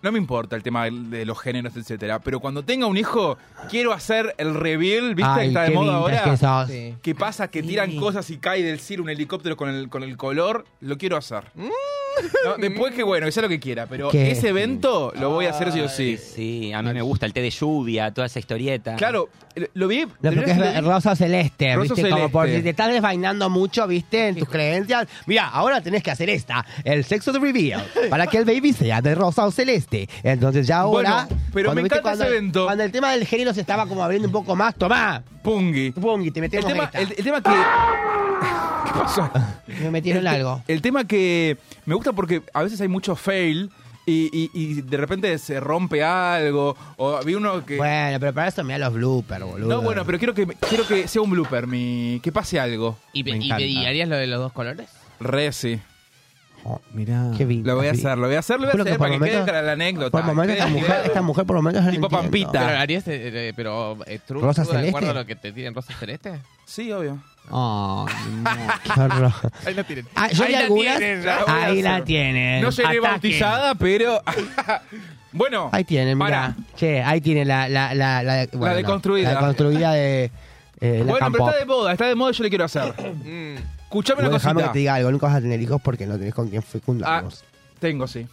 no me importa el tema de los géneros, etcétera, pero cuando tenga un hijo, quiero hacer el reveal, ¿viste? que
Ay,
está de
qué
moda
vintage
ahora.
que sos.
¿Qué pasa? Que tiran cosas y cae del cielo un helicóptero con el, con el color. Lo quiero hacer. No, después que bueno, que sea lo que quiera, pero
Mm. ¿Qué?
ese evento lo voy a hacer sí o sí.
Sí, a mí me gusta el té de lluvia, toda esa historieta.
Claro, lo vi.
No,
de
porque
verdad
es
que lo vi.
el rosa celeste,
Rosa
¿viste?
celeste.
Como por si te estás desvainando mucho, ¿viste? En tus creencias. Mira, ahora tenés que hacer esta, el sexo de reveal, para que el baby sea de rosa o celeste. Entonces ya ahora...
Bueno, pero me encanta ese evento.
Cuando el tema del género se estaba como abriendo un poco más, tomá,
Pungui.
pum, y te
El
metemos
tema,
esta.
el, el tema que. ¿Qué pasó?
Me metieron
El te-
algo.
El tema que me gusta porque a veces hay mucho fail y, y- y de repente se rompe algo. O había uno que.
Bueno, pero para eso mira los bloopers, boludo.
no, bueno, pero quiero que quiero que sea un blooper, mi, que pase algo.
¿Y, pe-
Me
y pe- y
encanta.
harías lo de los dos colores?
Re, sí.
Oh, mirá.
Qué bien.
Lo voy a
papi.
hacer, lo voy a hacer, lo voy a
Juro que
hacer
por
para que
momentos-
quede para la anécdota.
Por momentos
Quede
esta mujer,
quedado.
esta mujer por momentos
Tipo Pampita.
Pero Arias, eh, eh, pero eh, Trump,
¿Rosa
¿estuvo de
celeste?
acuerdo a lo que te tienen Rosa Celeste?
Sí, obvio.
Oh, no.
Ahí la tienen.
Ah, yo
Ahí
vi
la
algunas-
tienen, la voy a
Ahí la
hacer.
tienen.
No seré
Ataquen.
bautizada, pero. bueno,
Ahí tienen, mira.
Para.
Che, ahí tienen la, la, la, la, bueno, no,
deconstruida.
la deconstruida de. Eh, la
bueno,
campo.
pero está de moda, está de moda, yo le quiero hacer.
Mm.
Escuchame una
Igual dejame
cosita.
que te diga algo, nunca vas a tener hijos porque no tenés con quién
Ah,
fecundarlos.
tengo, sí.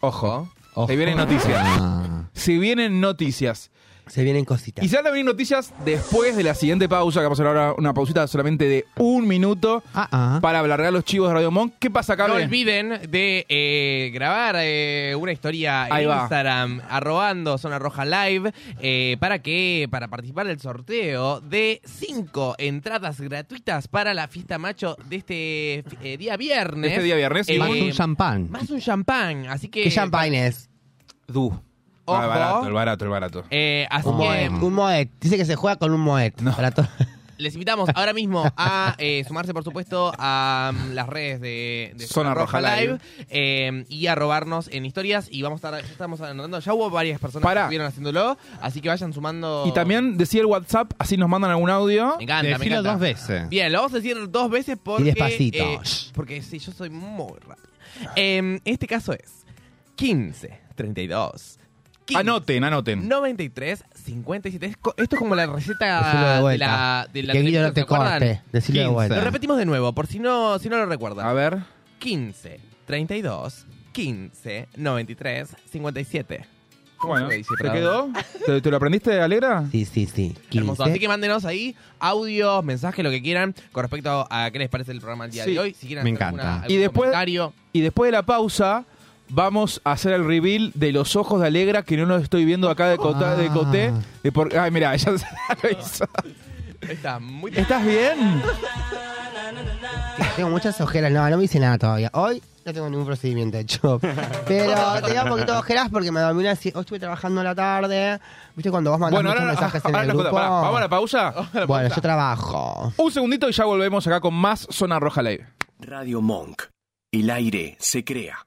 Ojo.
Ojo.
Se vienen noticias.
Ah.
Se vienen noticias.
Se vienen cositas.
Y se van a venir noticias después de la siguiente pausa, que vamos a hacer ahora una pausita solamente de un minuto
Ah, ah.
para alargar los chivos de Radio Monk. ¿Qué pasa,
No
Cable?
olviden de eh, grabar eh, una historia
Ahí
en
va.
Instagram, arrobando Zona Roja Live, eh, para que para participar del sorteo de cinco entradas gratuitas para la fiesta macho de este eh, día viernes.
Este día viernes.
Eh,
y-
Más un champán.
Más un champán, así que...
¿Qué champagne es?
Du.
Ojo.
Ah, el barato, el barato, el barato.
Eh, así
Un
que
moet. Un moet. Dice que se juega con un moet. Para todo.
les invitamos ahora mismo a eh, sumarse, por supuesto, a mm, las redes de, de
Zona Roja Live.
eh, y a robarnos en historias. Y vamos a estar, ya estamos anotando, ya hubo varias personas
Pará.
que estuvieron haciéndolo, así que vayan sumando.
Y también decía el WhatsApp, así nos mandan algún audio.
Me encanta, me
Decilo
encanta.
dos veces.
Bien, lo vamos a decir dos veces porque...
Y despacito.
eh, porque sí, yo soy muy rápido. Eh, este caso es 15, 32, 15,
Anoten, anoten.
93, 57. Es co- Esto es como la
Decilo de
receta de,
vuelta.
la, de la
que Guido
televisión,
no te
¿se acuerdan?
corte. Decilo de
15.
Lo
vuelta.
repetimos de nuevo, por si no, si no lo recuerdan.
A ver.
15, 32, 15, 93, 57. ¿Cómo
Bueno,
se dice,
¿te
Prado?
quedó? ¿Te, te lo aprendiste, Alegra?
Sí, sí, sí. 15.
Hermoso. Así que mándenos ahí audios, mensajes, lo que quieran, con respecto a qué les parece el programa el día
Sí,
de hoy. Si quieren
me
hacer
encanta.
alguna-
Y
algún
después-
comentario.
Y después de la pausa, vamos a hacer el reveal de los ojos de Alegra, que no los estoy viendo acá de Coté.
Ah.
De Coté de por... Ay, mira, ella se lo hizo.
Está muy
¿Estás bien?
Tengo muchas ojeras. No, no me hice nada todavía. Hoy no tengo ningún procedimiento hecho. Pero tenía un poquito de ojeras porque me dormí una... Hoy estuve trabajando a la tarde. ¿Viste cuando vos mandas
Bueno, ahora,
muchos mensajes en
ahora
el
nos
grupo?
contás. Pará, ¿Vamos a la pausa?
bueno, yo trabajo.
Un segundito y ya volvemos acá con más Zona Roja Live.
Radio Monk. El aire se crea.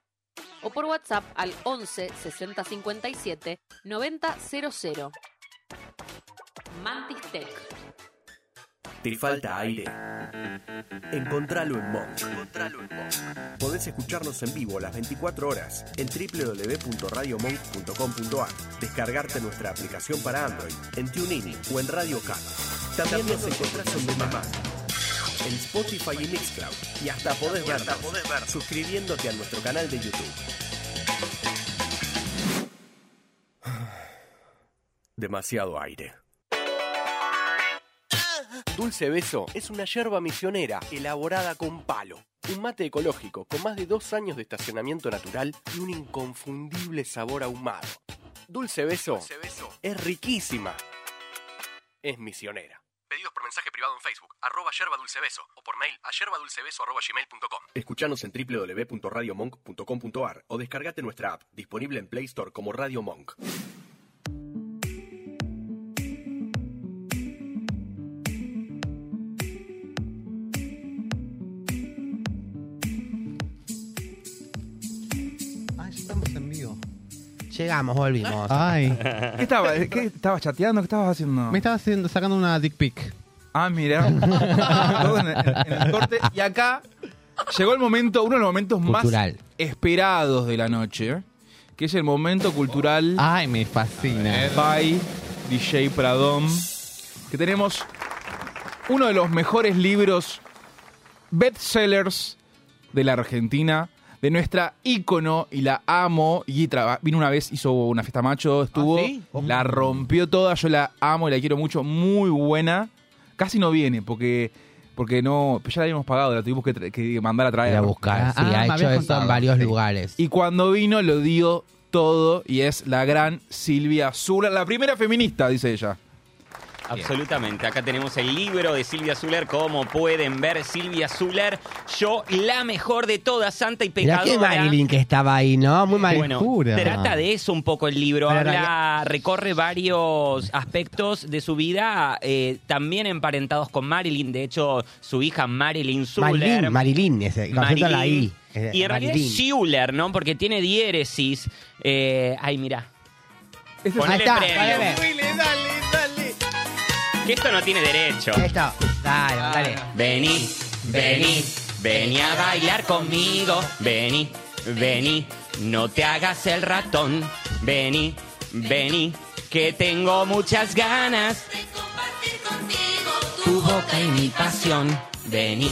o por WhatsApp al 11 60 57 90 00. Mantis Tech.
Te falta aire. Encontralo en Monk. Encontralo en Monk. Podés escucharnos en vivo las 24 horas en www.radiomonk.com.ar. Descargarte nuestra aplicación para Android en TuneIn o en Radio K. También nos encontrás en demás. En Spotify y Mixcloud. Y hasta podés ver, ver suscribiéndote a nuestro canal de YouTube. Demasiado aire. Dulce Beso es una yerba misionera elaborada con palo. Un mate ecológico con más de dos años de estacionamiento natural y un inconfundible sabor ahumado. Dulce Beso, es riquísima. Es misionera. Pedidos por mensaje privado en Facebook, arroba yerba dulce beso, o por mail a yerbadulcebeso arroba gmail.com. Escuchanos en www.radiomonk.com.ar o descargate nuestra app, disponible en Play Store como Radio Monk.
Ah, ya estamos en vivo.
Llegamos, volvimos.
Ay.
¿Qué estabas? ¿Qué estabas chateando? ¿Qué estabas haciendo?
Me estaba haciendo- sacando una dick pic.
Ah, mira. Todo en, en el corte. Y acá llegó el momento, uno de los momentos
Cultural.
más esperados de la noche, que es el momento cultural
Ay, me fascina.
by DJ Pradom, que tenemos uno de los mejores libros bestsellers de la Argentina, de nuestra ícono, y la amo, y traba- vino una vez, hizo una fiesta macho, estuvo,
¿Ah, sí?
Oh.
la rompió toda, yo la amo y la quiero mucho, muy buena. Casi no viene, porque porque no, ya la habíamos pagado, la tuvimos que, tra- que mandar a traer.
Ir a buscar. Sí,
Ah, me
ha hecho
habías
eso
contado,
en varios
sí.
lugares.
Y cuando vino lo dio todo y es la gran Silvia Zula, la primera feminista, dice ella.
Absolutamente. Acá tenemos el libro de Silvia Zuller. Como pueden ver, Silvia Zuller, yo la mejor de todas, santa y
Mirá
pecadora.
que Marilyn que estaba ahí, ¿no? Muy mal.
Bueno,
Pura.
trata de eso un poco el libro.
Pero
Habla, recorre varios aspectos de su vida, eh, también emparentados con Marilyn. De hecho, su hija Marilyn Zuller.
Marilyn, Marilyn, ese, con acento en la I. Eh,
Y en realidad es
Marilyn.
Schuller, ¿no? Porque tiene diéresis. Eh, ay, mira.
Ahí
Ponele
está,
premio.
ponele.
Que esto no tiene derecho.
Esto, dale, dale.
Vení, vení, vení a bailar conmigo. Vení, vení, no te hagas el ratón. Vení, vení, que tengo muchas ganas.
De compartir contigo
Tu boca y mi pasión. Vení,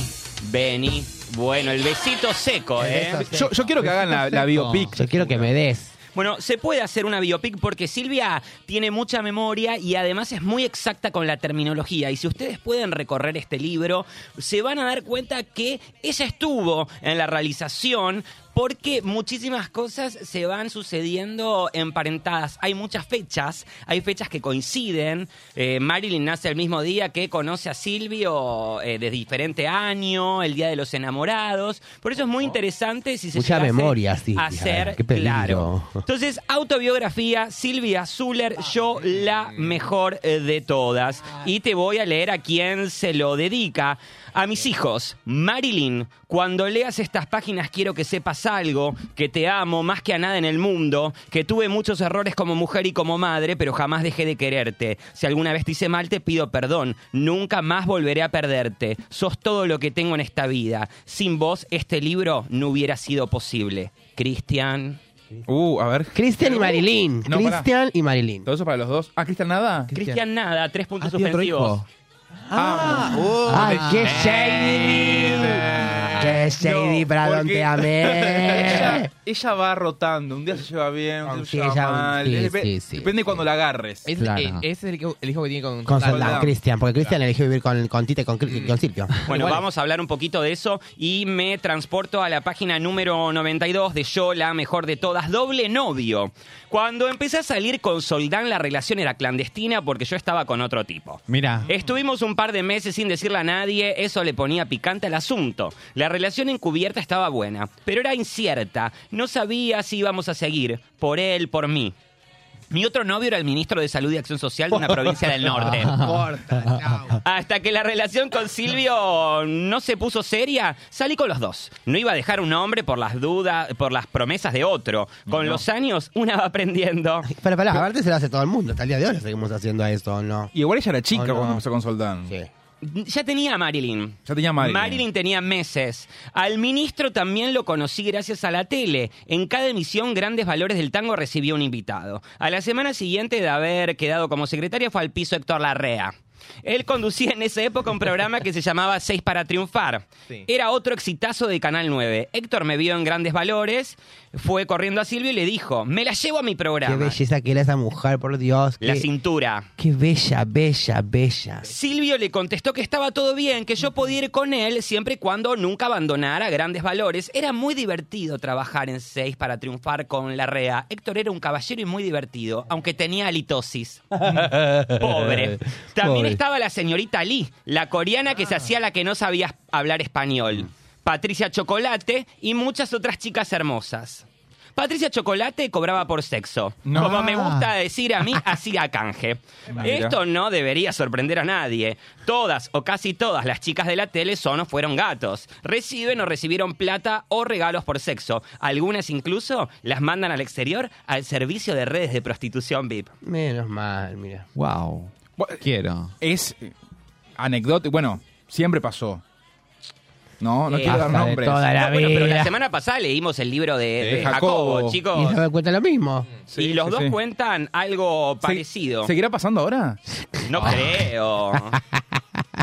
vení. Bueno, el besito seco, ¿eh?
Eso, sí.
Yo, yo quiero que hagan la, la biopic.
Yo quiero que me des.
Bueno, se puede hacer una biopic porque Silvia tiene mucha memoria y además es muy exacta con la terminología. Y si ustedes pueden recorrer este libro, se van a dar cuenta que ella estuvo en la realización porque muchísimas cosas se van sucediendo emparentadas. Hay muchas fechas, hay fechas que coinciden. Eh, Marilyn nace el mismo día que conoce a Silvio eh, de diferente año, el Día de los Enamorados. Por eso es muy interesante si se
Oh. Mucha
llegase
memoria, sí,
a
hija,
ser
qué peligro.
claro. Entonces, autobiografía, Silvia Zuller, yo la mejor eh, de todas. Y te voy a leer a quién se lo dedica. A mis hijos, Marilyn, cuando leas estas páginas quiero que sepas algo, que te amo más que a nada en el mundo, que tuve muchos errores como mujer y como madre, pero jamás dejé de quererte. Si alguna vez te hice mal, te pido perdón. Nunca más volveré a perderte. Sos todo lo que tengo en esta vida. Sin vos, este libro no hubiera sido posible. Cristian.
Uh, a ver.
Cristian y Marilyn.
No, pará.
Cristian y Ah, Marilyn.
¿Todo eso para los dos? Ah, Cristian, nada.
Cristian nada, tres puntos suspensivos.
Ah,
¡Ay, qué shady! ¡Qué shady,
No,
Bradon,
porque-
te amé!
Ella, ella va rotando. Un día se lleva bien, un día se
Eh. Sí,
lleva
ella-
mal.
sí,
Dep-
sí, sí.
Depende cuando la agarres.
Es,
Claro.
eh, es el, hijo- el hijo que tiene con,
Con
Soldán.
Soldán, Cristian, porque Cristian eligió vivir con, con Tita y con, Cri- con Silvio.
Bueno,
Igual.
vamos a hablar un poquito de eso y me transporto a la página número 92 de Yo, la mejor de todas, doble novio. Cuando empecé a salir con Soldán, la relación era clandestina porque yo estaba con otro tipo.
Mira,
Estuvimos un par de meses sin decirle a nadie, eso le ponía picante al asunto. La relación encubierta estaba buena, pero era incierta. No sabía si íbamos a seguir, por él, por mí. Mi otro novio era el ministro de Salud y Acción Social de una provincia del norte. Hasta que la relación con Silvio no se puso seria, salí con los dos. No iba a dejar un hombre por las dudas, por las promesas de otro. Con los años, una va aprendiendo.
Pero pará, aparte se lo hace todo el mundo. Hasta el día de hoy lo seguimos haciendo a esto, ¿no?
Y igual ella era chica
Oh, no.
cuando empezó con Soldán.
Sí.
Ya tenía a Marilyn.
Ya tenía Marilyn.
Marilyn tenía meses. Al ministro también lo conocí gracias a la tele. En cada emisión Grandes Valores del Tango recibió un invitado. A la semana siguiente de haber quedado como secretaria fue al piso Héctor Larrea. Él conducía en esa época un programa que se llamaba Seis para Triunfar.
Sí.
Era otro exitazo de Canal 9. Héctor me vio en Grandes Valores, fue corriendo a Silvio y le dijo, me la llevo a mi
Qué
programa.
belleza que era esa mujer, por Dios.
La
qué-
cintura.
Qué bella, bella, bella.
Silvio le contestó que estaba todo bien, que yo podía ir con él siempre y cuando nunca abandonara grandes valores. Era muy divertido trabajar en seis para triunfar con Larrea. Héctor era un caballero y muy divertido, aunque tenía halitosis. Pobre. También
Pobre.
estaba la señorita Lee, la coreana que se hacía la que no sabía hablar español. Patricia Chocolate y muchas otras chicas hermosas. Patricia Chocolate cobraba por sexo.
No.
Como me gusta decir a mí, así a canje. Esto no debería sorprender a nadie. Todas o casi todas las chicas de la tele son o fueron gatos. Reciben o recibieron plata o regalos por sexo. Algunas incluso las mandan al exterior al servicio de redes de prostitución VIP.
Menos mal, mira.
wow.
Bueno,
Quiero.
Es eh, anecdótico. Bueno, siempre pasó. No, no
Eh,
quiero dar
Hasta de
nombres.
toda la
No, Ah, bueno, pero la
vida.
semana pasada leímos el libro de,
De
de
Eh, Jacobo.
Eh, Jacobo,
Y
chicos.
se me cuenta lo mismo.
Sí,
y los
sí,
dos
sí.
cuentan algo
Se-
parecido.
¿Seguirá pasando ahora?
No
Ah.
creo.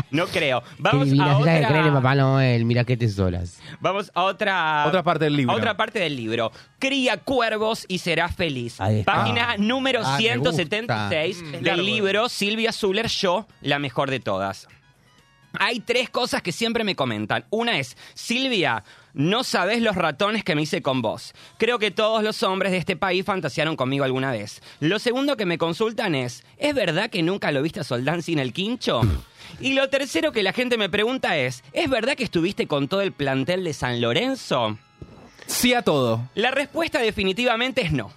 No creo.
Qué
Vamos
divina,
a
se la que creen en
otra.
Papá Noel. Mira qué tesoras.
Vamos a otra,
Otra parte del libro.
a otra parte del libro. Cría cuervos y serás feliz.
Ahí está.
Página número
Ah, me
176
gusta.
Mm. del libro Silvia Zuller, Yo, la mejor de todas. Hay tres cosas que siempre me comentan. Una es, Silvia, no sabes los ratones que me hice con vos. Creo que todos los hombres de este país fantasearon conmigo alguna vez. Lo segundo que me consultan es, ¿es verdad que nunca lo viste a Soldán sin el quincho? Y lo tercero que la gente me pregunta es, ¿es verdad que estuviste con todo el plantel de San Lorenzo?
Sí a todo.
La respuesta definitivamente es no.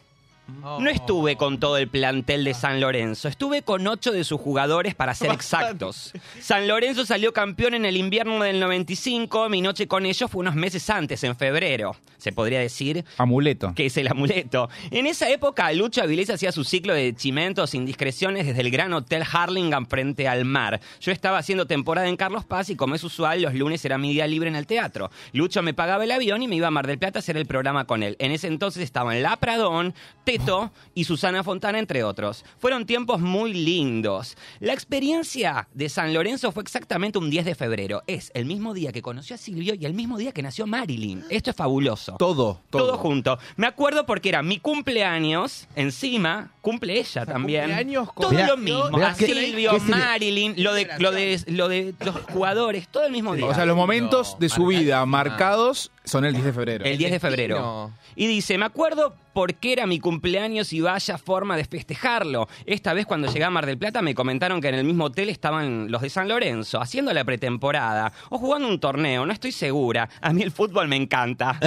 No estuve con todo el plantel de San Lorenzo, estuve con ocho de sus jugadores para ser exactos. San Lorenzo salió campeón en el invierno del 95, mi noche con ellos fue unos meses antes, en febrero, se podría decir,
Amuleto.
que es el amuleto. En esa época, Lucho Avilés hacía su ciclo de chimentos indiscreciones desde el gran hotel Harlingham frente al mar. Yo estaba haciendo temporada en Carlos Paz y, como es usual, los lunes era mi día libre en el teatro. Lucho me pagaba el avión y me iba a Mar del Plata a hacer el programa con él. En ese entonces estaban La Pradón, Teto y Susana Fontana, entre otros. Fueron tiempos muy lindos. La experiencia de San Lorenzo fue exactamente un 10 de febrero. Es el mismo día que conoció a Silvio y el mismo día que nació Marilyn. Esto es fabuloso.
Todo, todo.
Todo. junto. Me acuerdo porque era mi cumpleaños, encima, cumple ella también.
cumpleaños con-
todo
Mirá,
lo mismo.
mirá,
a
¿qué-
Silvio,
qué se le-
Marilyn, lo de, lo, de, lo de los jugadores, todo el mismo día.
O sea, los momentos de su vida marcados son el 10 de febrero.
El 10 de febrero.
destino.
Y dice, me acuerdo por qué era mi cumpleaños y vaya forma de festejarlo. Esta vez cuando llegué a Mar del Plata me comentaron que en el mismo hotel estaban los de San Lorenzo, haciendo la pretemporada o jugando un torneo, no estoy segura. A mí el fútbol me encanta.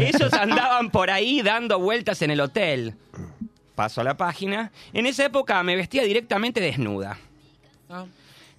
Ellos andaban por ahí dando vueltas en el hotel. Paso a la página. En esa época me vestía directamente desnuda.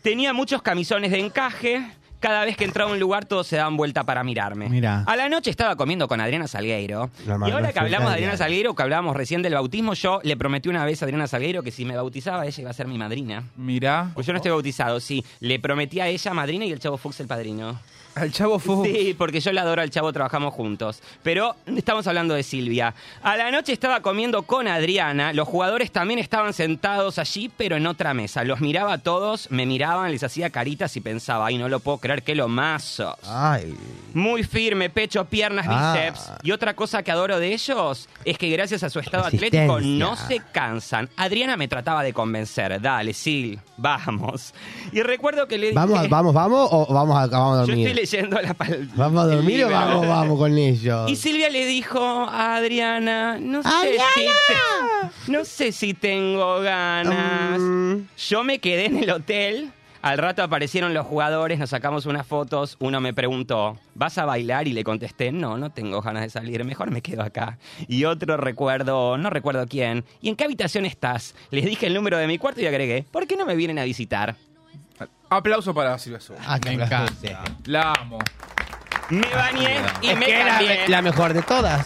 Tenía muchos camisones de encaje. Cada vez que entraba a un lugar todos se daban vuelta para mirarme.
Mirá.
A la noche estaba comiendo con Adriana Salgueiro.
La
y ahora que
magnífica
hablamos de Adriana
Adriana.
Salgueiro, que hablábamos recién del bautismo, yo le prometí una vez a Adriana Salgueiro que si me bautizaba ella iba a ser mi madrina.
Mirá.
Pues yo no estoy bautizado, sí. Le prometí a ella madrina y el chavo Fuchs el padrino.
Al chavo fue.
Sí, porque yo la adoro al chavo, trabajamos juntos. Pero estamos hablando de Silvia. A la noche estaba comiendo con Adriana, los jugadores también estaban sentados allí, pero en otra mesa. Los miraba a todos, me miraban, les hacía caritas y pensaba, ay, no lo puedo creer, qué lo mazo.
Ay.
Muy firme, pecho, piernas,
Ah.
bíceps. Y otra cosa que adoro de ellos es que gracias a su estado atlético
Resistencia.
no se cansan. Adriana me trataba de convencer, dale, Sil, vamos. Y recuerdo que le dije...
¿Vamos, vamos, vamos o vamos a, vamos a
Yo
dormir?
estoy leyendo la pal-
¿Vamos a
el
dormir o
libro.
vamos, vamos con ellos?
Y Silvia le dijo a Adriana, no sé, Si te- no sé si tengo ganas. Yo me quedé en el hotel. Al rato aparecieron los jugadores, nos sacamos unas fotos. Uno me preguntó, ¿vas a bailar? Y le contesté, no, no tengo ganas de salir, mejor me quedo acá. Y otro recuerdo, no recuerdo quién, ¿y en qué habitación estás? Les dije el número de mi cuarto y agregué, ¿por qué no me vienen a visitar?
Aplauso para Silvia Su.
Ah, me encanta.
La amo.
Me bañé y
Es
me
que era
cambié.
la mejor de todas.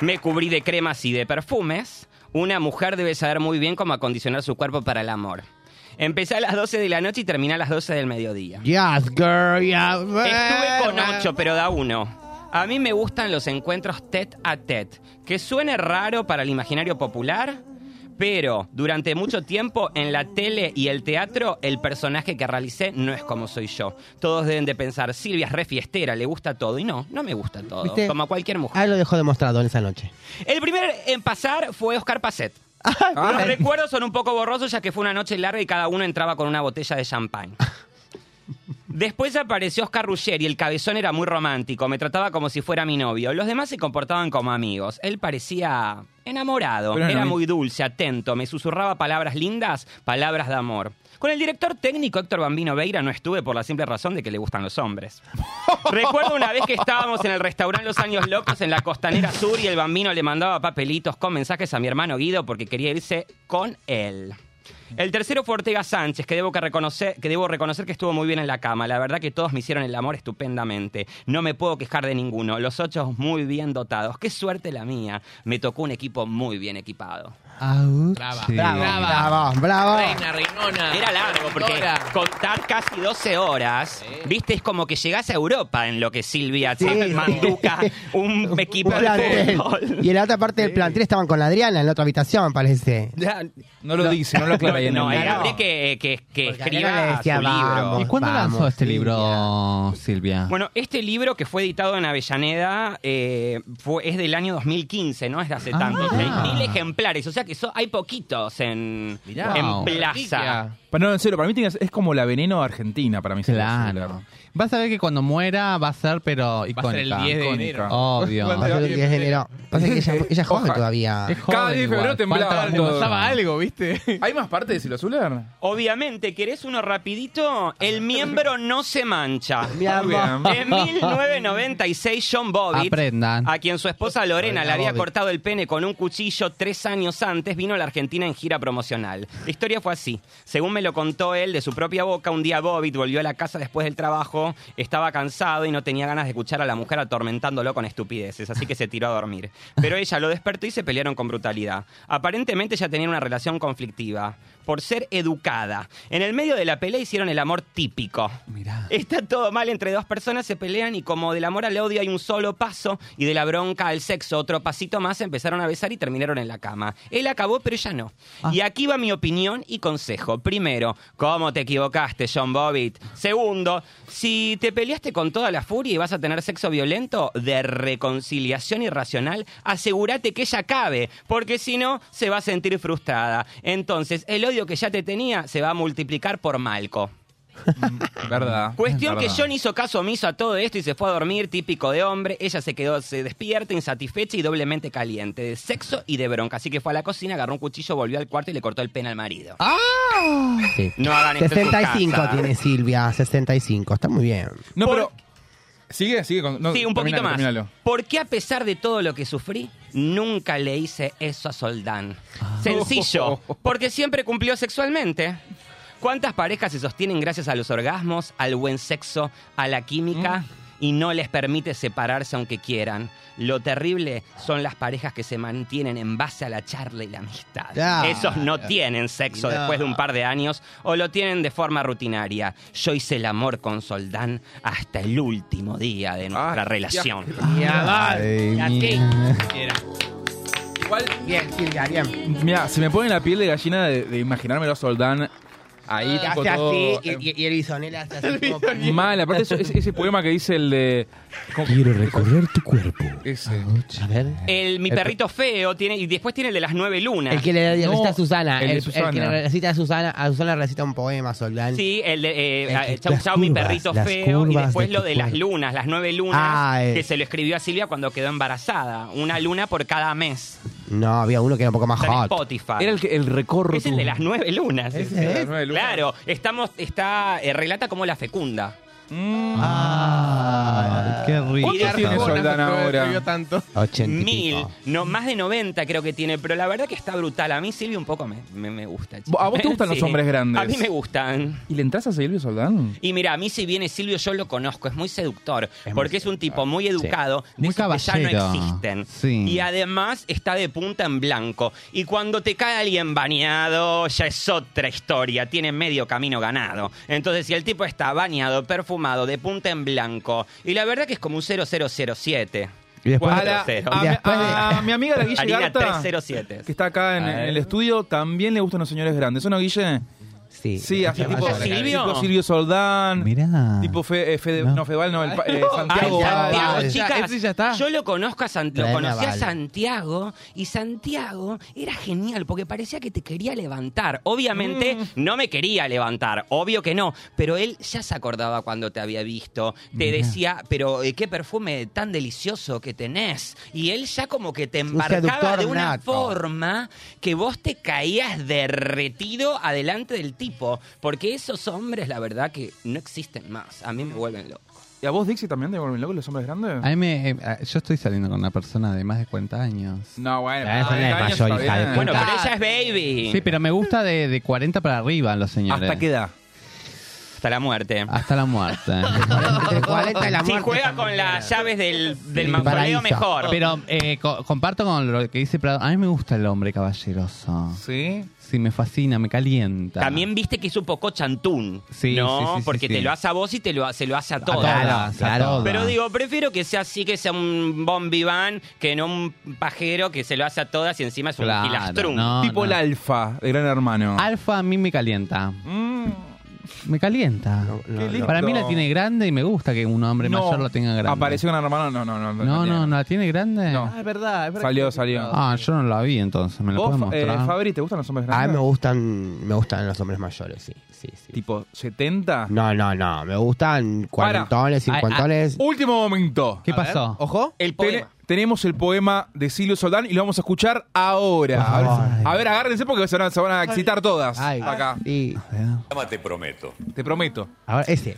Me cubrí de cremas y de perfumes. Una mujer debe saber muy bien cómo acondicionar su cuerpo para el amor. Empecé a las 12 de la noche y terminé a las 12 del mediodía.
Yes, girl, eh. yes.
Estuve con ocho, pero da uno. A mí me gustan los encuentros tete a tete, que suene raro para el imaginario popular, pero durante mucho tiempo en la tele y el teatro el personaje que realicé no es como soy yo. Todos deben de pensar, Silvia es re fiestera, le gusta todo, y no, no me gusta todo,
¿Viste?
como a cualquier mujer.
Ah, lo dejó demostrado en esa noche.
El primer en pasar fue Oscar Pacet. Los recuerdos son un poco borrosos ya que fue una noche larga y cada uno entraba con una botella de champán. Después apareció Oscar Ruggeri, el cabezón era muy romántico, me trataba como si fuera mi novio. Los demás se comportaban como amigos. Él parecía enamorado,
Pero no,
era
no.
muy dulce, atento, me susurraba palabras lindas, palabras de amor. Con el director técnico Héctor Bambino Veira no estuve por la simple razón de que le gustan los hombres. Recuerdo una vez que estábamos en el restaurante Los Años Locos en la Costanera Sur y el bambino le mandaba papelitos con mensajes a mi hermano Guido porque quería irse con él. El tercero fue Ortega Sánchez, que debo, que, reconocer, que debo reconocer que estuvo muy bien en la cama. La verdad que todos me hicieron el amor estupendamente. No me puedo quejar de ninguno. Los ocho muy bien dotados. Qué suerte la mía. Me tocó un equipo muy bien equipado.
Brava.
Bravo, bravo.
Reina, reinona.
Era largo, porque
Doctora.
contar casi 12 horas, viste, es como que llegás a Europa en lo que Silvia te
sí.
manduca un equipo
Un
de
plantel.
fútbol.
Y en la otra parte del plantel estaban con la Adriana en la otra habitación, parece.
Ya,
No lo dice, no lo aclara ahí en
No,
el
hay
libro.
habría que, que, que
Porque acá
escriba
le decía,
su libro.
vamos.
¿Y cuándo
Vamos,
lanzó este
Silvia.
libro, Silvia?
Bueno, este libro que fue editado en Avellaneda eh, fue, es del año 2015, no es de hace
Ah.
tanto. 6.000 ejemplares, o sea que so- hay poquitos en,
Mirá.
en
Wow.
plaza.
Reliquia.
Pero no, en serio, para mí tiene que ser- es como la veneno argentina, para mí. Silvia
Claro.
Zuller.
Vas a ver que cuando muera va a ser, pero icónica.
Va a ser el 10 de enero.
Obvio.
Va a ser el 10
Es de enero. Pasa que ella, ella es joven
Ojalá.
todavía.
Es
Cada
joven
10 de febrero
igual.
temblaba
Falta
algo.
mucho.
Pasaba algo, ¿viste?
¿Hay más partes de Silvia Zuller?
Obviamente, ¿querés uno rapidito? El miembro no se mancha.
Mi amor.
En 1996, John Bobbitt,
Aprendan.
a quien su esposa Lorena
Lorena
le había
Bobbitt.
cortado el pene con un cuchillo tres años antes, vino a la Argentina en gira promocional. La historia fue así. Según me lo contó él de su propia boca, un día Bobbitt volvió a la casa después del trabajo, estaba cansado y no tenía ganas de escuchar a la mujer atormentándolo con estupideces, así que se tiró a dormir. Pero ella lo despertó y se pelearon con brutalidad. Aparentemente ya tenían una relación conflictiva, por ser educada. En el medio de la pelea hicieron el amor típico.
Mirá.
Está todo mal entre dos personas, se pelean y como del amor al odio hay un solo paso y de la bronca al sexo otro pasito más, empezaron a besar y terminaron en la cama. Él acabó, pero ella no. Y aquí va mi opinión y consejo. Primero, ¿cómo te equivocaste, John Bobbitt? Segundo, si te peleaste con toda la furia y vas a tener sexo violento de reconciliación irracional, asegúrate que ella acabe, porque si no, se va a sentir frustrada. Entonces, el odio que ya te tenía se va a multiplicar por malco.
Mm, Verdad.
Cuestión que
Verdad.
John hizo caso omiso a todo esto y se fue a dormir, típico de hombre. Ella se quedó se despierta, insatisfecha y doblemente caliente, de sexo y de bronca. Así que fue a la cocina, agarró un cuchillo, volvió al cuarto y le cortó el pene al marido.
Sí.
Ah. No hagan esto en su
65
casa.
tiene Silvia, 65. Está muy bien.
No,
Por-
pero. Sigue, sigue. Con, no,
sí, un poquito
terminalo,
más.
terminalo.
¿Por qué a pesar de todo lo que sufrí, nunca le hice eso a Soldán?
Ah.
Sencillo, porque siempre cumplió sexualmente. ¿Cuántas parejas se sostienen gracias a los orgasmos, al buen sexo, a la química?
Mm.
Y no les permite separarse aunque quieran. Lo terrible son las parejas que se mantienen en base a la charla y la amistad.
Ya.
Esos no tienen sexo
Ya.
después de un par de años o lo tienen de forma rutinaria. Yo hice el amor con Soldán hasta el último día de nuestra
Ay,
relación.
Ay,
Así.
Igual,
Bien, Silvia, bien.
mira, se me pone la piel de gallina de, de imaginármelo a Soldán ahí,
Ah,
tipo,
Hace
todo- eh.
así y, y- y el bisonel hace así. como-
Mal, aparte eso- ese, ese poema que dice el de. ¿cómo-
Quiero recorrer tu cuerpo.
ese.
A ver.
El mi perrito feo tiene y después tiene el de las nueve lunas.
El que le
No,
recita a Susana.
el de
El, el
Susana.
que le recita a Susana. A Susana le recita un poema, Soldán.
Sí, el de eh,
El que-
eh, Chau
las
Chau, mi
curvas,
perrito
las
feo. Y
curvas
después
de
lo
tu
de las
cuerpo.
lunas, las nueve lunas,
Ah, eh.
que se lo escribió a Silvia cuando quedó embarazada. Una luna por cada mes.
No, había uno que era un poco más
Está en
hot.
Spotify.
Era el, que- el recorro.
es el de las nueve lunas.
¿Ese es?
Las nueve lunas.
Claro, estamos, está, eh, relata como la fecunda.
Ah, qué rico.
¿Cuántos tiene Soldán ahora?
tanto.
80 y
Mil,
pico.
no, más de 90 creo que tiene, pero la verdad que está brutal. A mí Silvia un poco me, me, me gusta. chico.
¿A vos te gustan los hombres grandes?
A mí me gustan.
¿Y le entras a Silvio Soldán?
Y mira, a mí si viene Silvio yo lo conozco, es muy seductor, porque es un tipo muy educado, de
Muy
esos que ya no
caballero.
existen.
Sí.
Y además está de punta en blanco. Y cuando te cae alguien bañado, ya es otra historia, tiene medio camino ganado. Entonces, si el tipo está bañado, perfumado, de punta en blanco, y la verdad que es como un 0007.
Y después-
Cuatro
A,
cero.
a-
Y después de-
a mi amiga la Guille
Harina
Garta,
307.
que está acá en, en el estudio, también le gustan los señores grandes. ¿Eso no, Guille?
Sí.
Sí, hace tipo,
¿Tipo Silvio?
tipo Silvio Soldán.
Mirá.
Tipo Fe, eh, Fede-
No.
no, Feval, no, el pa- eh, Santiago.
Ay, Santiago,
Val.
Val.
chicas,
Ese ya está.
Yo lo conozco a San- lo
Traeme
conocí
a
a
Val.
Santiago y Santiago era genial porque parecía que te quería levantar. Obviamente
Mm.
no me quería levantar, obvio que no, pero él ya se acordaba cuando te había visto. Te decía, pero eh, qué perfume tan delicioso que tenés. Y él ya como que te embarcaba
seductor
de una
nato.
forma que vos te caías derretido adelante del tipo, porque esos hombres la verdad que no existen más. A mí me vuelven loco.
¿Y a vos, Dixie, también te vuelven locos los hombres grandes?
A mí me, eh, yo estoy saliendo con una persona de más de 40 años.
No, bueno.
Ah, esa no es
40 años
mayor,
está
hija de puta.
bien.
Bueno, pero ella es baby.
Sí, pero me gusta de, de 40 para arriba los señores.
¿Hasta qué edad?
Hasta la muerte.
Hasta la muerte.
Entre 40 y la
si
muerte
juega
también.
con las llaves del, del
Sí,
mausoleo,
paraíso.
mejor.
Pero eh, co- comparto con lo que dice Prado. A mí me gusta el hombre caballeroso.
Sí.
Sí, me fascina, me calienta.
También viste que es un poco chantún.
Sí,
¿no?
sí, sí, sí,
porque
sí.
te lo hace a vos y te lo, se lo hace a
a
todos.
todas, a
Claro,
todas.
Pero digo, prefiero que sea así, que sea un bombiván, que no un pajero que se lo hace a todas y encima es un
Claro,
gilastrún.
no,
tipo
no.
el alfa de Gran Hermano.
Alfa a mí me calienta.
Mm.
Me calienta.
Qué lindo.
Para mí la tiene grande y me gusta que un hombre
No.
mayor la tenga grande.
Apareció con hermano. No, no, no.
No,
tiene.
no, no, la tiene grande.
No.
es verdad, es verdad.
Salió, salió.
Ah, yo no la vi entonces. ¿Me la
¿Vos,
puedes
eh,
mostrar?
Fabri, te gustan los hombres
A mí me
grandes?
gustan, me gustan los hombres mayores, sí, sí, sí.
Tipo, 70.
No, no, no, me gustan
Para.
ah.
cuarentones,
Ay,
cincuentones.
Último momento.
¿Qué pasó?
Ojo.
El
Tene-
poema.
tenemos el poema de Silvio Soldán y lo vamos a escuchar ahora. A ver, a ver, agárrense porque se van, a- se van a excitar todas
Ay,
acá.
sí.
Ah.
Te prometo.
Te prometo.
Ahora, ese.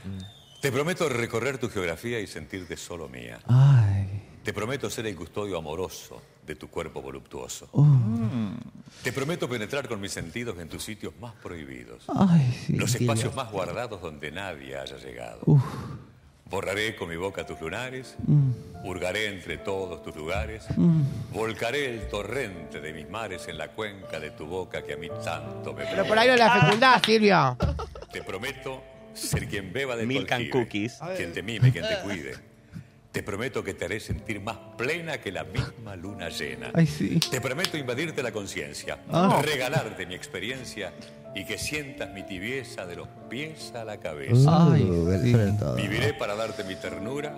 Te prometo recorrer tu geografía y sentirte solo mía.
Ay,
Te prometo ser el custodio amoroso de tu cuerpo voluptuoso.
Oh.
Te prometo penetrar con mis sentidos en tus sitios más prohibidos.
ay, sí.
los espacios más guardados donde nadie haya llegado. Borraré con mi boca tus lunares,
Mm.
hurgaré entre todos tus lugares, volcaré el torrente de mis mares en la cuenca de tu boca que a mí tanto me
Pero
gusta.
por ahí no la fecundás, Silvio.
Te prometo ser quien beba de tu
Milk and
aljibe,
cookies.
quien te mime, quien te cuide. Te prometo que te haré sentir más plena que la misma luna llena.
Ay, sí.
Te prometo invadirte la conciencia, regalarte mi experiencia y que sientas mi tibieza de los pies a la cabeza.
Ay, sí.
Viviré para darte mi ternura,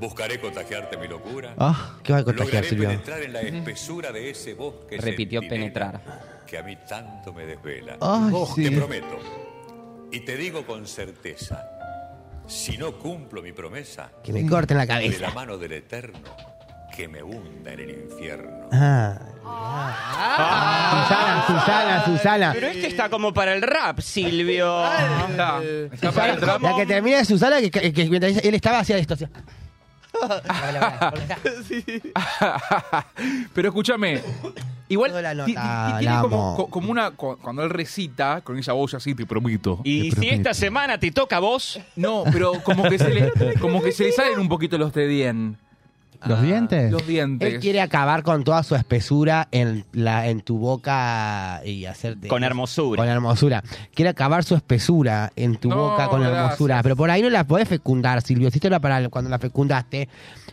buscaré contagiarte mi locura.
Ah,
¿Qué va a contagiar,
Lograré
Silvio?
penetrar en la espesura de ese bosque
Repitió
centinela
penetrar.
que a mí tanto me desvela.
Ay,
Te
sí.
prometo y te digo con certeza, si no cumplo mi promesa,
Que me corten la
de la
cabeza.
mano del eterno que me hunda en el infierno.
Ah, mirá. Susana, Susana, Susana.
Pero este está como para el rap, Silvio. Ah.
Está, está para
Susana,
el tramo.
La que termina de Susana, que, que- que mientras él estaba hacía esto. hacía-
Pero escúchame. Igual
Toda la
ti-
nota,
ti- ti- tiene
la
como,
amo.
co- como una. cu- Cuando él recita, con esa voz así, te prometo.
Y si esta semana te toca a vos,
No, pero como que se le, como que se le salen un poquito los de bien.
¿Los dientes?
Ah, Los dientes.
Él quiere acabar con toda su espesura en, la, en tu boca y hacerte.
con hermosura.
Con hermosura. Quiere acabar su espesura en tu
No,
boca con
gracias.
hermosura. Pero por ahí no la podés fecundar, Silvio. Hiciste la para cuando la fecundaste.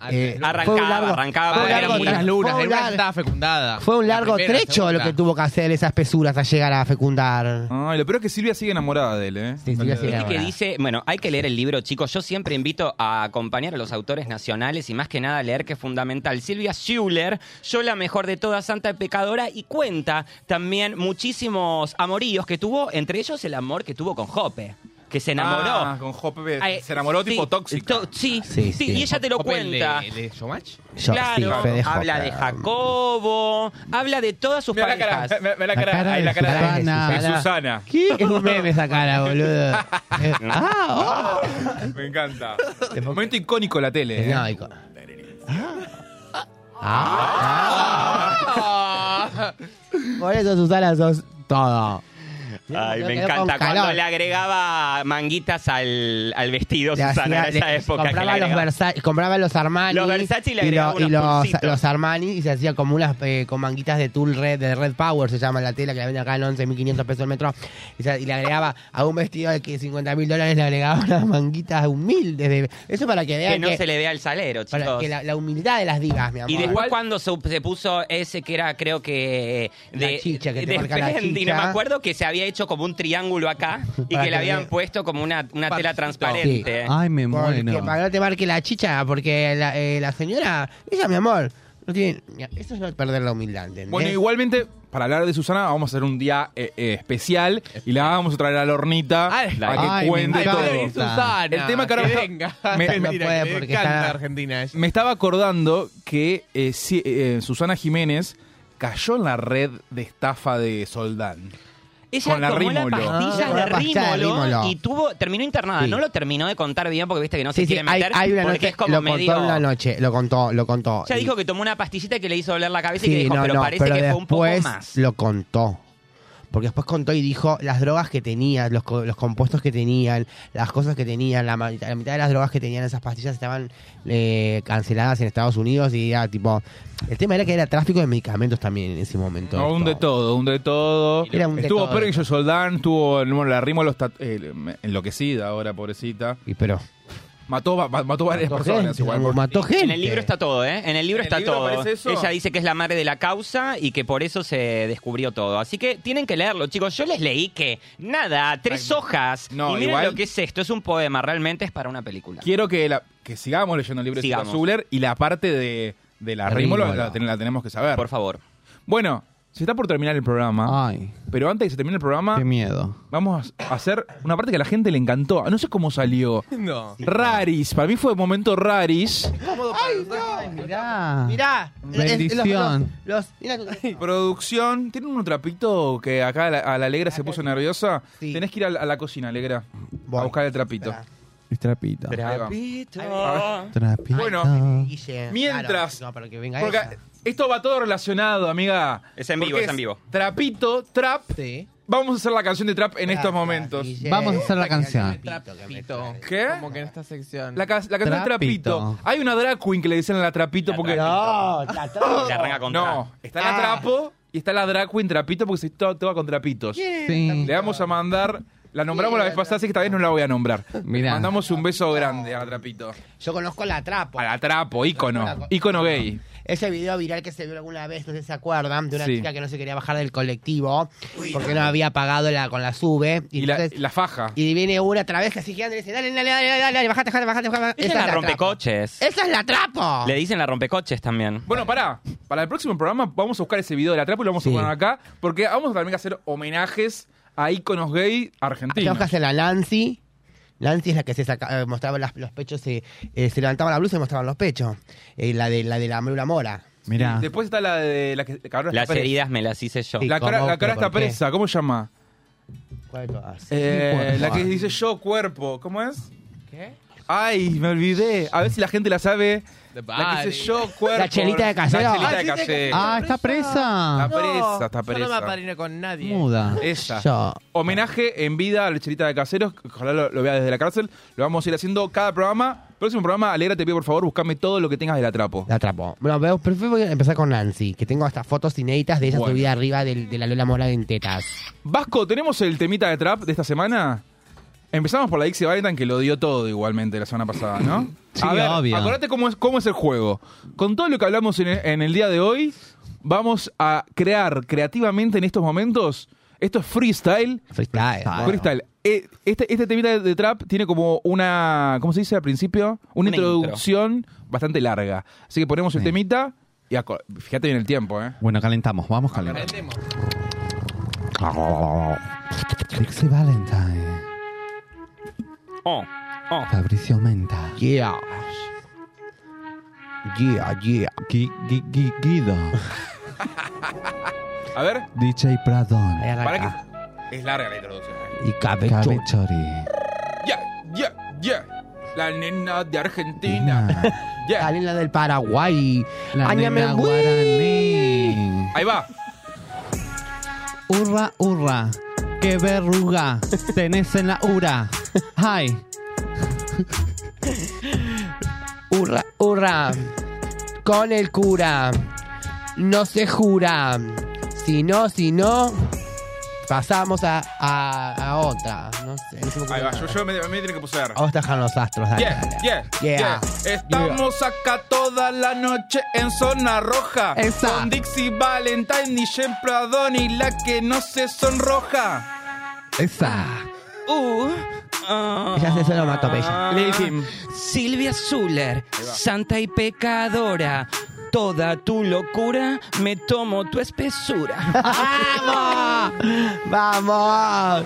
eh,
Ah, Arrancaba,
fue un largo-
arrancaba,
fue un
eran
largo-
muchas
lunas,
fue un
la luna
largo-
estaba fecundada.
Fue un
La
largo
primera,
trecho lo
segunda.
que tuvo que hacer esas pesuras a llegar a fecundar.
Ay, lo peor es que Silvia sigue enamorada de él, ¿eh?
Sí, Silvia
Viste
sigue
que
enamorada.
dice, bueno, hay que leer el libro, chicos. Yo siempre invito a acompañar a los autores nacionales y más que nada leer que es fundamental. Silvia Schuller, yo la mejor de todas, santa pecadora, y cuenta también muchísimos amoríos que tuvo, entre ellos el amor que tuvo con Jope, que se enamoró.
Ah, con Hoppe.
Ay,
se enamoró
sí,
tipo tóxico.
to- sí, sí,
Sí, sí.
y ella te lo
Open de-
cuenta.
de Showmatch.
Yo, sí,
claro,
Fede
habla
Hopper.
de Jacobo, habla de todas sus
Mira la
parejas.
cara, mira la
La
cara,
cara
ay,
de
la cara de-
Susana.
de Susana.
¿Qué? Es un meme esa cara, boludo. Eh, ah, oh.
Me encanta. Momento icónico de la tele. ¿eh?
No, ahí con-
Ah.
Por eso, Susana, sos todo.
Ay,
Yo
me
quedé
encanta
con calor.
cuando le agregaba manguitas al, al vestido,
Le
Susana,
hacía-
en esa
le-
época. que le
compraba, los
agregaba.
Versa- compraba los Armani.
Los Versace y le agregaba
lo-
unos
los,
pulsitos.
los Armani y se hacía como unas eh, con manguitas de Tool Red, de Red Power, se llama la tela, que la venden acá en 11.500 pesos el metro. Y, se- y le agregaba a un vestido de que 50 mil dólares, le agregaba unas manguitas humildes. de- eso para que vean
que no se le vea el salero,
para
chicos.
que la, la humildad de las divas, mi amor.
Y después cuando se, se puso ese que era, creo que...
La chicha, que te
de
marca la
Fendi, no
chicha.
me acuerdo que se había hecho como un triángulo acá y
Para
que le
que
habían
vea.
puesto como una, una tela
Parchito.
transparente.
Ah.
Ay, me
Porque
muero.
para que no te marque la chicha, porque la, eh, la señora, ella, mi amor, no tiene. mira, Eso es no perder la humildad, ¿entendés?
Bueno, igualmente, para hablar de Susana, vamos a hacer un día eh, eh, especial y la vamos a traer a la hornita
Ay,
para que
ay, me
cuente
encanta.
todo.
Ay,
Ay, Susana.
El tema que ahora-
venga.
Me-
Mentira,
no
que
puede
le
porque
encanta
está-
Argentina. ella.
Me estaba acordando que eh, sí, eh, Susana Jiménez cayó en la red de estafa de Soldán.
Ella
Con la
tomó la
Rímolo.
pastilla
Ah,
de
la pastilla de
Rímolo
Rímolo.
y tuvo, terminó internada.
Sí.
No lo terminó de contar bien porque viste que no se
Sí, sí,
quiere
hay,
meter
hay una
porque
noche,
es como
lo
medio...
contó una noche, lo contó, lo contó.
Ella
Y-
dijo que tomó una pastillita que le hizo doler la cabeza
sí,
y que dijo,
no,
pero
no,
parece
pero
que fue un poco
después
más.
lo contó. Porque después contó y dijo las drogas que tenía, los, co- los compuestos que tenían, las cosas que tenían, la, ma- la mitad de las drogas que tenían esas pastillas estaban eh, canceladas en Estados Unidos y era tipo... El tema era que era tráfico de medicamentos también en ese momento.
No, un de todo, un de todo.
Era un de
estuvo
todo.
Perguillo Soldán, estuvo bueno, la Rímolo está eh, enloquecida ahora, pobrecita.
Y pero...
Mató, va- va- mató varias personas igual. porque-
En el libro está todo, ¿eh? En el libro
¿En el
está
libro
todo.
aparece eso?
Ella dice que es la madre de la causa y que por eso se descubrió todo. Así que tienen que leerlo, chicos. Yo les leí que, nada, tres hojas.
No,
y miren
igual-
lo que es esto. Es un poema, realmente es para una película.
Quiero que, la- que sigamos leyendo el libro de Zita
Sigamos.
Zubler y la parte de, de la Rímolo la,
Rímola.
ten- la tenemos que saber. Por
favor.
Bueno, se está por terminar el programa. Pero antes de que se termine el programa.
Qué miedo.
Vamos a hacer una parte que a la gente le encantó. No sé cómo salió.
No.
Raris. Para mí fue un momento raris.
Mirá.
Mirá.
Bendición.
Los, los- mirá que-
Producción, ¿tienen un trapito que acá a la, a la Alegra se puso nerviosa? Tenés que ir a la, a la cocina, Alegra, a buscar el trapito.
Es trapito.
Ahí va.
A
ver.
Trapito.
Bueno,
Guille,
mientras.
claro, no, para que venga
porque
ella.
esto va todo relacionado, amiga.
Es en
Porque
vivo, es en vivo.
Trapito, trap. Vamos a hacer la canción de trap en estos momentos.
Vamos a hacer la canción.
Trapito.
¿Qué?
Como que en esta sección.
La, ca- la canción
Trapito.
trapito. trapito. Hay una drag queen que le dicen la trapito porque.
No, la
Se arranca con
No, está la trapo y está la drag queen trapito porque se todo, todo con trapitos. Le vamos a mandar. La nombramos la vez pasada, así que esta vez no la voy a nombrar. Mandamos un beso grande a la trapito.
Yo conozco la trapa.
A la trapo, ícono. Ícono gay.
Ese video viral que se vio alguna vez, no sé si se acuerdan, de una
Sí.
chica que no se quería bajar del colectivo porque no había pagado la, con la sube. Y,
Y la,
entonces-
y la faja.
y viene una otra vez que así gigante y dice, dale, dale, dale, dale, dale, bajate, bajate, bajate. bajate.
Esa es la
trapa.
rompecoches.
Esa es la trapa.
Le dicen la rompecoches también.
Bueno, pará. Para el próximo programa vamos a buscar ese video de la trapo y lo vamos a poner acá porque vamos a también hacer homenajes a íconos gay
Tenemos
argentinos.
que hacer la Nancy. Nancy es la que se saca, eh, mostraba las- los pechos, se, eh, se levantaba la blusa y mostraban los pechos. Eh, la de la de la Mula Mora.
Mirá.
Después está la de la que ahora está
Las
presa.
heridas me las hice yo.
La cara,
¿Cómo?
la
¿Pero
cara está
por qué?
presa, ¿cómo se llama?
¿Cuál de todas?
Eh,
Sí,
la que
cuerpo.
dice yo cuerpo, ¿cómo es? Ay, me olvidé. A ver si la gente la sabe.
The
La que
body.
dice yo cuerpo.
La chelita de Casero.
La chelita de
Ah, sí,
Casero.
Ah, está presa.
Está presa,
Yo
está
no me
presa.
apadrino con nadie.
Muda.
Esa.
Yo.
Homenaje en vida a la chelita de caseros. Ojalá lo, lo vea desde la cárcel. Lo vamos a ir haciendo cada programa. Próximo programa, Alegra, te pido por favor, buscame todo lo que tengas del atrapo.
La atrapó. Bueno, pero prefiero voy a empezar con Nancy, que tengo hasta fotos inéditas de ella
Bueno.
subida arriba del- de la Lola Mora en tetas.
Vasco, ¿tenemos el temita de trap de esta semana? Empezamos por la Dixie Valentine, que lo dio todo igualmente la semana pasada, ¿no?
Sí,
a ver,
obvio.
acordate cómo es, cómo es el juego. Con todo lo que hablamos en el, en el día de hoy, vamos a crear creativamente en estos momentos. Esto es freestyle.
Freestyle.
Freestyle. Eh, Este, este temita de, de trap tiene como una. ¿Cómo se dice al principio? Una,
Una
introducción bastante larga. Así que ponemos el
Sí.
temita y aco- fíjate bien el tiempo, ¿eh?
Bueno, calentamos, vamos calentando.
Aprendemos.
Dixie Valentine,
Oh, oh.
Fabricio Menta,
Yeah. Yeah, yeah.
Gui- Gui- Gui- Guido,
A ver.
DJ Pradón,
Ahí
Para
arranca.
que, es larga la introducción. eh.
Y cabezón.
Cabechori,
Yeah, yeah, yeah. La nena de Argentina.
La
Yeah.
nena del Paraguay.
La
Áñame
nena
güey.
guaraní.
Ahí va.
Urra, urra, qué verruga tenés en la ura. Ay,
Hurra, hurra. Con el cura. No se jura. Si no, si no. Pasamos a, a, a otra. No sé. no se me ocurre
Ahí va.
nada.
Yo, yo me, me tiene que poseer.
Vamos a dejar los astros. Dale,
Yeah,
dale.
yeah,
Yeah.
yeah. Estamos acá toda la noche en zona roja.
Esa.
Con Dixie Valentine y Jen Pradón y la que no se sonroja.
esa.
Uh, ah.
Ella se onomatopeya.
Lil Kim.
Silvia Zuller, santa y pecadora. Toda tu locura, me tomo tu espesura.
¡Vamos! ¡Vamos!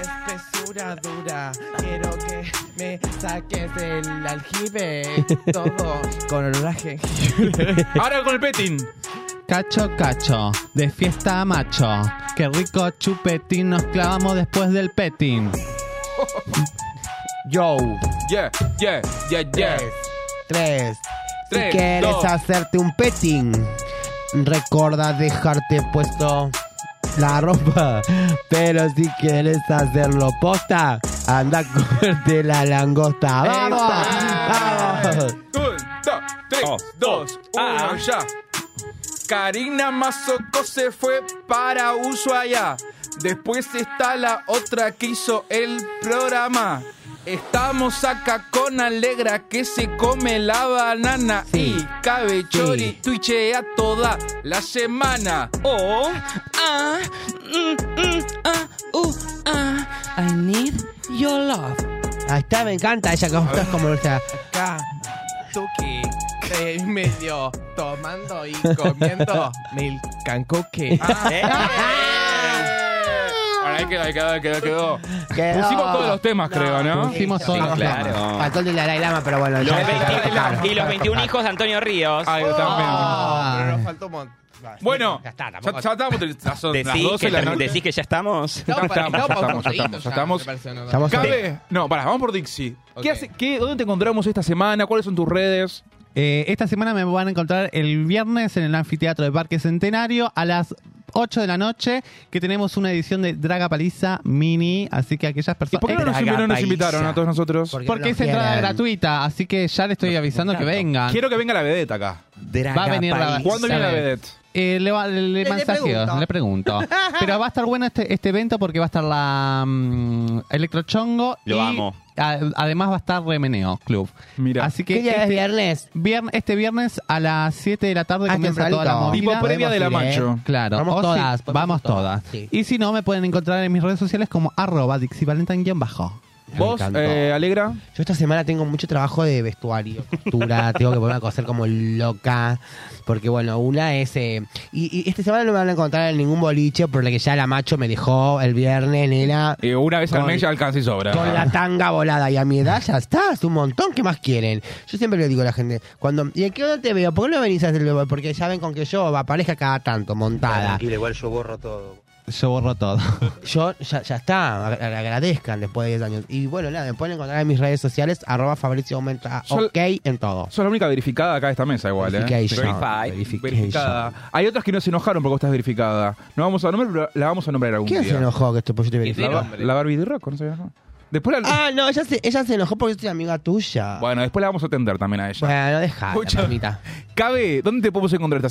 Espesura dura, quiero que me saques del aljibe todo con el raje.
Ahora con el petting.
Cacho, cacho, de fiesta macho. Qué rico chupetín nos clavamos después del petín.
Yo.
Yeah, yeah, yeah, yeah.
Tres. Tres.
Tres,
si quieres
dos.
hacerte un petting, recuerda dejarte puesto la ropa. Pero si quieres hacerlo posta, anda a comerte la langosta. ¡Vamos! ¡Vamos!
Un, dos, tres,
Oh.
dos, uno,
Ah.
ya. Karina Mazoco se fue para Ushuaia. Después está la otra que hizo el programa. Estamos acá con Alegra que se come la banana y cabe chori tuichea toda la semana.
Oh, ah, mm, mm, ah, uh, ah, I need your love.
Ahí está, me encanta ella, como estás como esta.
Acá, Tuki, tres y medio, tomando y comiendo mil cancoque. Ah,
¿Eh? Ahí quedó, ahí quedó, ahí quedó, quedó.
Quedó.
Pusimos todos los temas, creo, ¿no?
Pusimos todos los
claro.
temas. Faltó el de Dalai Lama, pero bueno.
Los
ya-
20 y los 21 hijos de Antonio Ríos.
Ahí está,
Pero
Ah.
nos faltó un montón.
Bueno,
Ya está,
ya,
tampoco-
ya estamos, las son las
Decís
12
que,
de la
termi-
noche.
decís que ya estamos.
Ya estamos, ya estamos, ya estamos, ya estamos.
Estamos
Cabe, no, pará, vamos por Dixie.
Ok.
¿Qué hace, qué, ¿Dónde te encontramos esta semana? ¿Cuáles son tus redes?
Eh, esta semana me van a encontrar el viernes en el anfiteatro de Parque Centenario a las 8 de la noche, que tenemos una edición de Draga Paliza Mini, así que aquellas
¿Y
personas...
por qué no nos,
Draga
no nos invitaron
Paisa.
a todos nosotros?
Porque-
Porque
no
es
nos
entrada
quieren.
gratuita, así que ya le estoy avisando que vengan.
Quiero que venga la vedette acá.
Va a venir la...
¿Cuándo viene la
¿sabes?
vedette?
Eh, le, va- le- le
Le- le
mensajeo,
pregunto.
le pregunto. Pero va a estar bueno este, este evento porque va a estar la mm, Electrochongo.
Lo
y
amo.
a- además va a estar Remeneo Club.
Mira.
Así que
¿Qué día es
este,
viernes?
vier- este viernes a las 7 de la tarde
Ah,
comienza toda
tempranito.
la
Tipo
movida.
previa de la
Podemos ir, ¿eh?
macho.
Claro,
Vamos
o si-
todas, podemos
vamos
ir todas,
todas.
sí.
Y si no, me pueden encontrar en mis redes sociales como arroba dixivalentine-bajo.
¿Vos, eh, Alegra?
Yo esta semana tengo mucho trabajo de vestuario, costura, tengo que ponerme a coser como loca, porque bueno, una es... eh, y, y esta semana no me van a encontrar en ningún boliche, por la que ya la macho me dejó el viernes, nena,
Eh, una vez al
Con-
mes ya alcanza y sobra.
con la tanga volada. Y a mi edad ya está, es un montón, ¿qué más quieren? Yo siempre le digo a la gente, cuando... ¿Y a qué hora te veo? ¿Por qué no venís a hacerlo? Porque ya ven con que yo aparezca cada tanto, montada.
igual yo borro todo.
Yo borro todo.
Yo ya, ya está, ag- ag- agradezcan después de 10 años. Y bueno, nada, me pueden encontrar en mis redes sociales, arroba Fabricio Aumenta,
Yo-
ok, en todo.
Sos la única verificada acá de esta mesa igual, ¿eh?
Verification.
Verified.
Verification.
Verificada. Hay otras que no se enojaron porque vos estás verificada. No vamos a nombrar, pero la vamos a nombrar algún
¿Quién
día.
se enojó que este estoy por yo te
La,
verifico?
ba- la Barbie de Rock, ¿no se enojó? Después la,
Ah, no, ella se, ella se enojó porque yo soy amiga tuya. Bueno,
Bueno, después la vamos a atender también a ella.
no deja,
Escucha.
mamita. Ah,
Cabe, ¿dónde te podemos encontrar esta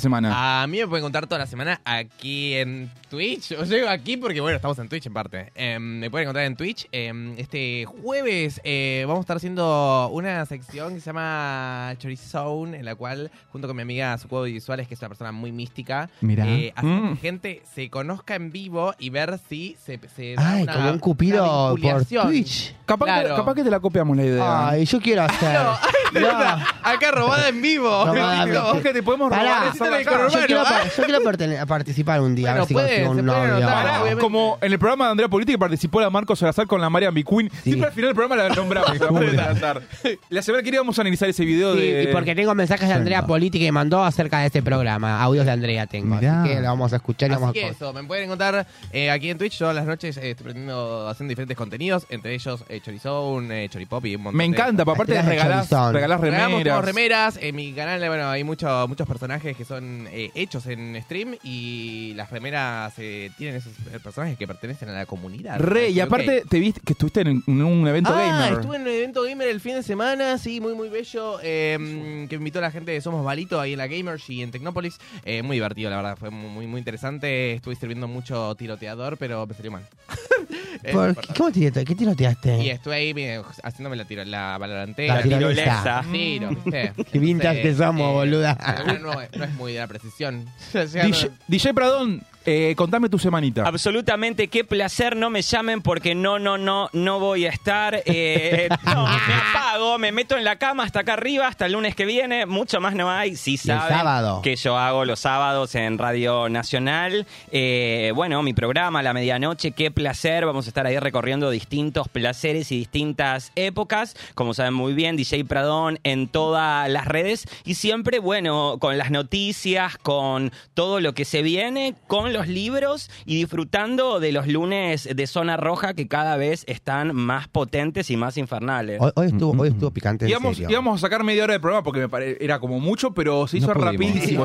semana?
A mí me pueden contar toda la semana aquí en Twitch. Yo llego aquí porque, bueno, estamos en Twitch en parte. Em, me pueden encontrar en Twitch. Em, este jueves eh, vamos a estar haciendo una sección que se llama Chorizone, en la cual, junto con mi amiga Sucubo Visuales, que es una persona muy mística,
Mirá.
eh, hacemos
Mm.
que gente se conozca en vivo y ver si se, se da
Ay,
una-
como un cupido
una
por
vinculación.
Twitch.
capaz,
claro.
que, capaz que te la copiamos la idea.
Ay, yo quiero hacer. No.
Acá robada en vivo.
No, no, no,
Capaz que te podemos robar
Pará.
esa
Hiciste el
acá.
coronel.
Yo quiero,
Bueno,
par- yo quiero pertene- participar un día, a
Bueno,
ver si
puede,
consigo
se
un
puede
novio.
anotar.
Pará,
obviamente.
Como en el programa de Andrea Politi que participó la Marcos Salazar con la Marian Bicuin. Siempre al final del programa la nombramos. la María Salazar. La semana que viene vamos a analizar ese video
Sí,
de.
y porque tengo mensajes de Andrea Politi que me mandó acerca de este programa. Audios de Andrea tengo.
Mirá.
Así que lo vamos a escuchar y
Así
vamos
que
a
eso, me pueden encontrar eh, aquí en Twitch. Yo a las noches eh, estoy aprendiendo, haciendo diferentes contenidos, entre ellos eh, Chorizón, eh, Choripop y un montón
Me
de-
encanta, pa, aparte
Las tiras de
regalás,
Chorizón.
regalás
Regalamos
remeras.
como remeras. En mi canal, eh, bueno, hay mucho- muchos personajes que son eh, hechos en stream y las remeras eh, tienen esos eh, personajes que pertenecen a la comunidad.
Re, y
Ok.
aparte te viste que estuviste en en un evento
ah,
gamer.
estuve en un evento gamer el fin de semana, sí, muy, muy bello. eh, que invitó a la gente de Somos Balito ahí en la Gamers y en Tecnópolis. Eh, muy divertido, la verdad, fue muy, muy, muy interesante. Estuve sirviendo mucho tiroteador, pero me salió mal. Eh, no
¿Por qué,
importa.
¿Cómo tirate- ¿Qué tiroteaste?
y estuve ahí mire, haciéndome la, tiro, la
La
valorantera.
La tirolesa.
tirolesa.
Tiro, ¿viste?
Qué vintage que somos, boluda.
alguna No, no es muy de la precisión.
DJ, DJ Pradón, eh, contame tu semanita.
Ah,
Absolutamente, qué placer. No me llamen porque no, no, no, no voy a estar. Eh, no, me apago, me meto en la cama hasta acá arriba, hasta el lunes que viene. Mucho más no hay. Sí
el
saben
sábado.
que yo hago los sábados en Radio Nacional. Eh, bueno, mi programa, La Medianoche, qué placer. Vamos a estar ahí recorriendo distintos placeres y distintas épocas. Como saben muy bien, DJ Pradón en todas las redes. Y siempre, bueno, con las noticias, con todo lo que se viene, con los libros y disfrutando de los lunes de Zona Roja que cada vez están más potentes y más infernales.
Hoy, hoy estuvo, hoy estuvo picante. en
Íbamos,
serio.
íbamos a sacar media hora de programa porque me pare- era como mucho, pero se hizo
No pudimos.
rapidísimo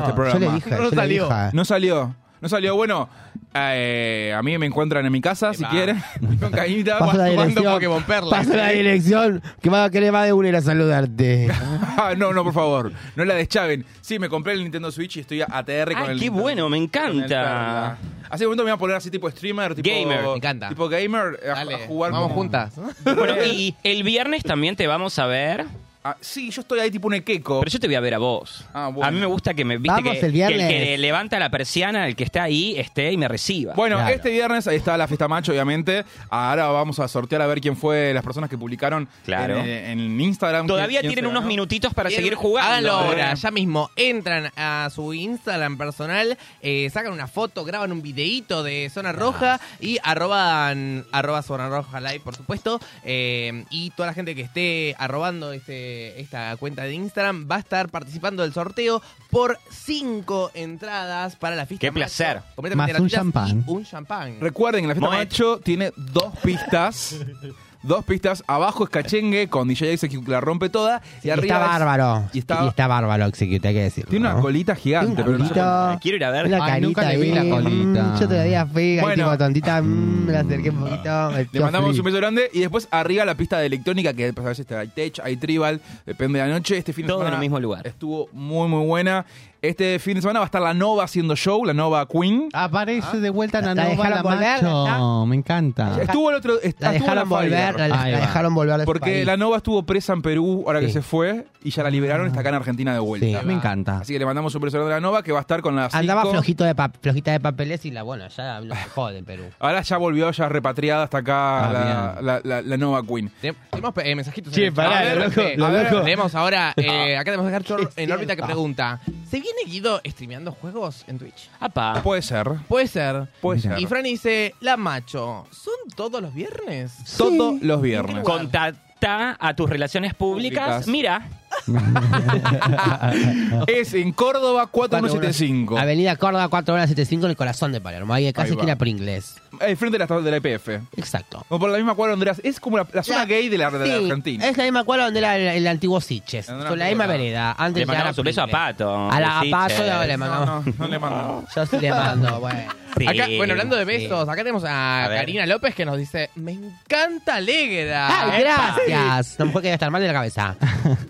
No,
este programa.
Yo le dije,
No
yo le
salió.
dije.
No salió. No salió bueno. eh, a mí me encuentran en mi casa, si quieren. Con cañita,
Paso la
jugando
dirección.
Pokémon Perla. ¿eh?
Paso la dirección. Que va a querer más de una ir a saludarte.
Ah, no, no, por favor. No la deschaven. Sí, me compré el Nintendo Switch y estoy ATR con
Ah,
el.
qué bueno, me
con el Perla.
encanta.
Hace un momento me voy a poner así tipo streamer, tipo.
Gamer. Me
encanta. Tipo gamer, a, a jugar
vamos
con-
juntas.
Bueno, y el viernes también te vamos a ver.
Eh. Ah, sí, yo estoy ahí tipo un equeco.
Pero yo te voy a ver a vos.
Ah, bueno.
A mí me gusta que me viste
Vamos
que,
el viernes.
que el que levanta la persiana, el que está ahí, esté y me reciba.
Bueno,
Claro.
este viernes ahí está la fiesta macho, obviamente. Ahora vamos a sortear a ver quién fue las personas que publicaron
Claro.
en, eh, en Instagram.
Todavía
quién- quién
tienen
se
unos
ganó.
minutitos para seguir jugando.
Háganlo ahora,
Eh.
ya mismo. Entran a su Instagram personal, eh, sacan una foto, graban un videíto de Zona Roja y arroban arroba Zona Roja Live, por supuesto. Eh, y toda la gente que esté arrobando este, esta cuenta de Instagram va a estar participando del sorteo por cinco entradas para la fiesta.
Qué placer.
Macho, completamente
Más un
gratuitas y
champán.
Un champán.
Mm. Recuerden, la fiesta
Moet.
macho tiene dos pistas. Dos pistas. Abajo es cachengue con DJ Ace que la rompe toda. Y
Y
arriba
está
es-
bárbaro.
y está-
bárbaro, Execute, hay que decirlo.
Tiene una Eh,
¿no?
colita gigante.
Tiene
pero
una
no-
colita.
Quiero ir a ver.
Una
Ay,
carita
nunca le vi
ahí,
la colita.
mm, yo te la veía fea y
Bueno. Ah,
tipo tontita, mm, me la acerqué un poquito. me
Le
dio
mandamos
frío.
un beso grande y después arriba la pista de electrónica, que pues, a veces está- hay tech, hay tribal, depende de la noche. Este fin de
Todo en
semana
el mismo lugar.
estuvo muy, muy buena. Este fin de semana va a estar la Nova haciendo show, la Nova Queen.
Aparece de vuelta
¿La
la Nova la
dejaron volver,
macho.
ya?
Me encanta.
Estuvo el otro. est-
La
estuvo
dejaron
la Fire.
volver, la, la
Ahí va.
dejaron volver
este
de su
Porque
país.
la Nova estuvo presa en Perú ahora que
Sí.
se fue y ya la liberaron, está acá en Argentina de
Ah. Sí,
vuelta.
me encanta.
Así que le mandamos un beso grande a la Nova que va a estar con las.
Andaba
cinco.
flojito de pa- flojita de papeles y la, bueno, ya lo jode en Perú.
Ahora ya volvió, ya repatriada hasta acá
Ah,
la,
bien.
la, la- la Nova Queen.
Te- Tenemos eh, mensajitos.
Che,
en el chat.
pará,
A ver,
lo loco,
eh,
lo
a ver,
loco.
Leemos ahora. eh, acá tenemos a Garchor en órbita que pregunta: ¿Se viene Guido streameando juegos en Twitch?
Apa.
Puede ser.
Puede ser.
Puede
Mira.
ser.
Y Fran dice: La macho, ¿son todos los viernes?
Todos los viernes.
Contacta a tus relaciones públicas.
Públicas.
Mira,
Es en Córdoba 4175.
Avenida Córdoba 4175 en el corazón de Palermo. Ahí de
Ahí
casi
va.
esquina por inglés.
Eh, frente de la, de la EPF.
Exacto.
O por la misma cuadra donde las- Es como la, la zona
La-
gay de la, de la
Sí,
Argentina.
Es la misma cuadra donde era el, el antiguo Siches.
Donde era
Con la
antiguo,
misma
claro.
vereda. Antes
le
de llegar
mandamos un beso a
Pringles.
Pato.
A la a
Sí,
Pato
che.
le, le
No,
mandamos.
no, no le mandamos.
Yo sí le mando, bueno.
Sí.
Acá, bueno, hablando de besos, acá tenemos a,
A ver.
Karina López que nos dice: Me encanta Alegra.
¡Ay, Ah, gracias! No me puede estar mal de la cabeza.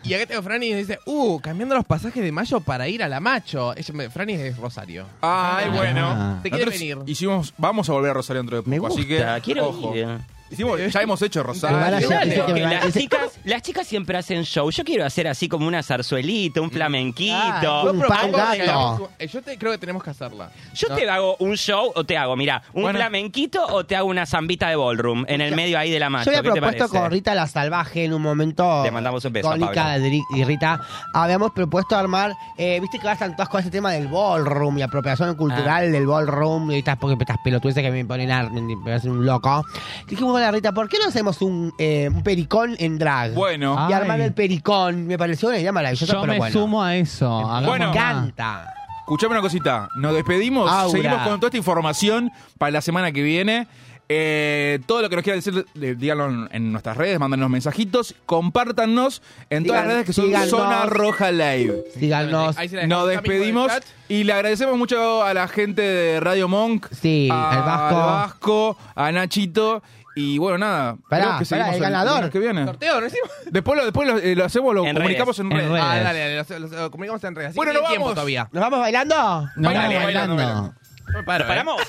Y acá tengo a Franny y dice: Uh, cambiando los pasajes de mayo para ir a la macho. Ella me- Franny es de Rosario.
Ay, bueno.
Te quiere
Ah. Nosotros
venir.
Hicimos, vamos a volver a Rosario dentro de poco.
Me
así que,
gusta, quiero
ojo.
ir.
Hicimos, ya hemos hecho
Me van a
Rosario.
hacer-
Claro,
Dice que
que
me va-
las,
dice-
chicas, las chicas siempre hacen show. Yo quiero hacer así como una zarzuelita,
Mm.
un flamenquito.
Ah, Un
Yo propongo
pan
que
gato.
hagamos- eh, Yo te- creo que tenemos que hacerla.
Yo te hago un show o te hago, mira, un
Bueno.
flamenquito o te hago una zambita de ballroom en el medio ahí de la macho.
Yo había
¿Qué te
propuesto
parece?
con Rita la Salvaje en un momento.
Le mandamos un beso a
icónica
Pablo.
de Ri- y Rita. Habíamos propuesto armar. eh, Viste que ahora están todas con ese tema del ballroom y
Ah.
apropiación cultural del ballroom. Y estas, porque estas pelotudeces que me ponen a. me me hacen un loco. Dijimos a Rita, ¿por qué no hacemos un, eh, un pericón en drag?
Bueno.
Y
Ay.
armar el pericón. Me pareció una idea maravillosa,
Yo
pero
me
bueno.
sumo a eso. hagamos
Bueno.
Me
más.
encanta.
Escuchame una cosita. Nos despedimos.
Aura.
Seguimos con toda esta información para la semana que viene. Eh, todo lo que nos quieran decir, eh, díganlo en, en nuestras redes, mándanos mensajitos, compártanos en todas
Digan-
las redes que son
díganos.
Zona Roja Live.
Síganos.
Ahí se la dejamos acá mismo en el
Nos despedimos
chat.
y le agradecemos mucho a la gente de Radio Monk,
Sí,
a-
al Vasco.
al Vasco, a Nachito y bueno, nada.
Pará,
creo que
pará,
seguimos
el
el
ganador.
lunes que viene.
Sorteo, ¿no hicimos?
Después lo, después lo, eh, lo hacemos, lo
En
comunicamos en
En
redes.
redes.
Ah, dale, dale, los- los- los comunicamos en redes. Así
Bueno,
que
nos
hay tiempo
vamos.
todavía. ¿eh?
¿Nos vamos bailando?
No,
Bailando,
no,
bailando,
bailando.
bailando.
¿Nos paramos?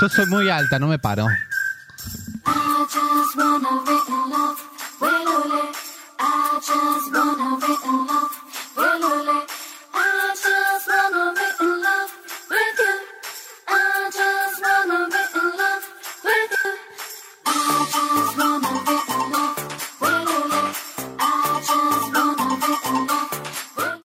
Yo soy muy alta, no me paro.
I just wanna be in love with Lule. I just wanna be in love